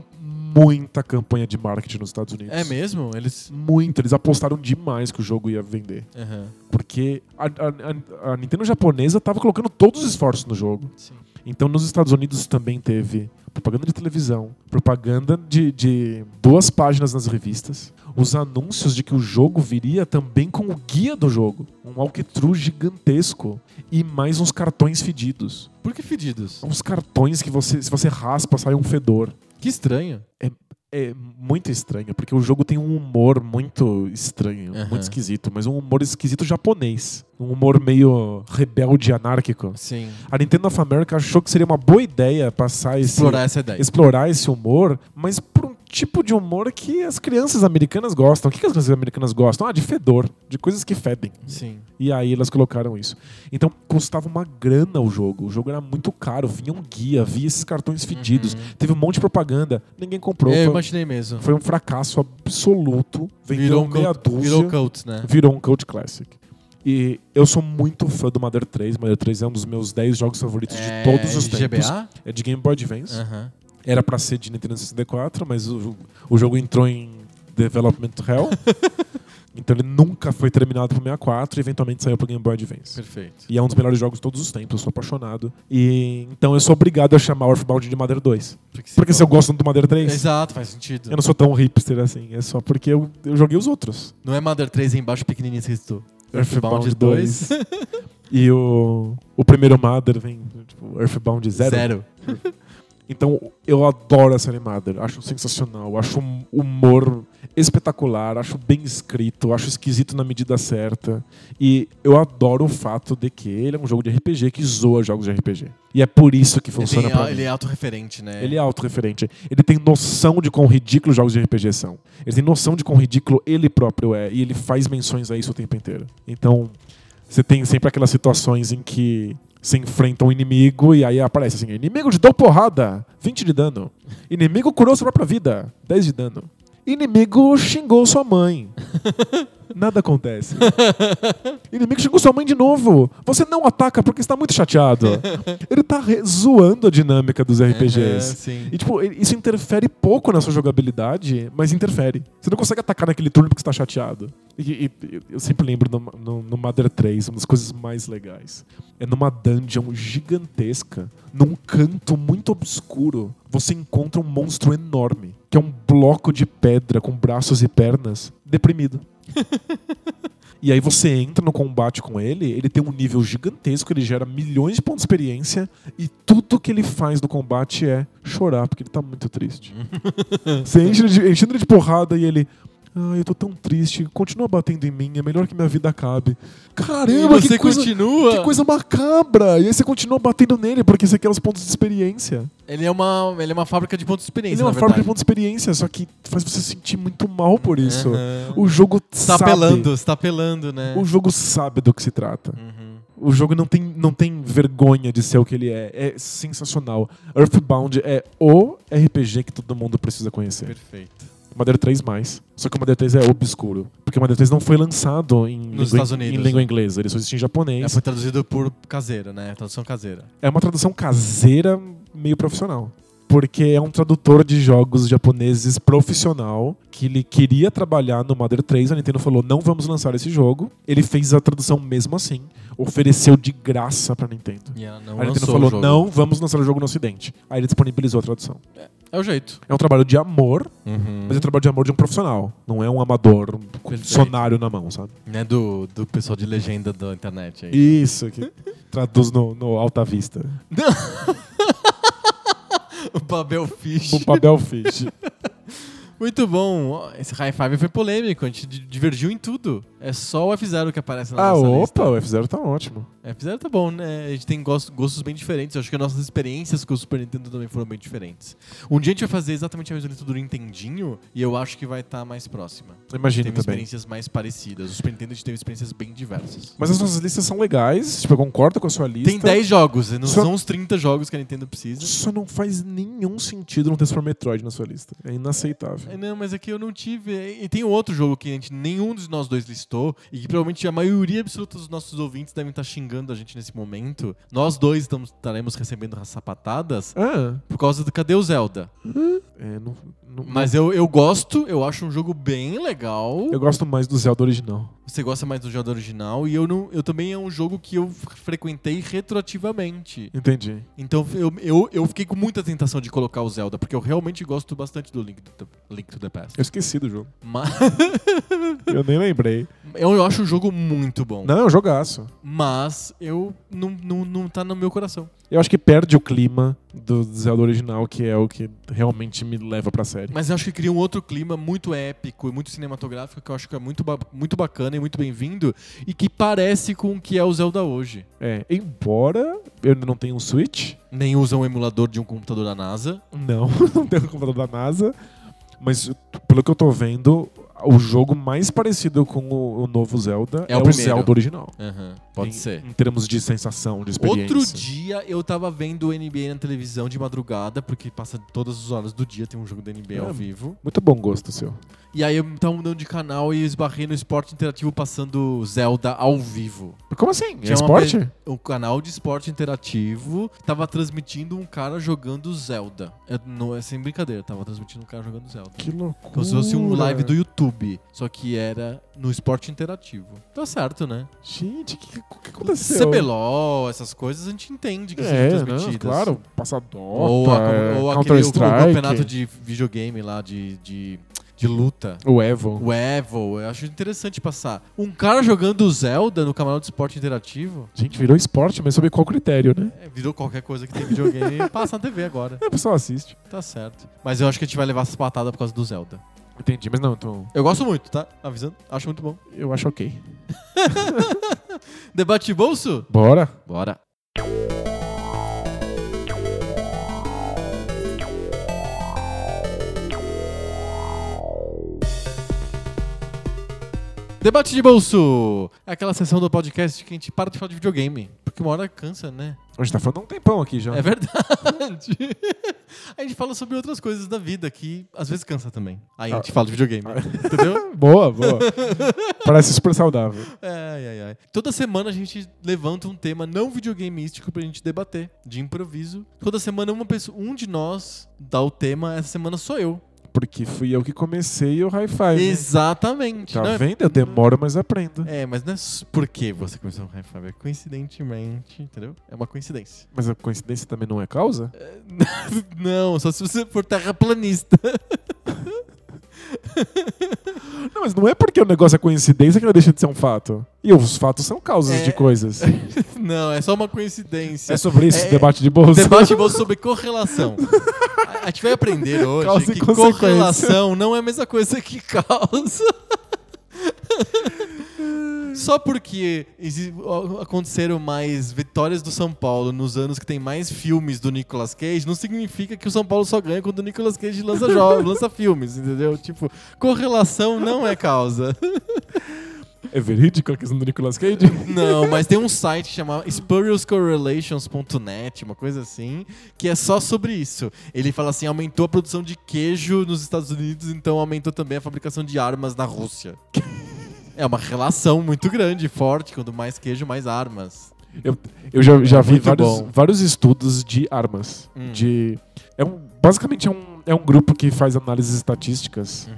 muita campanha de marketing nos Estados Unidos. É mesmo? Eles. Muito. Eles apostaram demais que o jogo ia vender. Aham. Porque a, a- a- a Nintendo japonesa estava colocando todos os esforços no jogo. Sim. Então nos Estados Unidos também teve propaganda de televisão, propaganda de, de duas páginas nas revistas, os anúncios de que o jogo viria também com o guia do jogo, um walkthrough gigantesco e mais uns cartões fedidos. Por que fedidos? Uns cartões que você, se você raspa, sai um fedor. Que estranho. É muito estranho, porque o jogo tem um humor muito estranho, Aham. muito esquisito, mas um humor esquisito japonês. Um humor meio rebelde anárquico. Sim. A Nintendo of America achou que seria uma boa ideia passar esse. Explorar essa ideia. explorar esse humor, mas por um tipo de humor que as crianças americanas gostam. O que que as crianças americanas gostam? Ah, de fedor, de coisas que fedem. Sim. E aí elas colocaram isso. Então custava uma grana o jogo. O jogo era muito caro. Vinha um guia, via esses cartões fedidos. Teve um monte de propaganda. Ninguém comprou. Uhum. Eu Foi- imaginei mesmo. foi um fracasso absoluto. Vendeu Virou um meia cult, dúzia. virou cult, né? virou um cult classic. E eu sou muito fã do Mother 3. Mother 3 é um dos meus 10 jogos favoritos de todos os É, tempos. GBA? É de Game Boy Advance. Aham. Era pra ser de Nintendo 64, mas o, o jogo entrou em Development Hell. Então ele nunca foi terminado pro 64 e eventualmente saiu pro Game Boy Advance. Perfeito. E é um dos melhores jogos de todos os tempos, eu sou apaixonado. E então eu sou obrigado a chamar Earthbound de Mother 2. Porque se eu gosto do Mother 3, Exato, faz sentido. eu não sou tão hipster assim. É só porque eu, eu joguei os outros. Não é Mother 3 embaixo pequenininho Tipo, escrito Earthbound 2. E o, o primeiro Mother vem, tipo, Earthbound 0. Zero. Então eu adoro essa animada, acho sensacional, acho um humor espetacular, acho bem escrito, acho esquisito na medida certa. E eu adoro o fato de que ele é um jogo de RPG que zoa jogos de RPG. E é por isso que funciona Ele, pra é, mim. ele é autorreferente, né? Ele é autorreferente. Ele tem noção de quão ridículo os jogos de RPG são. Ele tem noção de quão ridículo ele próprio é. E ele faz menções a isso o tempo inteiro. Então, você tem sempre aquelas situações em que você enfrenta um inimigo e aí aparece assim: inimigo te deu porrada, 20 de dano. Inimigo curou sua própria vida, 10 de dano. Inimigo xingou sua mãe. Nada acontece. Inimigo xingou sua mãe de novo. Você não ataca porque está muito chateado. Ele tá re- zoando a dinâmica dos Aham, RPGs. sim. E, tipo, ele- isso interfere pouco na sua jogabilidade, mas interfere. Você não consegue atacar naquele turno porque você tá chateado. E, e- e eu sempre lembro no, no, no Mother 3, uma das coisas mais legais. É numa dungeon gigantesca, num canto muito obscuro, você encontra um monstro enorme, que é um bloco de pedra com braços e pernas, deprimido. E aí você entra no combate com ele, ele tem um nível gigantesco, ele gera milhões de pontos de experiência e tudo que ele faz no combate é chorar, porque ele tá muito triste. você enche ele de, enchendo ele de porrada e ele. Ah, eu tô tão triste, continua batendo em mim, é melhor que minha vida acabe. E Caramba, você que coisa, continua. que coisa macabra! E aí você continua batendo nele porque você quer os pontos de experiência. Ele é uma, ele é uma fábrica de pontos de experiência. Ele é uma na forma de verdade. pontos de experiência, só que faz você sentir muito mal por isso. Aham. O jogo Está sabe. apelando, está apelando, né? O jogo sabe do que se trata. Uhum. O jogo não tem, não tem vergonha de ser o que ele é. É sensacional. Earthbound é o RPG que todo mundo precisa conhecer. Perfeito. Mother 3 mais. Só que o Mother 3 é obscuro. Porque o Mother 3 não foi lançado em, língua, Nos Estados Unidos. em língua inglesa. Ele só existe em É, japonês. foi traduzido por caseiro, né? Tradução caseira. É uma tradução caseira meio profissional. Porque é um tradutor de jogos japoneses profissional que ele queria trabalhar no Mother 3. A Nintendo falou: não vamos lançar esse jogo. Ele fez a tradução mesmo assim. Ofereceu de graça pra Nintendo. E ela não a Nintendo lançou o falou, jogo. não, vamos lançar o jogo no ocidente. Aí ele disponibilizou a tradução. É o jeito. É um trabalho de amor, Uhum. mas é um trabalho de amor de um profissional. Não é um amador com um Perfeito. dicionário na mão, sabe? Né, do, do pessoal de legenda da internet aí. Isso, que traduz no, no Alta Vista. O Babel Fish. O Babel Fish. Muito bom. Ó, Esse high five foi polêmico, a gente di- divergiu em tudo. É só o F0 que aparece na ah, nossa opa, lista. o F-Zero tá ótimo. F0 tá bom, né? A gente tem gos- gostos bem diferentes. Eu acho que nossas experiências com o Super Nintendo também foram bem diferentes. Um dia a gente vai fazer exatamente a mesma lista do Nintendinho e eu acho que vai estar mais próxima. Imagina Teve também. experiências mais parecidas. O Super Nintendo a gente teve experiências bem diversas. Mas as nossas listas são legais, tipo, eu concordo com a sua lista. Tem 10 jogos, né? e não Só- são os 30 jogos que a Nintendo precisa. Só não faz nenhum sentido não ter Super Metroid na sua lista. É inaceitável. É, Não, mas aqui eu não tive. E tem um outro jogo que a gente, nenhum dos nós dois listou, e que provavelmente a maioria absoluta dos nossos ouvintes devem estar xingando a gente nesse momento. Nós dois estamos, estaremos recebendo as sapatadas Ah, por causa do Cadê o Zelda? é, não, não- Mas eu, eu gosto, eu acho um jogo bem legal. eu gosto mais do Zelda original. Você gosta mais do Zelda original, e eu, não, eu também é um jogo que eu frequentei retroativamente. Entendi. Então eu, eu, eu fiquei com muita tentação de colocar o Zelda, porque eu realmente gosto bastante do Link to, Link to the Past. Eu esqueci do jogo. Mas Eu nem lembrei. eu acho um jogo muito bom. Não, é um jogaço. Mas eu não, não, não tá no meu coração. Eu acho que perde o clima do Zelda original, que é o que realmente me leva pra série. Mas eu acho que cria um outro clima muito épico e muito cinematográfico que eu acho que é muito, ba- muito bacana e muito bem-vindo e que parece com o que é o Zelda hoje. É, embora eu ainda não tenha um Switch, Nem usa um emulador de um computador da NASA. não, não tenho o computador da NASA, mas pelo que eu tô vendo, o jogo mais parecido com o, o novo Zelda É é, o o, primeiro. Zelda original. Pode em, ser. Em termos de sensação, de experiência. Outro dia eu tava vendo o NBA na televisão de madrugada, porque passa todas as horas do dia, tem um jogo da NBA ao É. vivo. Muito bom gosto seu. E aí eu tava mudando de canal e esbarrei no esporte interativo passando Zelda ao vivo. Como assim? É Tinha uma esporte? pe- um canal de esporte interativo tava transmitindo um cara jogando Zelda. É, não é sem brincadeira, tava transmitindo um cara jogando Zelda. Que loucura. Como se fosse um live do YouTube, só que era no esporte interativo. Tá certo, né? Gente, o que, que- que aconteceu? CBLOL, essas coisas a gente entende que É, sejam não, transmitidas. claro. Passadota, Ou, a- ou aquele o, o campeonato Counter-Strike, de videogame lá, de, de, de luta. o Evo. O Evo, eu acho interessante passar. Um cara jogando Zelda no canal de esporte interativo, Gente, virou esporte, mas sob qual critério, né? é, virou qualquer coisa que tem videogame e passa na TV agora. É, o pessoal assiste. Tá certo. Mas eu acho que a gente vai levar essas patadas por causa do Zelda. Entendi, mas não, então Eu gosto muito, tá? Avisando, acho muito bom. eu acho ok. Debate de bolso? Bora? Bora. Debate de bolso! É aquela sessão do podcast que a gente para de falar de videogame. Porque uma hora cansa, né? A gente tá falando há um tempão aqui já. É verdade. A gente fala sobre outras coisas da vida que às vezes cansa também. Aí a gente fala de videogame. Entendeu? Boa, boa. Parece super saudável. Ai, ai, ai. Toda semana a gente levanta um tema não videogameístico pra gente debater, de improviso. Toda semana uma pessoa, um de nós dá o tema, essa semana sou eu. Porque fui eu que comecei o hi-fi. né? Exatamente. Tá Não é- vendo? Eu demoro, mas aprendo. É, mas não é s- por que você começou com Hi-Fi, é coincidentemente, entendeu? É uma coincidência. Mas a coincidência também não é causa? Não, só se você for terraplanista. Não, mas não é porque o negócio é coincidência que ela deixa de ser um fato. E os fatos são causas É. de coisas. Não, é só uma coincidência. É sobre isso É- o debate de bolsa. Debate e bolso sobre correlação. A- A gente vai aprender hoje Causa e que consequência. correlação não é a mesma coisa que causa. Só porque exi- o- aconteceram mais vitórias do São Paulo nos anos que tem mais filmes do Nicolas Cage, não significa que o São Paulo só ganha quando o Nicolas Cage lança jogos, lança filmes, entendeu? Tipo, correlação não é causa. É verídico a questão do Nicolas Cage? Não, mas tem um site chamado spuriouscorrelations.net, uma coisa assim, que é só sobre isso. Ele fala assim: aumentou a produção de queijo nos Estados Unidos, então aumentou também a fabricação de armas na Rússia. É uma relação muito grande, forte, quanto mais queijo, mais armas. Eu, eu já, já vi muito vários, bom. vários estudos de armas. Hum. De, é um, basicamente é um, é um grupo que faz análises estatísticas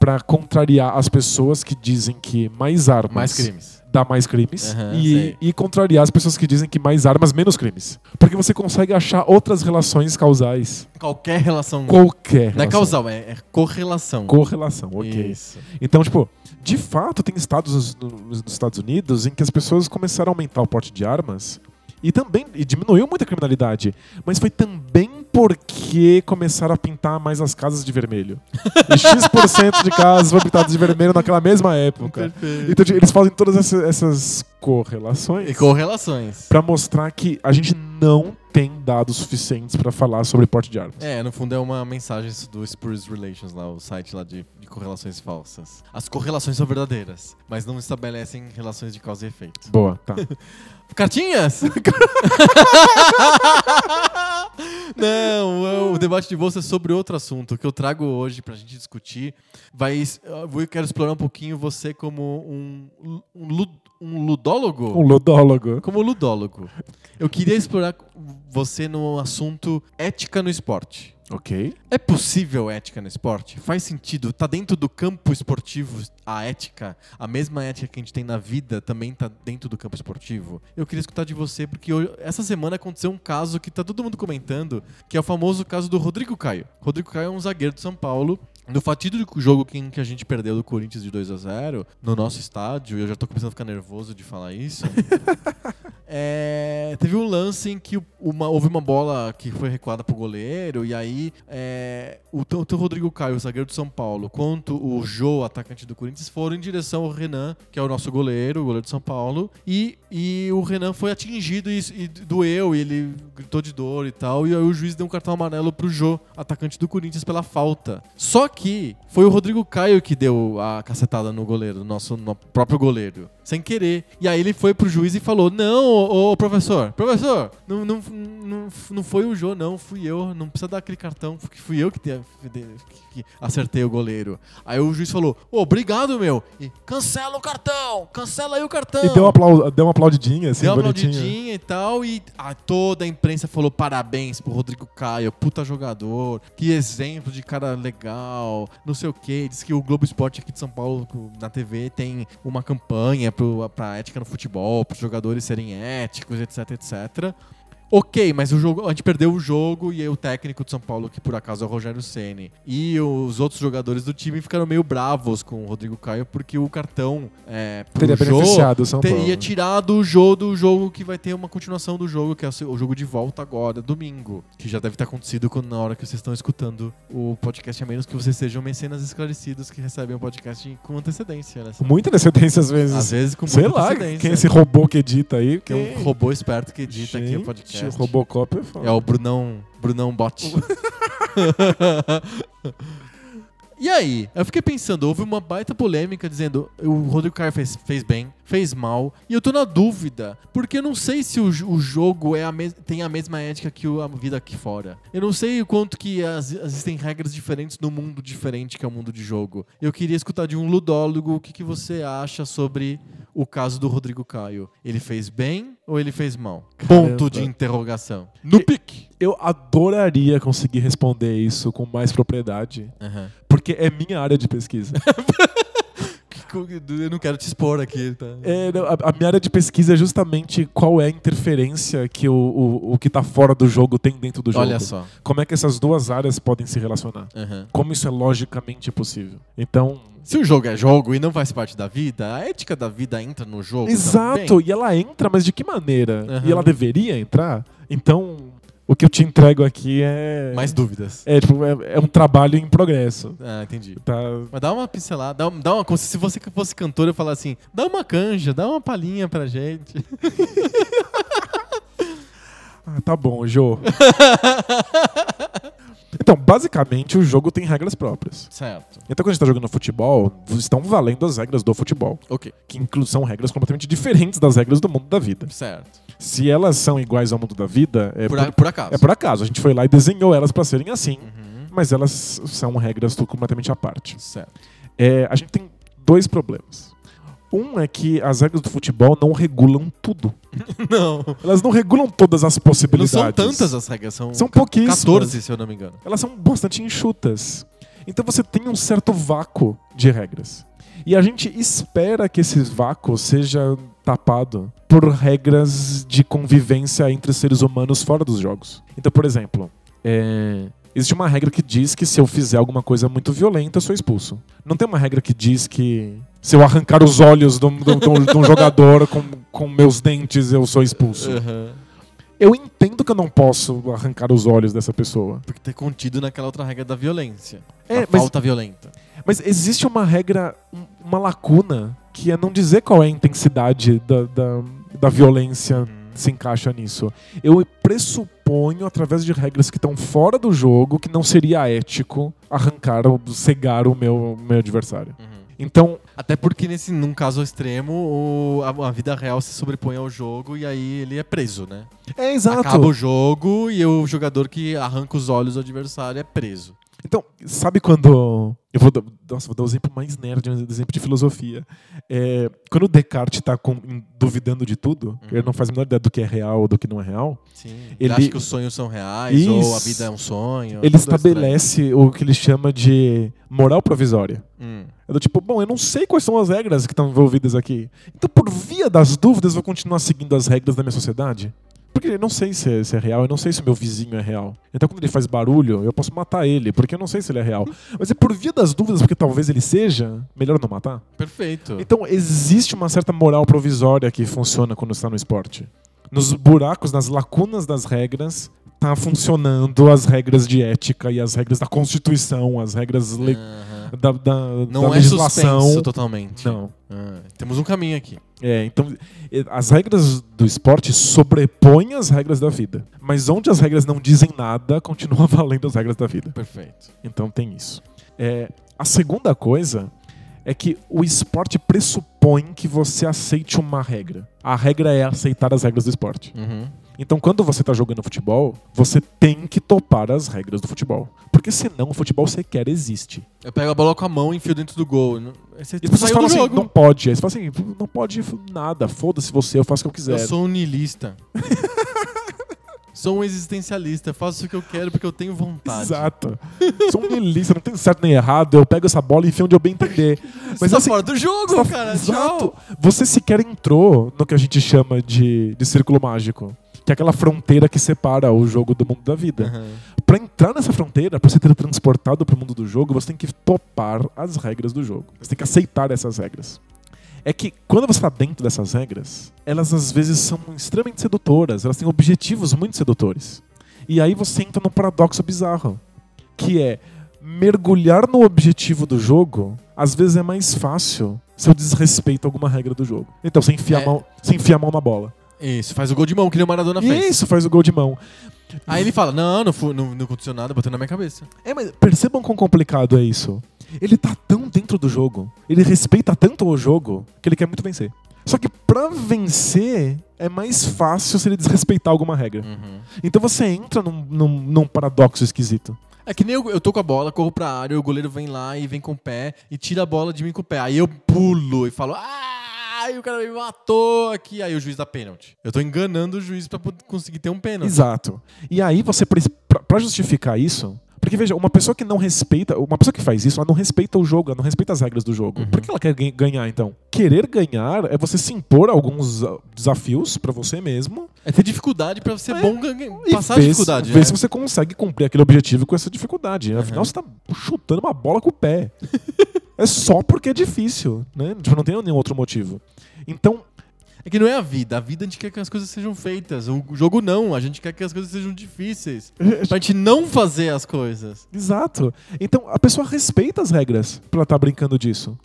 pra contrariar as pessoas que dizem que mais armas Mais crimes. dá mais crimes Aham, sei. e, e contrariar as pessoas que dizem que mais armas menos crimes. Porque você consegue achar outras relações causais. Qualquer relação. Qualquer Não é relação. causal, é, é correlação. Correlação, ok. Isso. Então, tipo, de fato, tem estados nos, nos- nos Estados Unidos em que as pessoas começaram a aumentar o porte de armas e também e diminuiu muito a criminalidade. Mas foi também porque começaram a pintar mais as casas de vermelho. E X% de casas foram pintadas de vermelho naquela mesma época. Perfeito. Então, tipo, eles fazem todas essa- essas correlações E correlações. pra mostrar que a gente não tem dados suficientes pra falar sobre porte de armas. É, no fundo é uma mensagem do Spurious Relations lá, o site lá de, de correlações falsas. As correlações são verdadeiras, mas não estabelecem relações de causa e efeito. Boa, tá. Cartinhas? não, o- o debate de bolsa é sobre outro assunto que eu trago hoje pra gente discutir. Vai, eu vou- eu quero explorar um pouquinho você como um, lu- um, lu- um ludólogo. Um lodólogo. Como ludólogo. Eu queria explorar você no assunto ética no esporte. Ok. É possível ética no esporte? Faz sentido? Tá dentro do campo esportivo a ética? A mesma ética que a gente tem na vida também tá dentro do campo esportivo? Eu queria escutar de você, porque hoje- essa semana aconteceu um caso que tá todo mundo comentando, que é o famoso caso do Rodrigo Caio. Rodrigo Caio é um zagueiro de São Paulo. No fatídico jogo que- em que a gente perdeu do Corinthians de 2 a 0 no nosso estádio, eu já tô começando a ficar nervoso de falar isso. É, teve um lance em que uma- houve uma bola que foi recuada pro goleiro, e aí é, o tanto o Rodrigo Caio, o zagueiro do São Paulo, quanto o Jô, atacante do Corinthians, foram em direção ao Renan, que é o nosso goleiro, o goleiro do São Paulo, e, e o Renan foi atingido e, e doeu, e ele gritou de dor e tal. E aí o juiz deu um cartão amarelo pro Jô, atacante do Corinthians, pela falta. Só que foi o Rodrigo Caio que deu a cacetada no goleiro, nosso no próprio goleiro. Sem querer. E aí ele foi pro juiz e falou: Não, ô, ô, professor, professor, não, não, não, não foi o Jô, não, fui eu. Não precisa dar aquele cartão, porque fui eu que, te- que- que acertei o goleiro. Aí o juiz falou: "Ô, Obrigado, meu. E cancela o cartão, cancela aí o cartão. E deu uma, aplau- deu uma aplaudidinha, assim, Deu uma bonitinha. aplaudidinha e tal, e a, toda a imprensa falou parabéns pro Rodrigo Caio, puta jogador, que exemplo de cara legal, não sei o quê. Diz que o Globo Esporte aqui de São Paulo, co- na TV, tem uma campanha pro, pra ética no futebol, pros jogadores serem éticos, etc, etc. Ok, mas o jogo, a gente perdeu o jogo e aí o técnico de São Paulo, que por acaso é o Rogério Ceni, e os outros jogadores do time ficaram meio bravos com o Rodrigo Caio porque o cartão é, pro Teria Jô beneficiado o São teria Paulo. tirado o jogo do jogo que vai ter uma continuação do jogo, que é o seu- o jogo de volta agora, domingo. Que já deve ter acontecido quando- na hora que vocês estão escutando o podcast, a menos que vocês sejam mecenas esclarecidos que recebem o podcast com antecedência, né? Com muita antecedência às vezes. Às vezes com Sei muita lá, antecedência. quem é esse robô que edita aí? Que é um robô esperto que edita aqui o Gente, podcast. Robocop é foda. É o Brunão, Brunão Bot. e aí? Eu fiquei pensando, houve uma baita polêmica dizendo o Rodrigo Caio fez, fez bem, fez mal, e eu tô na dúvida, porque eu não sei se o, jo- o jogo é a mes- tem a mesma ética que o- a vida aqui fora. Eu não sei o quanto que as- existem regras diferentes no mundo diferente que é o mundo de jogo. Eu queria escutar de um ludólogo o que, que você acha sobre o caso do Rodrigo Caio. Ele fez bem ou ele fez mal? Ponto de Caramba. interrogação. No pique. Eu adoraria conseguir responder isso com mais propriedade, porque é minha área de pesquisa. Que co- Eu não quero te expor aqui, tá? É, não, a, a minha área de pesquisa é justamente qual é a interferência que o, o, o que tá fora do jogo tem dentro do jogo. Olha só. Como é que essas duas áreas podem se relacionar? Aham. Como isso é logicamente possível? Então. Se o jogo é jogo e não faz parte da vida, a ética da vida entra no jogo. Exato, também. e ela entra, mas de que maneira? Aham. E ela deveria entrar? Então, o que eu te entrego aqui é. Mais dúvidas. É, tipo, é, é um trabalho em progresso. Ah, entendi. Tá? Mas dá uma pincelada, dá, um- dá uma. como Se você fosse cantor, eu falar assim: dá uma canja, dá uma palhinha pra gente. Ah, tá bom, Jô. então, basicamente, o jogo tem regras próprias. Certo. Então, quando a gente tá jogando futebol, estão valendo as regras do futebol. Ok. Que inclu- são regras completamente diferentes das regras do mundo da vida. Certo. Se elas são iguais ao mundo da vida, é por, por, a- por acaso. é por acaso. A gente foi lá e desenhou elas pra serem assim. Uhum. Mas elas são regras tu- completamente à parte. Certo. É, a gente tem dois problemas. Um é que as regras do futebol não regulam tudo. Não. Elas não regulam todas as Não possibilidades. são tantas as regras, são, São ca- pouquíssimas. 14, se eu não me engano. Elas são bastante enxutas. Então você tem um certo vácuo de regras. E a gente espera que esse vácuo seja tapado por regras de convivência entre seres humanos fora dos jogos. Então, por exemplo, é, existe uma regra que diz que se eu fizer alguma coisa muito violenta, eu sou expulso. Não tem uma regra que diz que se eu arrancar os olhos de um, de um- de um- de um jogador com, com meus dentes, eu sou expulso. Aham. Eu entendo que eu não posso arrancar os olhos dessa pessoa. Porque tá contido naquela outra regra da violência. É, da mas- falta violenta. Mas existe uma regra, um- uma lacuna, que é não dizer qual é a intensidade da, da, da violência que se encaixa nisso. Eu pressuponho, através de regras que estão fora do jogo, que não seria ético arrancar ou cegar o meu, meu adversário. Uhum. Então, Até porque, nesse, num caso extremo, o- a, a vida real se sobrepõe ao jogo e aí ele é preso, né? é exato. Acaba o jogo e o jogador que arranca os olhos do adversário é preso. Então, sabe quando. Eu vou, dar- nossa, vou dar um exemplo mais nerd, um exemplo de filosofia. É, quando o Descartes está duvidando de tudo, ele não faz a menor ideia do que é real ou do que não é real, Sim. Ele Ele- acha que os sonhos são reais, Isso. ou a vida é um sonho. ele tudo estranho. estabelece o que ele chama de moral provisória. Hum. É do tipo, bom, eu não sei quais são as regras que estão envolvidas aqui. Então, por via das dúvidas, eu vou continuar seguindo as regras da minha sociedade. Porque eu não sei se é, se é real, eu não sei se o meu vizinho é real. Então, quando ele faz barulho, eu posso matar ele, porque eu não sei se ele é real. Mas é por via das dúvidas, porque talvez ele seja, melhor não matar. Perfeito. Então, existe uma certa moral provisória que funciona quando está no esporte. Nos buracos, nas lacunas das regras, tá funcionando as regras de ética e as regras da Constituição, as regras le- Aham. né? da, da, Não da é legislação. suspenso totalmente. Não. Ah, temos um caminho aqui. É, então eh, as regras do esporte sobrepõem as regras da vida. Mas onde as regras não dizem nada, continua valendo as regras da vida. Perfeito. Então tem isso. É, a segunda coisa é que o esporte pressupõe que você aceite uma regra. A regra é aceitar as regras do esporte. Uhum. Então, quando você tá jogando futebol, você tem que topar as regras do futebol. Porque senão o futebol sequer existe. Eu pego a bola com a mão e enfio dentro do gol. Não- Você E as pessoas saiu do falam assim, jogo. não pode. Aí você fala assim, não pode nada, foda-se você, eu faço o que eu quiser. Eu sou um niilista. sou um existencialista. Eu faço o que eu quero porque eu tenho vontade. Exato. Sou um delícia, não tem certo nem errado, eu pego essa bola e enfio onde eu bem entender. Mas Mas tá assim, fora do jogo, Você tá- cara. Exato. Tchau. Você sequer entrou no que a gente chama de, de círculo mágico. Que é aquela fronteira que separa o jogo do mundo da vida. Uhum. Pra entrar nessa fronteira, pra ser transportado pro mundo do jogo, você tem que topar as regras do jogo. Você tem que aceitar essas regras. É que quando você tá dentro dessas regras, elas às vezes são extremamente sedutoras, elas têm objetivos muito sedutores. E aí você entra num paradoxo bizarro, que é mergulhar no objetivo do jogo, às vezes é mais fácil se eu desrespeito alguma regra do jogo. Então, você enfia, É. a, mão, você enfia a mão na bola. Isso, faz o gol de mão que nem o Maradona E fez. isso faz o gol de mão. Aí ele fala: Não, não, fu- não, não aconteceu nada, bateu na minha cabeça. É, mas percebam quão complicado é isso. Ele tá tão dentro do jogo, ele respeita tanto o jogo, que ele quer muito vencer. Só que pra vencer, é mais fácil se ele desrespeitar alguma regra. Uhum. Então você entra num, num- num paradoxo esquisito. É que nem eu, eu tô com a bola, corro pra área, o goleiro vem lá e vem com o pé e tira a bola de mim com o pé. Aí eu pulo e falo, ah, e o cara me matou aqui. Aí o juiz dá pênalti. Eu tô enganando o juiz pra pod- conseguir ter um pênalti. Exato. E aí você, pre- pra, pra justificar isso, porque veja, uma pessoa que não respeita, uma pessoa que faz isso, ela não respeita o jogo, ela não respeita as regras do jogo. Por que ela quer gan- ganhar então? Querer ganhar é você se impor a alguns ah, desafios pra você mesmo É ter dificuldade pra ser É. bom ganhar- passar a vê se- dificuldade. É. Vê né? se você consegue cumprir aquele objetivo com essa dificuldade. Afinal, você tá chutando uma bola com o pé. é só porque é difícil, né? Tipo, não tem nenhum outro motivo. Então, É que não é a vida. A vida a gente quer que as coisas sejam feitas. O jogo não. A gente quer que as coisas sejam difíceis. pra gente não fazer as coisas. exato. Então, a pessoa respeita as regras pra ela estar brincando disso.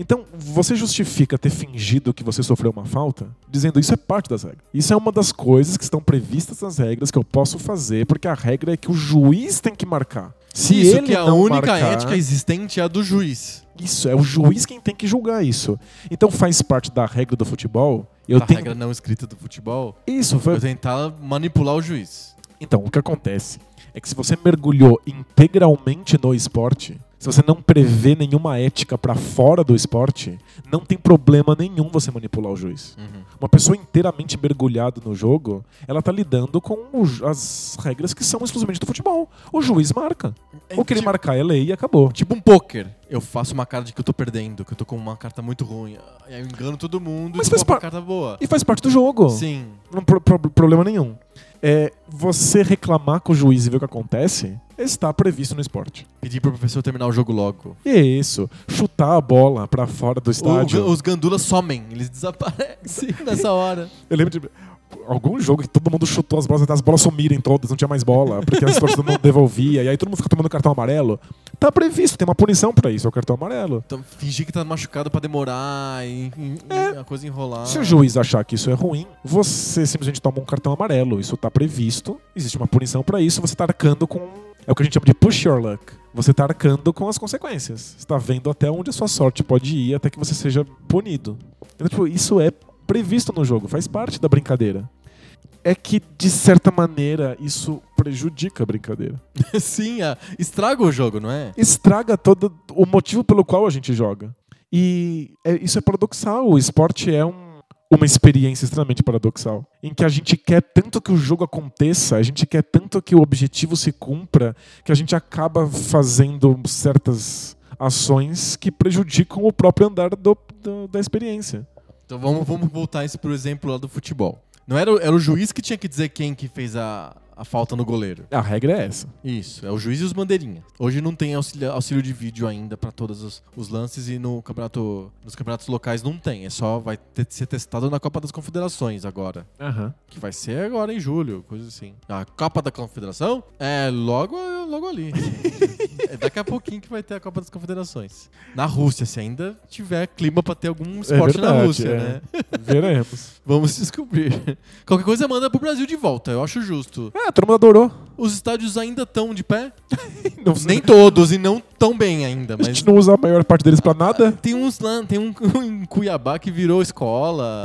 Então, você justifica ter fingido que você sofreu uma falta, dizendo isso é parte das regras. Isso é uma das coisas que estão previstas nas regras que eu posso fazer, porque a regra é que o juiz tem que marcar. Se Isso ele que é a não única marcar- ética existente é a do juiz. Isso, é o juiz quem tem que julgar isso. Então faz parte da regra do futebol. Eu a tenho. regra não escrita do futebol. é Isso, foi. Eu tentar manipular o juiz. Então, o que acontece é que se você mergulhou integralmente no esporte, se você não prevê nenhuma ética pra fora do esporte, não tem problema nenhum você manipular o juiz. Uhum. Uma pessoa inteiramente mergulhada no jogo, ela tá lidando com o ju- as regras que são exclusivamente do futebol. O juiz marca. É O que ele tipo- marcar é lei e acabou. Tipo um pôquer. Eu faço uma cara de que eu tô perdendo, que eu tô com uma carta muito ruim. Aí eu engano todo mundo Mas e tô faz com uma par- carta boa. E faz parte do jogo. Sim. não pro- pro- problema nenhum. É, você reclamar com o juiz e ver o que acontece está previsto no esporte. Pedir pro professor terminar o jogo logo. E é isso. Chutar a bola pra fora do estádio. O- os gandulas somem, eles desaparecem nessa hora. Eu lembro de algum jogo que todo mundo chutou as bolas até as bolas sumirem todas, não tinha mais bola, porque as torcidas não devolvia, e aí todo mundo fica tomando cartão amarelo. Tá previsto, tem uma punição pra isso, é o cartão amarelo. Então, fingir que tá machucado pra demorar e, e- É. a coisa enrolar. Se o juiz achar que isso é ruim, você simplesmente toma um cartão amarelo. Isso tá previsto, existe uma punição pra isso, você tá arcando com. É o que a gente chama de push your luck. Você tá arcando com as consequências. Você tá vendo até onde a sua sorte pode ir até que você seja punido. Então, tipo, isso é previsto no jogo, faz parte da brincadeira. É que, de certa maneira, isso prejudica a brincadeira. Sim, a- estraga o jogo, não é? Estraga todo o motivo pelo qual a gente joga. E é- isso é paradoxal. O esporte é um- uma experiência extremamente paradoxal. Em que a gente quer tanto que o jogo aconteça, a gente quer tanto que o objetivo se cumpra, que a gente acaba fazendo certas ações que prejudicam o próprio andar do- do- da experiência. Então vamos, vamos voltar isso pro exemplo lá do futebol. Não era, o- era o juiz que tinha que dizer quem que fez a, a falta no goleiro. A regra é essa. Isso, é o juiz e os bandeirinhas. Hoje não tem auxilia- auxílio de vídeo ainda pra todos os, os lances e no campeonato, nos campeonatos locais não tem. É só vai ter, ser testado na Copa das Confederações agora. Que vai ser agora em julho, coisa assim. A Copa da Confederação é logo logo ali. É daqui a pouquinho que vai ter a Copa das Confederações. Na Rússia, se ainda tiver clima pra ter algum esporte na É verdade, Rússia, é. né? Veremos. Vamos descobrir. Qualquer coisa manda pro Brasil de volta, eu acho justo. É, a turma adorou. Os estádios ainda estão de pé? Não, Nem todos e não tão bem ainda, a mas gente não usa a maior parte deles pra nada. tem uns lá, tem um em Cuiabá que virou escola.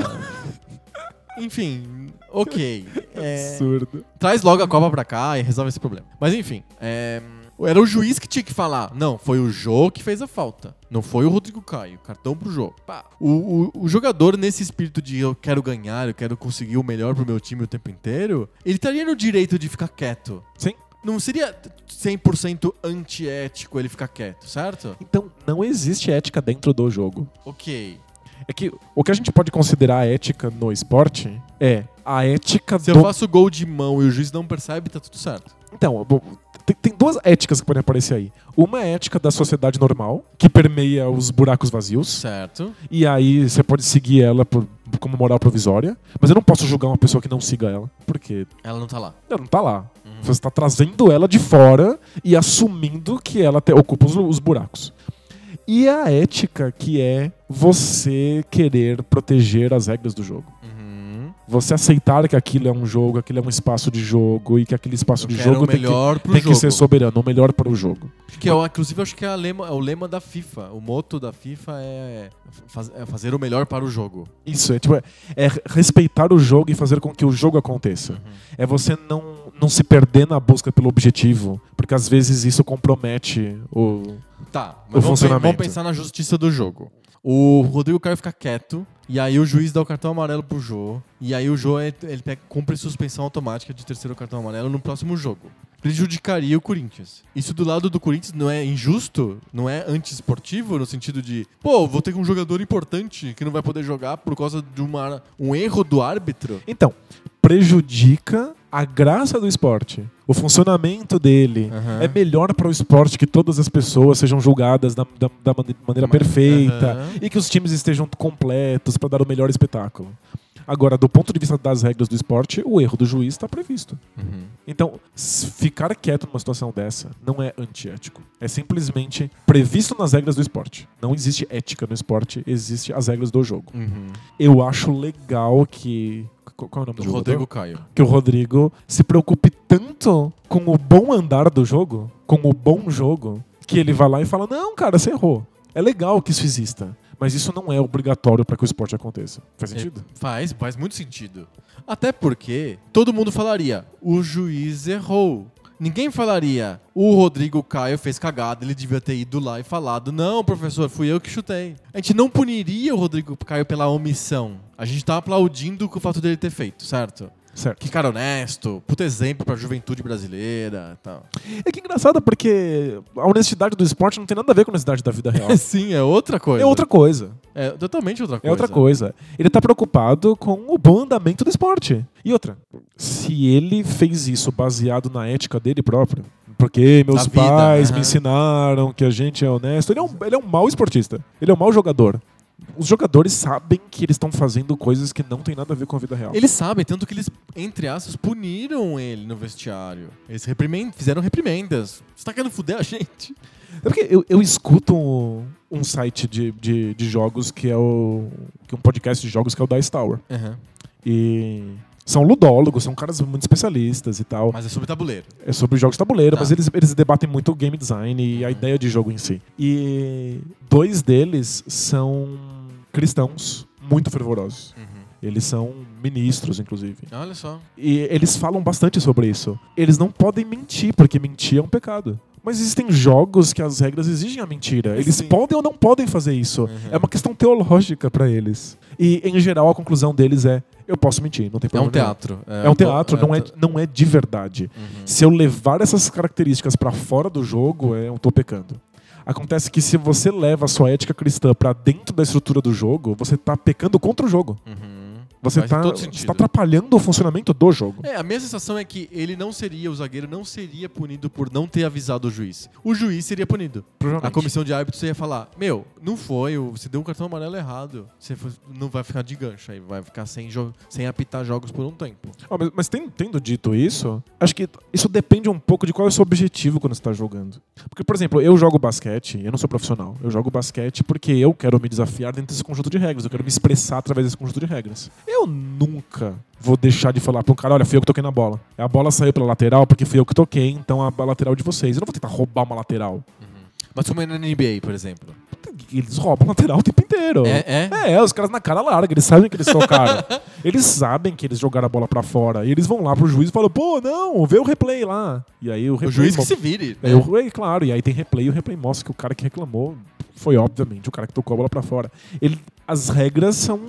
Enfim, ok. É, Absurdo. traz logo a Copa pra cá e resolve esse problema. Mas enfim, é, era o juiz que tinha que falar. Não, foi o Jô que fez a falta. Não foi o Rodrigo Caio. Cartão pro Jô. Pá. O, o- o jogador, nesse espírito de eu quero ganhar, eu quero conseguir o melhor pro meu time o tempo inteiro, ele estaria no direito de ficar quieto. Sim. Não seria 100% antiético ele ficar quieto, certo? Então, não existe ética dentro do jogo. Ok. É que o que a gente pode considerar ética no esporte é a ética Se do. eu faço gol de mão e o juiz não percebe, tá tudo certo. Então, bom, tem, tem duas éticas que podem aparecer aí. Uma é a ética da sociedade normal, que permeia os buracos vazios, Certo. e aí você pode seguir ela por- como moral provisória, mas eu não posso julgar uma pessoa que não siga ela, porque Ela não tá lá. ela não tá lá. Uhum. Você está trazendo ela de fora e assumindo que ela te- ocupa os, os buracos. E a ética que é você querer proteger as regras do jogo. Uhum. Você aceitar que aquilo é um jogo, aquilo é um espaço de jogo e que aquele espaço Eu de quero jogo o tem que, melhor pro tem jogo. que ser soberano, o melhor para o jogo. Que é, o- inclusive, eu acho que é, a lema- é o lema da FIFA. O moto da FIFA é, faz- é fazer o melhor para o jogo. Isso, é tipo, é, é respeitar o jogo e fazer com que o jogo aconteça. Uhum. É você não, não se perder na busca pelo objetivo, porque às vezes isso compromete o. Tá, O mas vamos, pe- funcionamento. vamos pensar na justiça do jogo. O Rodrigo Caio fica quieto, e aí o juiz dá o cartão amarelo pro Jô, e aí o Jô ele, ele pega- cumpre suspensão automática de terceiro cartão amarelo no próximo jogo. Prejudicaria o Corinthians. Isso do lado do Corinthians não é injusto? Não é antiesportivo? No sentido de, pô, vou ter um jogador importante que não vai poder jogar por causa de uma, um erro do árbitro? Então, prejudica a graça do esporte, o funcionamento dele. Aham. É melhor para o esporte que todas as pessoas sejam julgadas da, da- da mane- maneira Ma- perfeita Aham. e que os times estejam completos para dar o melhor espetáculo. Agora, do ponto de vista das regras do esporte, o erro do juiz está previsto. Uhum. Então, s- ficar quieto numa situação dessa não é antiético. É simplesmente previsto nas regras do esporte. Não existe ética no esporte, existe as regras do jogo. Uhum. Eu acho legal que. qu- Qual é o nome do, Do jogador? Rodrigo Caio. Que o Rodrigo se preocupe tanto com o bom andar do jogo, com o bom jogo, que ele vai lá e fala: Não, cara, você errou. É legal que isso exista. Mas isso não é obrigatório para que o esporte aconteça. Faz É. sentido? Faz, faz muito sentido. Até porque todo mundo falaria, o juiz errou. Ninguém falaria, o Rodrigo Caio fez cagada, ele devia ter ido lá e falado, não, professor, fui eu que chutei. A gente não puniria o Rodrigo Caio pela omissão. A gente tá aplaudindo o fato dele ter feito, certo? Certo. Que cara honesto, puta exemplo pra juventude brasileira e tal. É que é engraçado porque a honestidade do esporte não tem nada a ver com a honestidade da vida real. Sim, é outra coisa. É outra coisa. É totalmente outra É coisa. outra coisa. Ele tá preocupado com o bom andamento do esporte. E outra, se ele fez isso baseado na ética dele próprio, porque meus Da vida, pais aham. me ensinaram que a gente é honesto, ele é um, ele é um mau esportista. Ele é um mau jogador. Os jogadores sabem que eles estão fazendo coisas que não tem nada a ver com a vida real. Eles sabem, tanto que eles, entre aspas, puniram ele no vestiário. Eles reprimen- fizeram reprimendas. Você tá querendo fuder a gente? É porque eu, eu escuto um, um site de, de, de jogos que é o. que é um podcast de jogos que é o Dice Tower. E são ludólogos, são caras muito especialistas e tal. Mas é sobre tabuleiro. É sobre jogos de tabuleiro, Tá. Uhum. mas eles, eles debatem muito o game design e a ideia de jogo em si. E dois deles são cristãos muito fervorosos. Uhum. Eles são ministros, inclusive. Olha só. E eles falam bastante sobre isso. Eles não podem mentir, porque mentir é um pecado. Mas existem jogos que as regras exigem a mentira. Eles Sim. Uhum. podem ou não podem fazer isso. É uma questão teológica pra eles. E, em geral, a conclusão deles é: eu posso mentir, não tem É um problema. nenhum. teatro. É um teatro, um não é, te- não é de verdade. Uhum. Se eu levar essas características pra fora do jogo, é, eu tô pecando. Acontece que se você leva a sua ética cristã pra dentro da estrutura do jogo, você tá pecando contra o jogo. Uhum. Você Faz em tá, todo você tá sentido. atrapalhando o funcionamento do jogo. É, a minha sensação é que ele não seria, o zagueiro não seria punido por não ter avisado o juiz. O juiz seria punido. Provavelmente. A comissão de árbitros ia falar: Meu, não foi, o- você deu um cartão amarelo errado. Você foi- não vai ficar de gancho aí, vai ficar sem, jo- sem apitar jogos por um tempo. Ó, mas mas ten- tendo dito isso, acho que isso depende um pouco de qual é o seu objetivo quando você tá jogando. Porque, por exemplo, eu jogo basquete, eu não sou profissional, eu jogo basquete porque eu quero me desafiar dentro desse conjunto de regras, eu quero me expressar através desse conjunto de regras. Eu nunca vou deixar de falar pra um cara, olha, fui eu que toquei na bola. A bola saiu pela lateral porque fui eu que toquei, então a lateral é de vocês. Eu não vou tentar roubar uma lateral. Mas como é na NBA, por exemplo. Eles roubam a lateral o tempo inteiro. É, é? É, os caras na cara larga, eles sabem que eles tocaram. eles sabem que eles jogaram a bola pra fora. E eles vão lá pro juiz e falam, pô, não, vê o replay lá. E aí o replay. O juiz que mo- se vire. né? É, o- é, claro, e aí tem replay, e o replay mostra que o cara que reclamou foi, obviamente, o cara que tocou a bola pra fora. Ele, as regras são,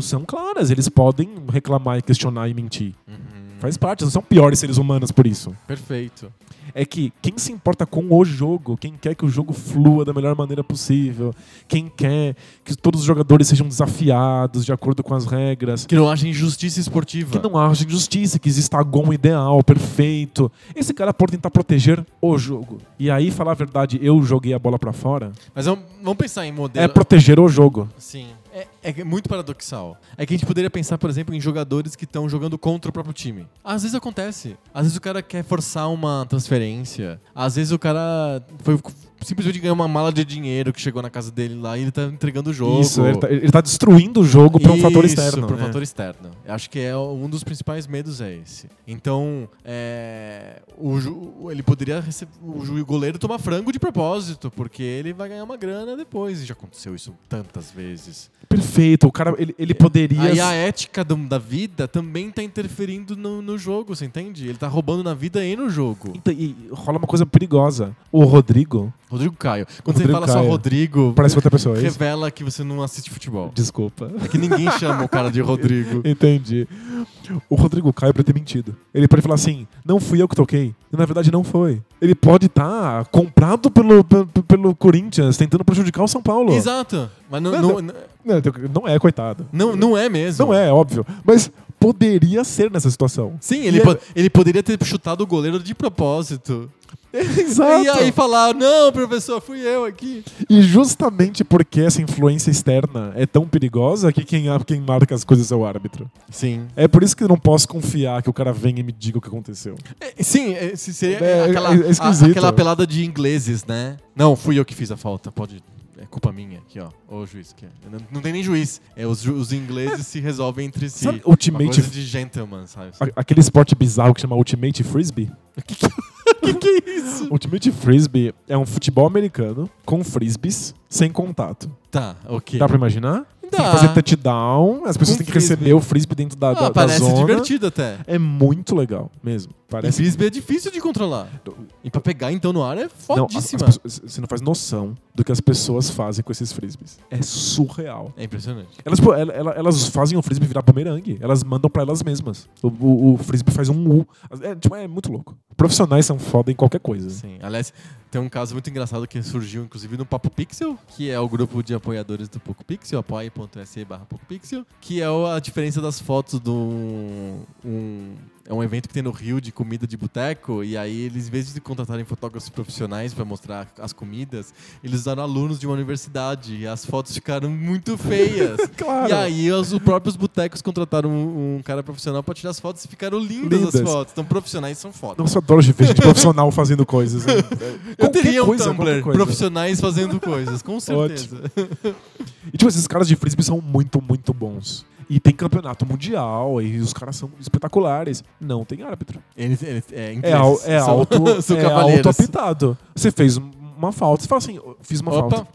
são claras, eles podem reclamar, e questionar e mentir. Uhum. Faz parte, eles não são piores seres humanos por isso. Perfeito. É que quem se importa com o jogo, quem quer que o jogo flua da melhor maneira possível, quem quer que todos os jogadores sejam desafiados de acordo com as regras, Que não haja injustiça esportiva. que não haja injustiça, que exista algum ideal perfeito. Esse cara pode tentar proteger o jogo. E aí, falar a verdade, eu joguei a bola pra fora, Mas vamos, vamos pensar em modelo. é proteger o jogo. Sim. É, é muito paradoxal. É que a gente poderia pensar, por exemplo, em jogadores que estão jogando contra o próprio time. Às vezes acontece. Às vezes o cara quer forçar uma transferência. Às vezes o cara foi simplesmente ganhou uma mala de dinheiro que chegou na casa dele lá e ele tá entregando o jogo. Isso, ele tá, ele tá destruindo o jogo pra um fator Isso, externo. pra um é. fator externo. Eu acho que é um dos principais medos é esse. Então, é, o ju- ele poderia receber o, ju- o goleiro tomar frango de propósito, porque ele vai ganhar uma grana depois. E já aconteceu isso tantas vezes. Perfeito, o cara, ele, ele poderia... É. Aí a ética do- da vida também tá interferindo no, no jogo, você entende? Ele tá roubando na vida e no jogo. Então, e rola uma coisa perigosa. O Rodrigo, Rodrigo Caio. Quando Rodrigo você fala Caio. só Rodrigo, parece outra pessoa, é isso? revela que você não assiste futebol. Desculpa. É que ninguém chama o cara de Rodrigo. Entendi. O Rodrigo Caio pode ter mentido. Ele pode falar assim: não fui eu que toquei. E na verdade não foi. Ele pode estar comprado pelo, pe- pe- pelo Corinthians, tentando prejudicar o São Paulo. Exato. Mas não, Não, não, não, Não, tem- não é, coitado. não, é mesmo. Não é, óbvio. Mas poderia ser nessa situação. Sim, ele, E é- po- ele poderia ter chutado o goleiro de propósito. Exato. E aí falar, não, professor, fui eu aqui. E justamente porque essa influência externa é tão perigosa que quem, quem marca as coisas é o árbitro. Sim. É por isso que eu não posso confiar que o cara venha e me diga o que aconteceu. sim, é, se- seria É, aquela, é esquisito. a- aquela pelada de ingleses, né? Não, fui eu que fiz a falta, pode... É culpa minha aqui, ó. Ô, juiz. Que é, não, não tem nem juiz. É, os, ju- os ingleses se resolvem entre si. Sabe, ultimate- Uma coisa de gentleman, sabe? A- Aquele esporte bizarro que chama Ultimate Frisbee. que que é isso? Ultimate Frisbee é um futebol americano com frisbees sem contato. Tá, ok. Dá pra imaginar? Dá. Tem que fazer touchdown, as pessoas Com têm que frisbee. receber o frisbee dentro da, Ah, da, da parece zona. divertido até. É muito legal mesmo. E Parece. frisbee é difícil de controlar. E pra pegar então no ar é Não, as- as fodíssima. pessoas- você não faz noção do que as pessoas fazem com esses frisbees. É surreal. É impressionante. Elas, pô, ela- ela- elas fazem o frisbee virar bumerangue. Elas mandam pra elas mesmas. O, o- o frisbee faz um U. É, tipo, é muito louco. Profissionais são foda em qualquer coisa. Sim. Aliás, tem um caso muito engraçado que surgiu, inclusive, no Papo Pixel, que é o grupo de apoiadores do Poco Pixel, apoia.se barra Poco Pixel, que é o- a diferença das fotos do. Um, é um evento que tem no Rio de comida de boteco, e aí eles, em vez de contratarem fotógrafos profissionais pra mostrar as comidas, eles usaram alunos de uma universidade, e as fotos ficaram muito feias. Claro. E aí os, os próprios botecos contrataram um, um cara profissional pra tirar as fotos e ficaram lindas, as Lindas. fotos. Então profissionais são fodas. Nossa, eu adoro ver gente profissional fazendo coisas. né? Eu Qualquer teria um coisa, qualquer Tumblr, coisa. profissionais fazendo coisas, com certeza. E tipo, esses caras de frisbee são muito, muito bons. E tem campeonato mundial, e os caras são espetaculares. Não tem árbitro. Eles- eles- é, É, ingleses, al, é são- alto, são é cavaleiros. alto apitado. Você fez um- uma falta. Você fala assim, "Eu fiz uma Opa. falta.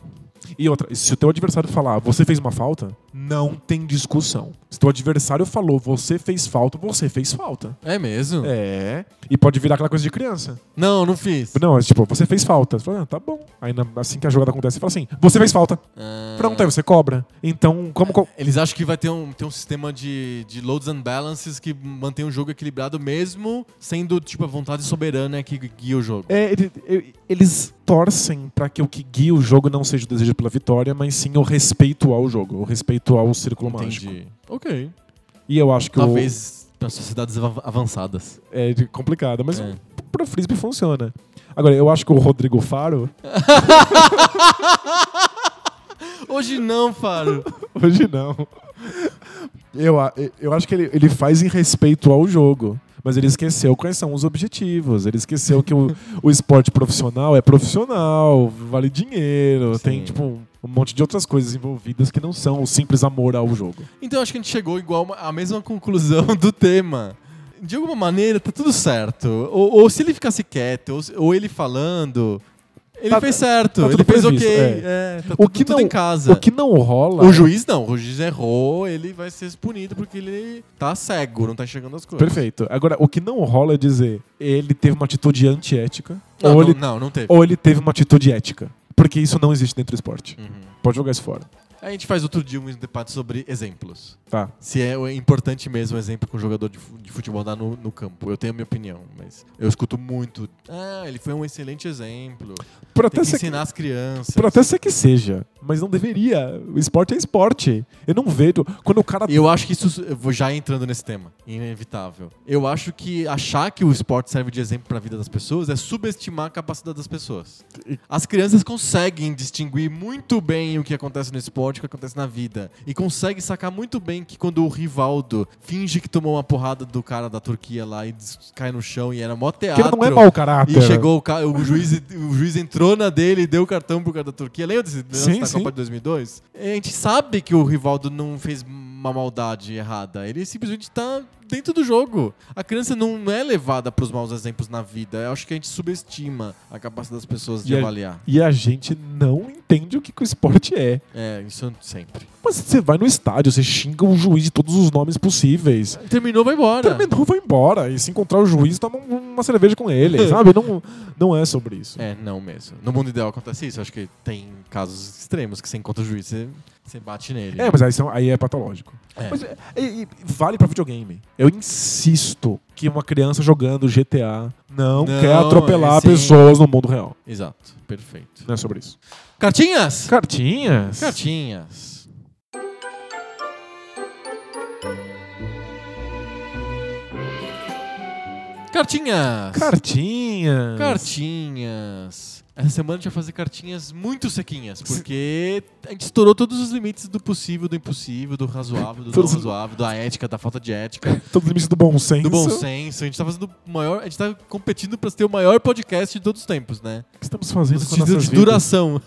E outra, se o teu adversário falar, você fez uma falta, não tem discussão. Se teu adversário falou, você fez falta, você fez falta. É mesmo? É. E pode virar aquela coisa de criança. Não, não fiz. Não, é tipo, você fez falta. Você fala, ah, tá bom. Aí na- assim que a jogada acontece, você fala assim, você fez falta. Ah, Pronto, aí você cobra. Então, como. co- Eles acham que vai ter um, ter um sistema de, de loads and balances que mantém o jogo equilibrado, mesmo sendo tipo a vontade soberana que guia o jogo. É, ele- e- eles torcem pra que o que guie o jogo não seja o desejo pela vitória, mas sim o respeito ao jogo, o respeito ao círculo mágico. Entendi. Ok. E eu acho que o- Talvez nas sociedades av- avançadas. é de- complicado, mas É. pro frisbee funciona. Agora, eu acho que o Rodrigo Faro, Hoje não, Faro. hoje não. Eu, a- eu acho que ele, ele faz em respeito ao jogo. Mas ele esqueceu quais são os objetivos. Ele esqueceu que o, o esporte profissional é profissional, vale dinheiro, Sim. tem tipo um monte de outras coisas envolvidas que não são o simples amor ao jogo. Então acho que a gente chegou igual uma- à mesma conclusão do tema. De alguma maneira, tá tudo certo. Ou, ou se ele ficasse quieto, ou, se- ou ele falando, ele Tá- fez certo. tá tudo ele fez previsto, ok. é. é, tá O tudo, que tudo não- em casa. O que não é. rola. O juiz não, o juiz errou, ele vai ser punido porque ele tá cego, não tá enxergando as coisas. Perfeito. Agora, o que não rola é dizer ele teve uma atitude antiética Ah, Não, ou, não, ele, não, não teve. ou ele teve uma atitude ética. Porque isso não existe dentro do esporte. Uhum. Pode jogar isso fora. A gente faz outro dia um debate sobre exemplos. Tá. Se é importante mesmo o exemplo que um jogador de fu- de futebol dá no, no campo. Eu tenho a minha opinião, mas eu escuto muito. Ah, ele foi um excelente exemplo. Por Tem até, que ser, ensinar as crianças. por até ser que seja. Mas não deveria. O esporte é esporte. Eu não vejo. Quando o cara. tá Eu acho que isso, eu vou já entrando nesse tema, inevitável. Eu acho que achar que o esporte serve de exemplo para a vida das pessoas é subestimar a capacidade das pessoas. As crianças conseguem distinguir muito bem o que acontece no esporte e o que acontece na vida. E conseguem sacar muito bem que quando o Rivaldo finge que tomou uma porrada do cara da Turquia lá e des- cai no chão e era mó Que teatro. ele não é mau caráter. E chegou o, ca... o juiz, o juiz entrou na dele e deu o cartão pro cara da Turquia. Lembra desse lance Sim, da sim. Copa de 2002? A gente sabe que o Rivaldo não fez uma maldade errada. Ele simplesmente tá dentro do jogo. A criança não é levada pros maus exemplos na vida. Eu acho que a gente subestima a capacidade das pessoas de E a- avaliar. E a gente não entende o que, que o esporte é. É, isso sempre. Mas você vai no estádio, você xinga o juiz de todos os nomes possíveis. Terminou, vai embora. Terminou, vai embora. E se encontrar o juiz, toma um- uma cerveja com ele, sabe? Não, não é sobre isso. É, não mesmo. No mundo ideal acontece isso. Eu acho que tem casos extremos que você encontra o juiz, você, você bate nele. É, mas aí, são- aí é patológico. É. Mas é- e- e vale pra videogame. Eu insisto que uma criança jogando GTA não, Não, quer atropelar é, sim. pessoas no mundo real. Exato, perfeito. Não é sobre isso. Cartinhas! Cartinhas. Cartinhas. Cartinhas. Cartinhas. Cartinhas. Essa semana a gente vai fazer cartinhas muito sequinhas, porque a gente estourou todos os limites do possível, do impossível, do razoável, do não Todos- razoável, da ética, da falta de ética, Todo limite do bom senso. do bom senso. A gente tá fazendo o maior. A gente tá competindo pra ser o maior podcast de todos os tempos, né? O que estamos No fazendo com a nossa sentido de vida? duração.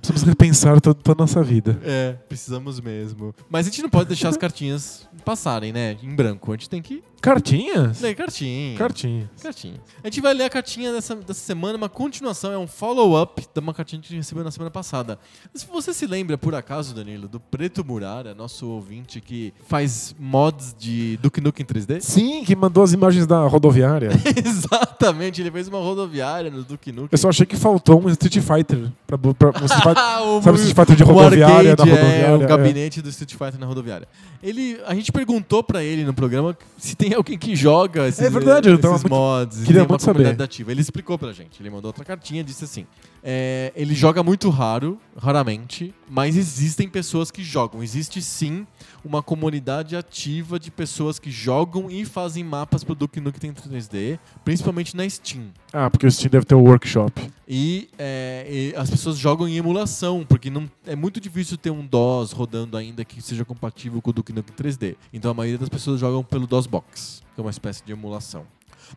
Precisamos repensar to- toda a nossa vida. É, precisamos mesmo. Mas a gente não pode deixar as cartinhas passarem, né? Em branco. A gente tem que Cartinhas? ler cartinha. Cartinhas. Cartinha. A gente vai ler a cartinha dessa, dessa semana, uma continuação, é um follow-up de uma cartinha que a gente recebeu na semana passada. Se você se lembra, por acaso, Danilo, do Preto Murara, nosso ouvinte que faz mods de Duke Nukem 3D? Sim, que mandou as imagens da rodoviária. Exatamente, ele fez uma rodoviária no Duke Nukem. Eu só achei que faltou um Street Fighter. Pra, pra, pra- um Street Fighter- Ah, o sabe o Mur- Street Fighter de rodoviária, o da arcade, rodoviária? É, o é. gabinete do Street Fighter na rodoviária. Ele, a gente perguntou pra ele no programa se tem alguém que joga esses, É verdade, eu esses tava muito- mods. se tem queria uma muito saber. comunidade ativa. Ele explicou pra gente. Ele mandou outra cartinha e disse assim: é, ele joga muito raro, raramente, mas existem pessoas que jogam. Existe sim uma comunidade ativa de pessoas que jogam e fazem mapas pro Duke Nukem 3D, principalmente na Steam. Ah, porque o Steam deve ter o workshop. E, é, e as pessoas jogam em emulação, porque não, é muito difícil ter um DOS rodando ainda que seja compatível com o Duke Nukem 3D. Então a maioria das pessoas jogam pelo DOS Box, que é uma espécie de emulação.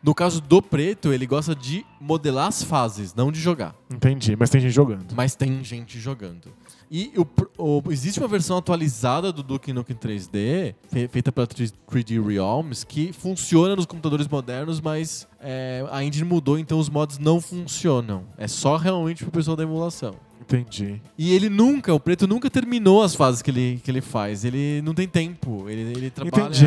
No caso do Preto, ele gosta de modelar as fases, não de jogar. Entendi, mas tem gente jogando. Mas tem gente jogando. E o pr- o- existe uma versão atualizada do Duke Nukem 3D, fe- feita pela 3- 3D Realms, que funciona nos computadores modernos, mas é, a engine mudou, então os mods não funcionam. É só realmente pro pessoal da emulação. Entendi. E ele nunca, o preto nunca terminou as fases que ele, que ele faz. Ele não tem tempo. Ele, ele trabalha Entendi.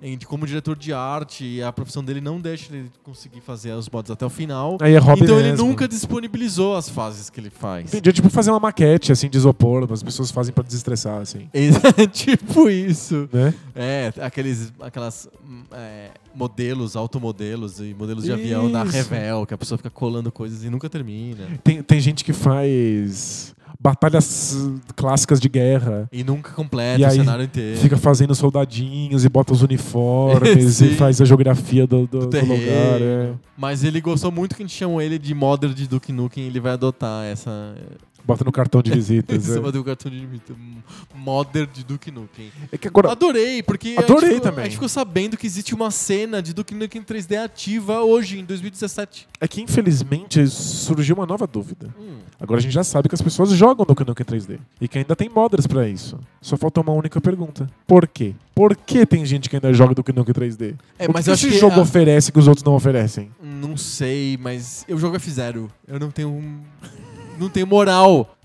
em- como diretor de arte e a profissão dele não deixa ele conseguir fazer os mods até o final. Aí é hobby então ele mesmo. nunca disponibilizou as fases que ele faz. Entendi, é tipo fazer uma maquete, assim, de isopor, mas as pessoas fazem pra desestressar, assim. É tipo isso. Né? É, aqueles aquelas, hum, é, modelos, automodelos e modelos de avião na Isso. Revel, que a pessoa fica colando coisas e nunca termina. Tem, tem gente que faz batalhas eh, clássicas de guerra. E nunca completa E o aí cenário inteiro. Fica fazendo soldadinhos e bota os uniformes Sim. e faz a geografia do, do- do terreno. lugar. é. Mas ele gostou muito que a gente chamou ele de modder de Duke Nukem. Ele vai adotar essa... Bota no cartão de visitas. Esse é. é. do cartão de limite. Modder de Duke Nukem. É que agora. Adorei, porque a gente Adorei ficou- também. a gente ficou sabendo que existe uma cena de Duke Nukem 3D ativa hoje, em 2017. É que infelizmente surgiu uma nova dúvida. Hum. Agora a gente já sabe que as pessoas jogam Duke Nukem 3D e que ainda tem modders pra isso. Só falta uma única pergunta: por quê? Por que tem gente que ainda joga Duke Nukem 3D? É, o mas que eu esse acho que jogo a- oferece que os outros não oferecem? Não sei, mas eu jogo F0. Eu não tenho. um- Não tenho moral.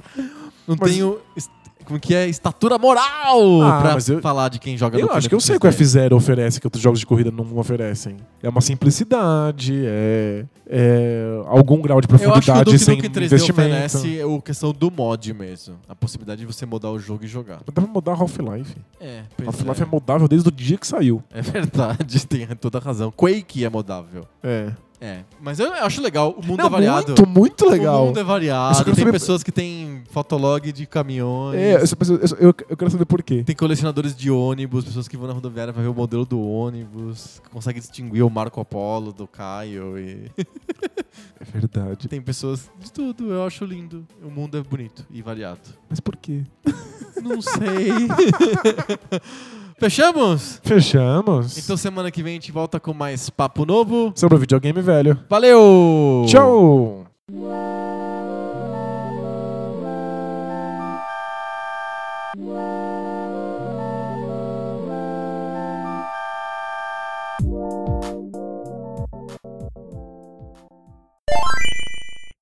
Não Mas- tenho. est- Como que é? Estatura moral Ah, pra mas eu- falar de quem joga Eu no acho que eu sei que o Kinect 3D. F0 oferece que outros jogos de corrida não oferecem. É uma simplicidade, é, é algum grau de Eu acho que o profundidade Duke sem Nukem 3D investimento. oferece a questão do mod mesmo. A possibilidade de você mudar o jogo e jogar. Dá pra mudar Half-Life. É, pois Half-Life é. é. moldável desde o dia que saiu. é verdade, tem toda a razão. Quake é modável. É. É, mas eu acho legal. O mundo Não, é variado. Muito, muito legal. O mundo é Isso que variado. eu Tem sabia- pessoas que têm fotolog de caminhões. É, eu, só preciso- eu só- eu- eu quero saber por quê. Tem colecionadores de ônibus, pessoas que vão na rodoviária pra ver o modelo do ônibus, que consegue distinguir o Marco Polo do Caio. E... É verdade. Tem pessoas de tudo, eu acho lindo. O mundo é bonito e variado. Mas por quê? Não sei. Fechamos? Fechamos. Então semana que vem a gente volta com mais papo novo. Sobre o videogame velho. Valeu! Tchau!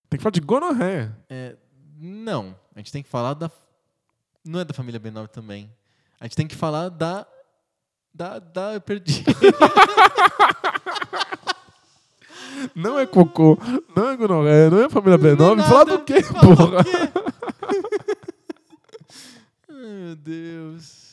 Tem que falar de gonorreia. É, não, a gente tem que falar da. Não é da família B9 também. A gente tem que falar da. Da. da eu perdi. Não é cocô, não é gonorreia, não é família B9. Não é Falar nada. do quê, Falar do porra? quê? Ai, meu Deus.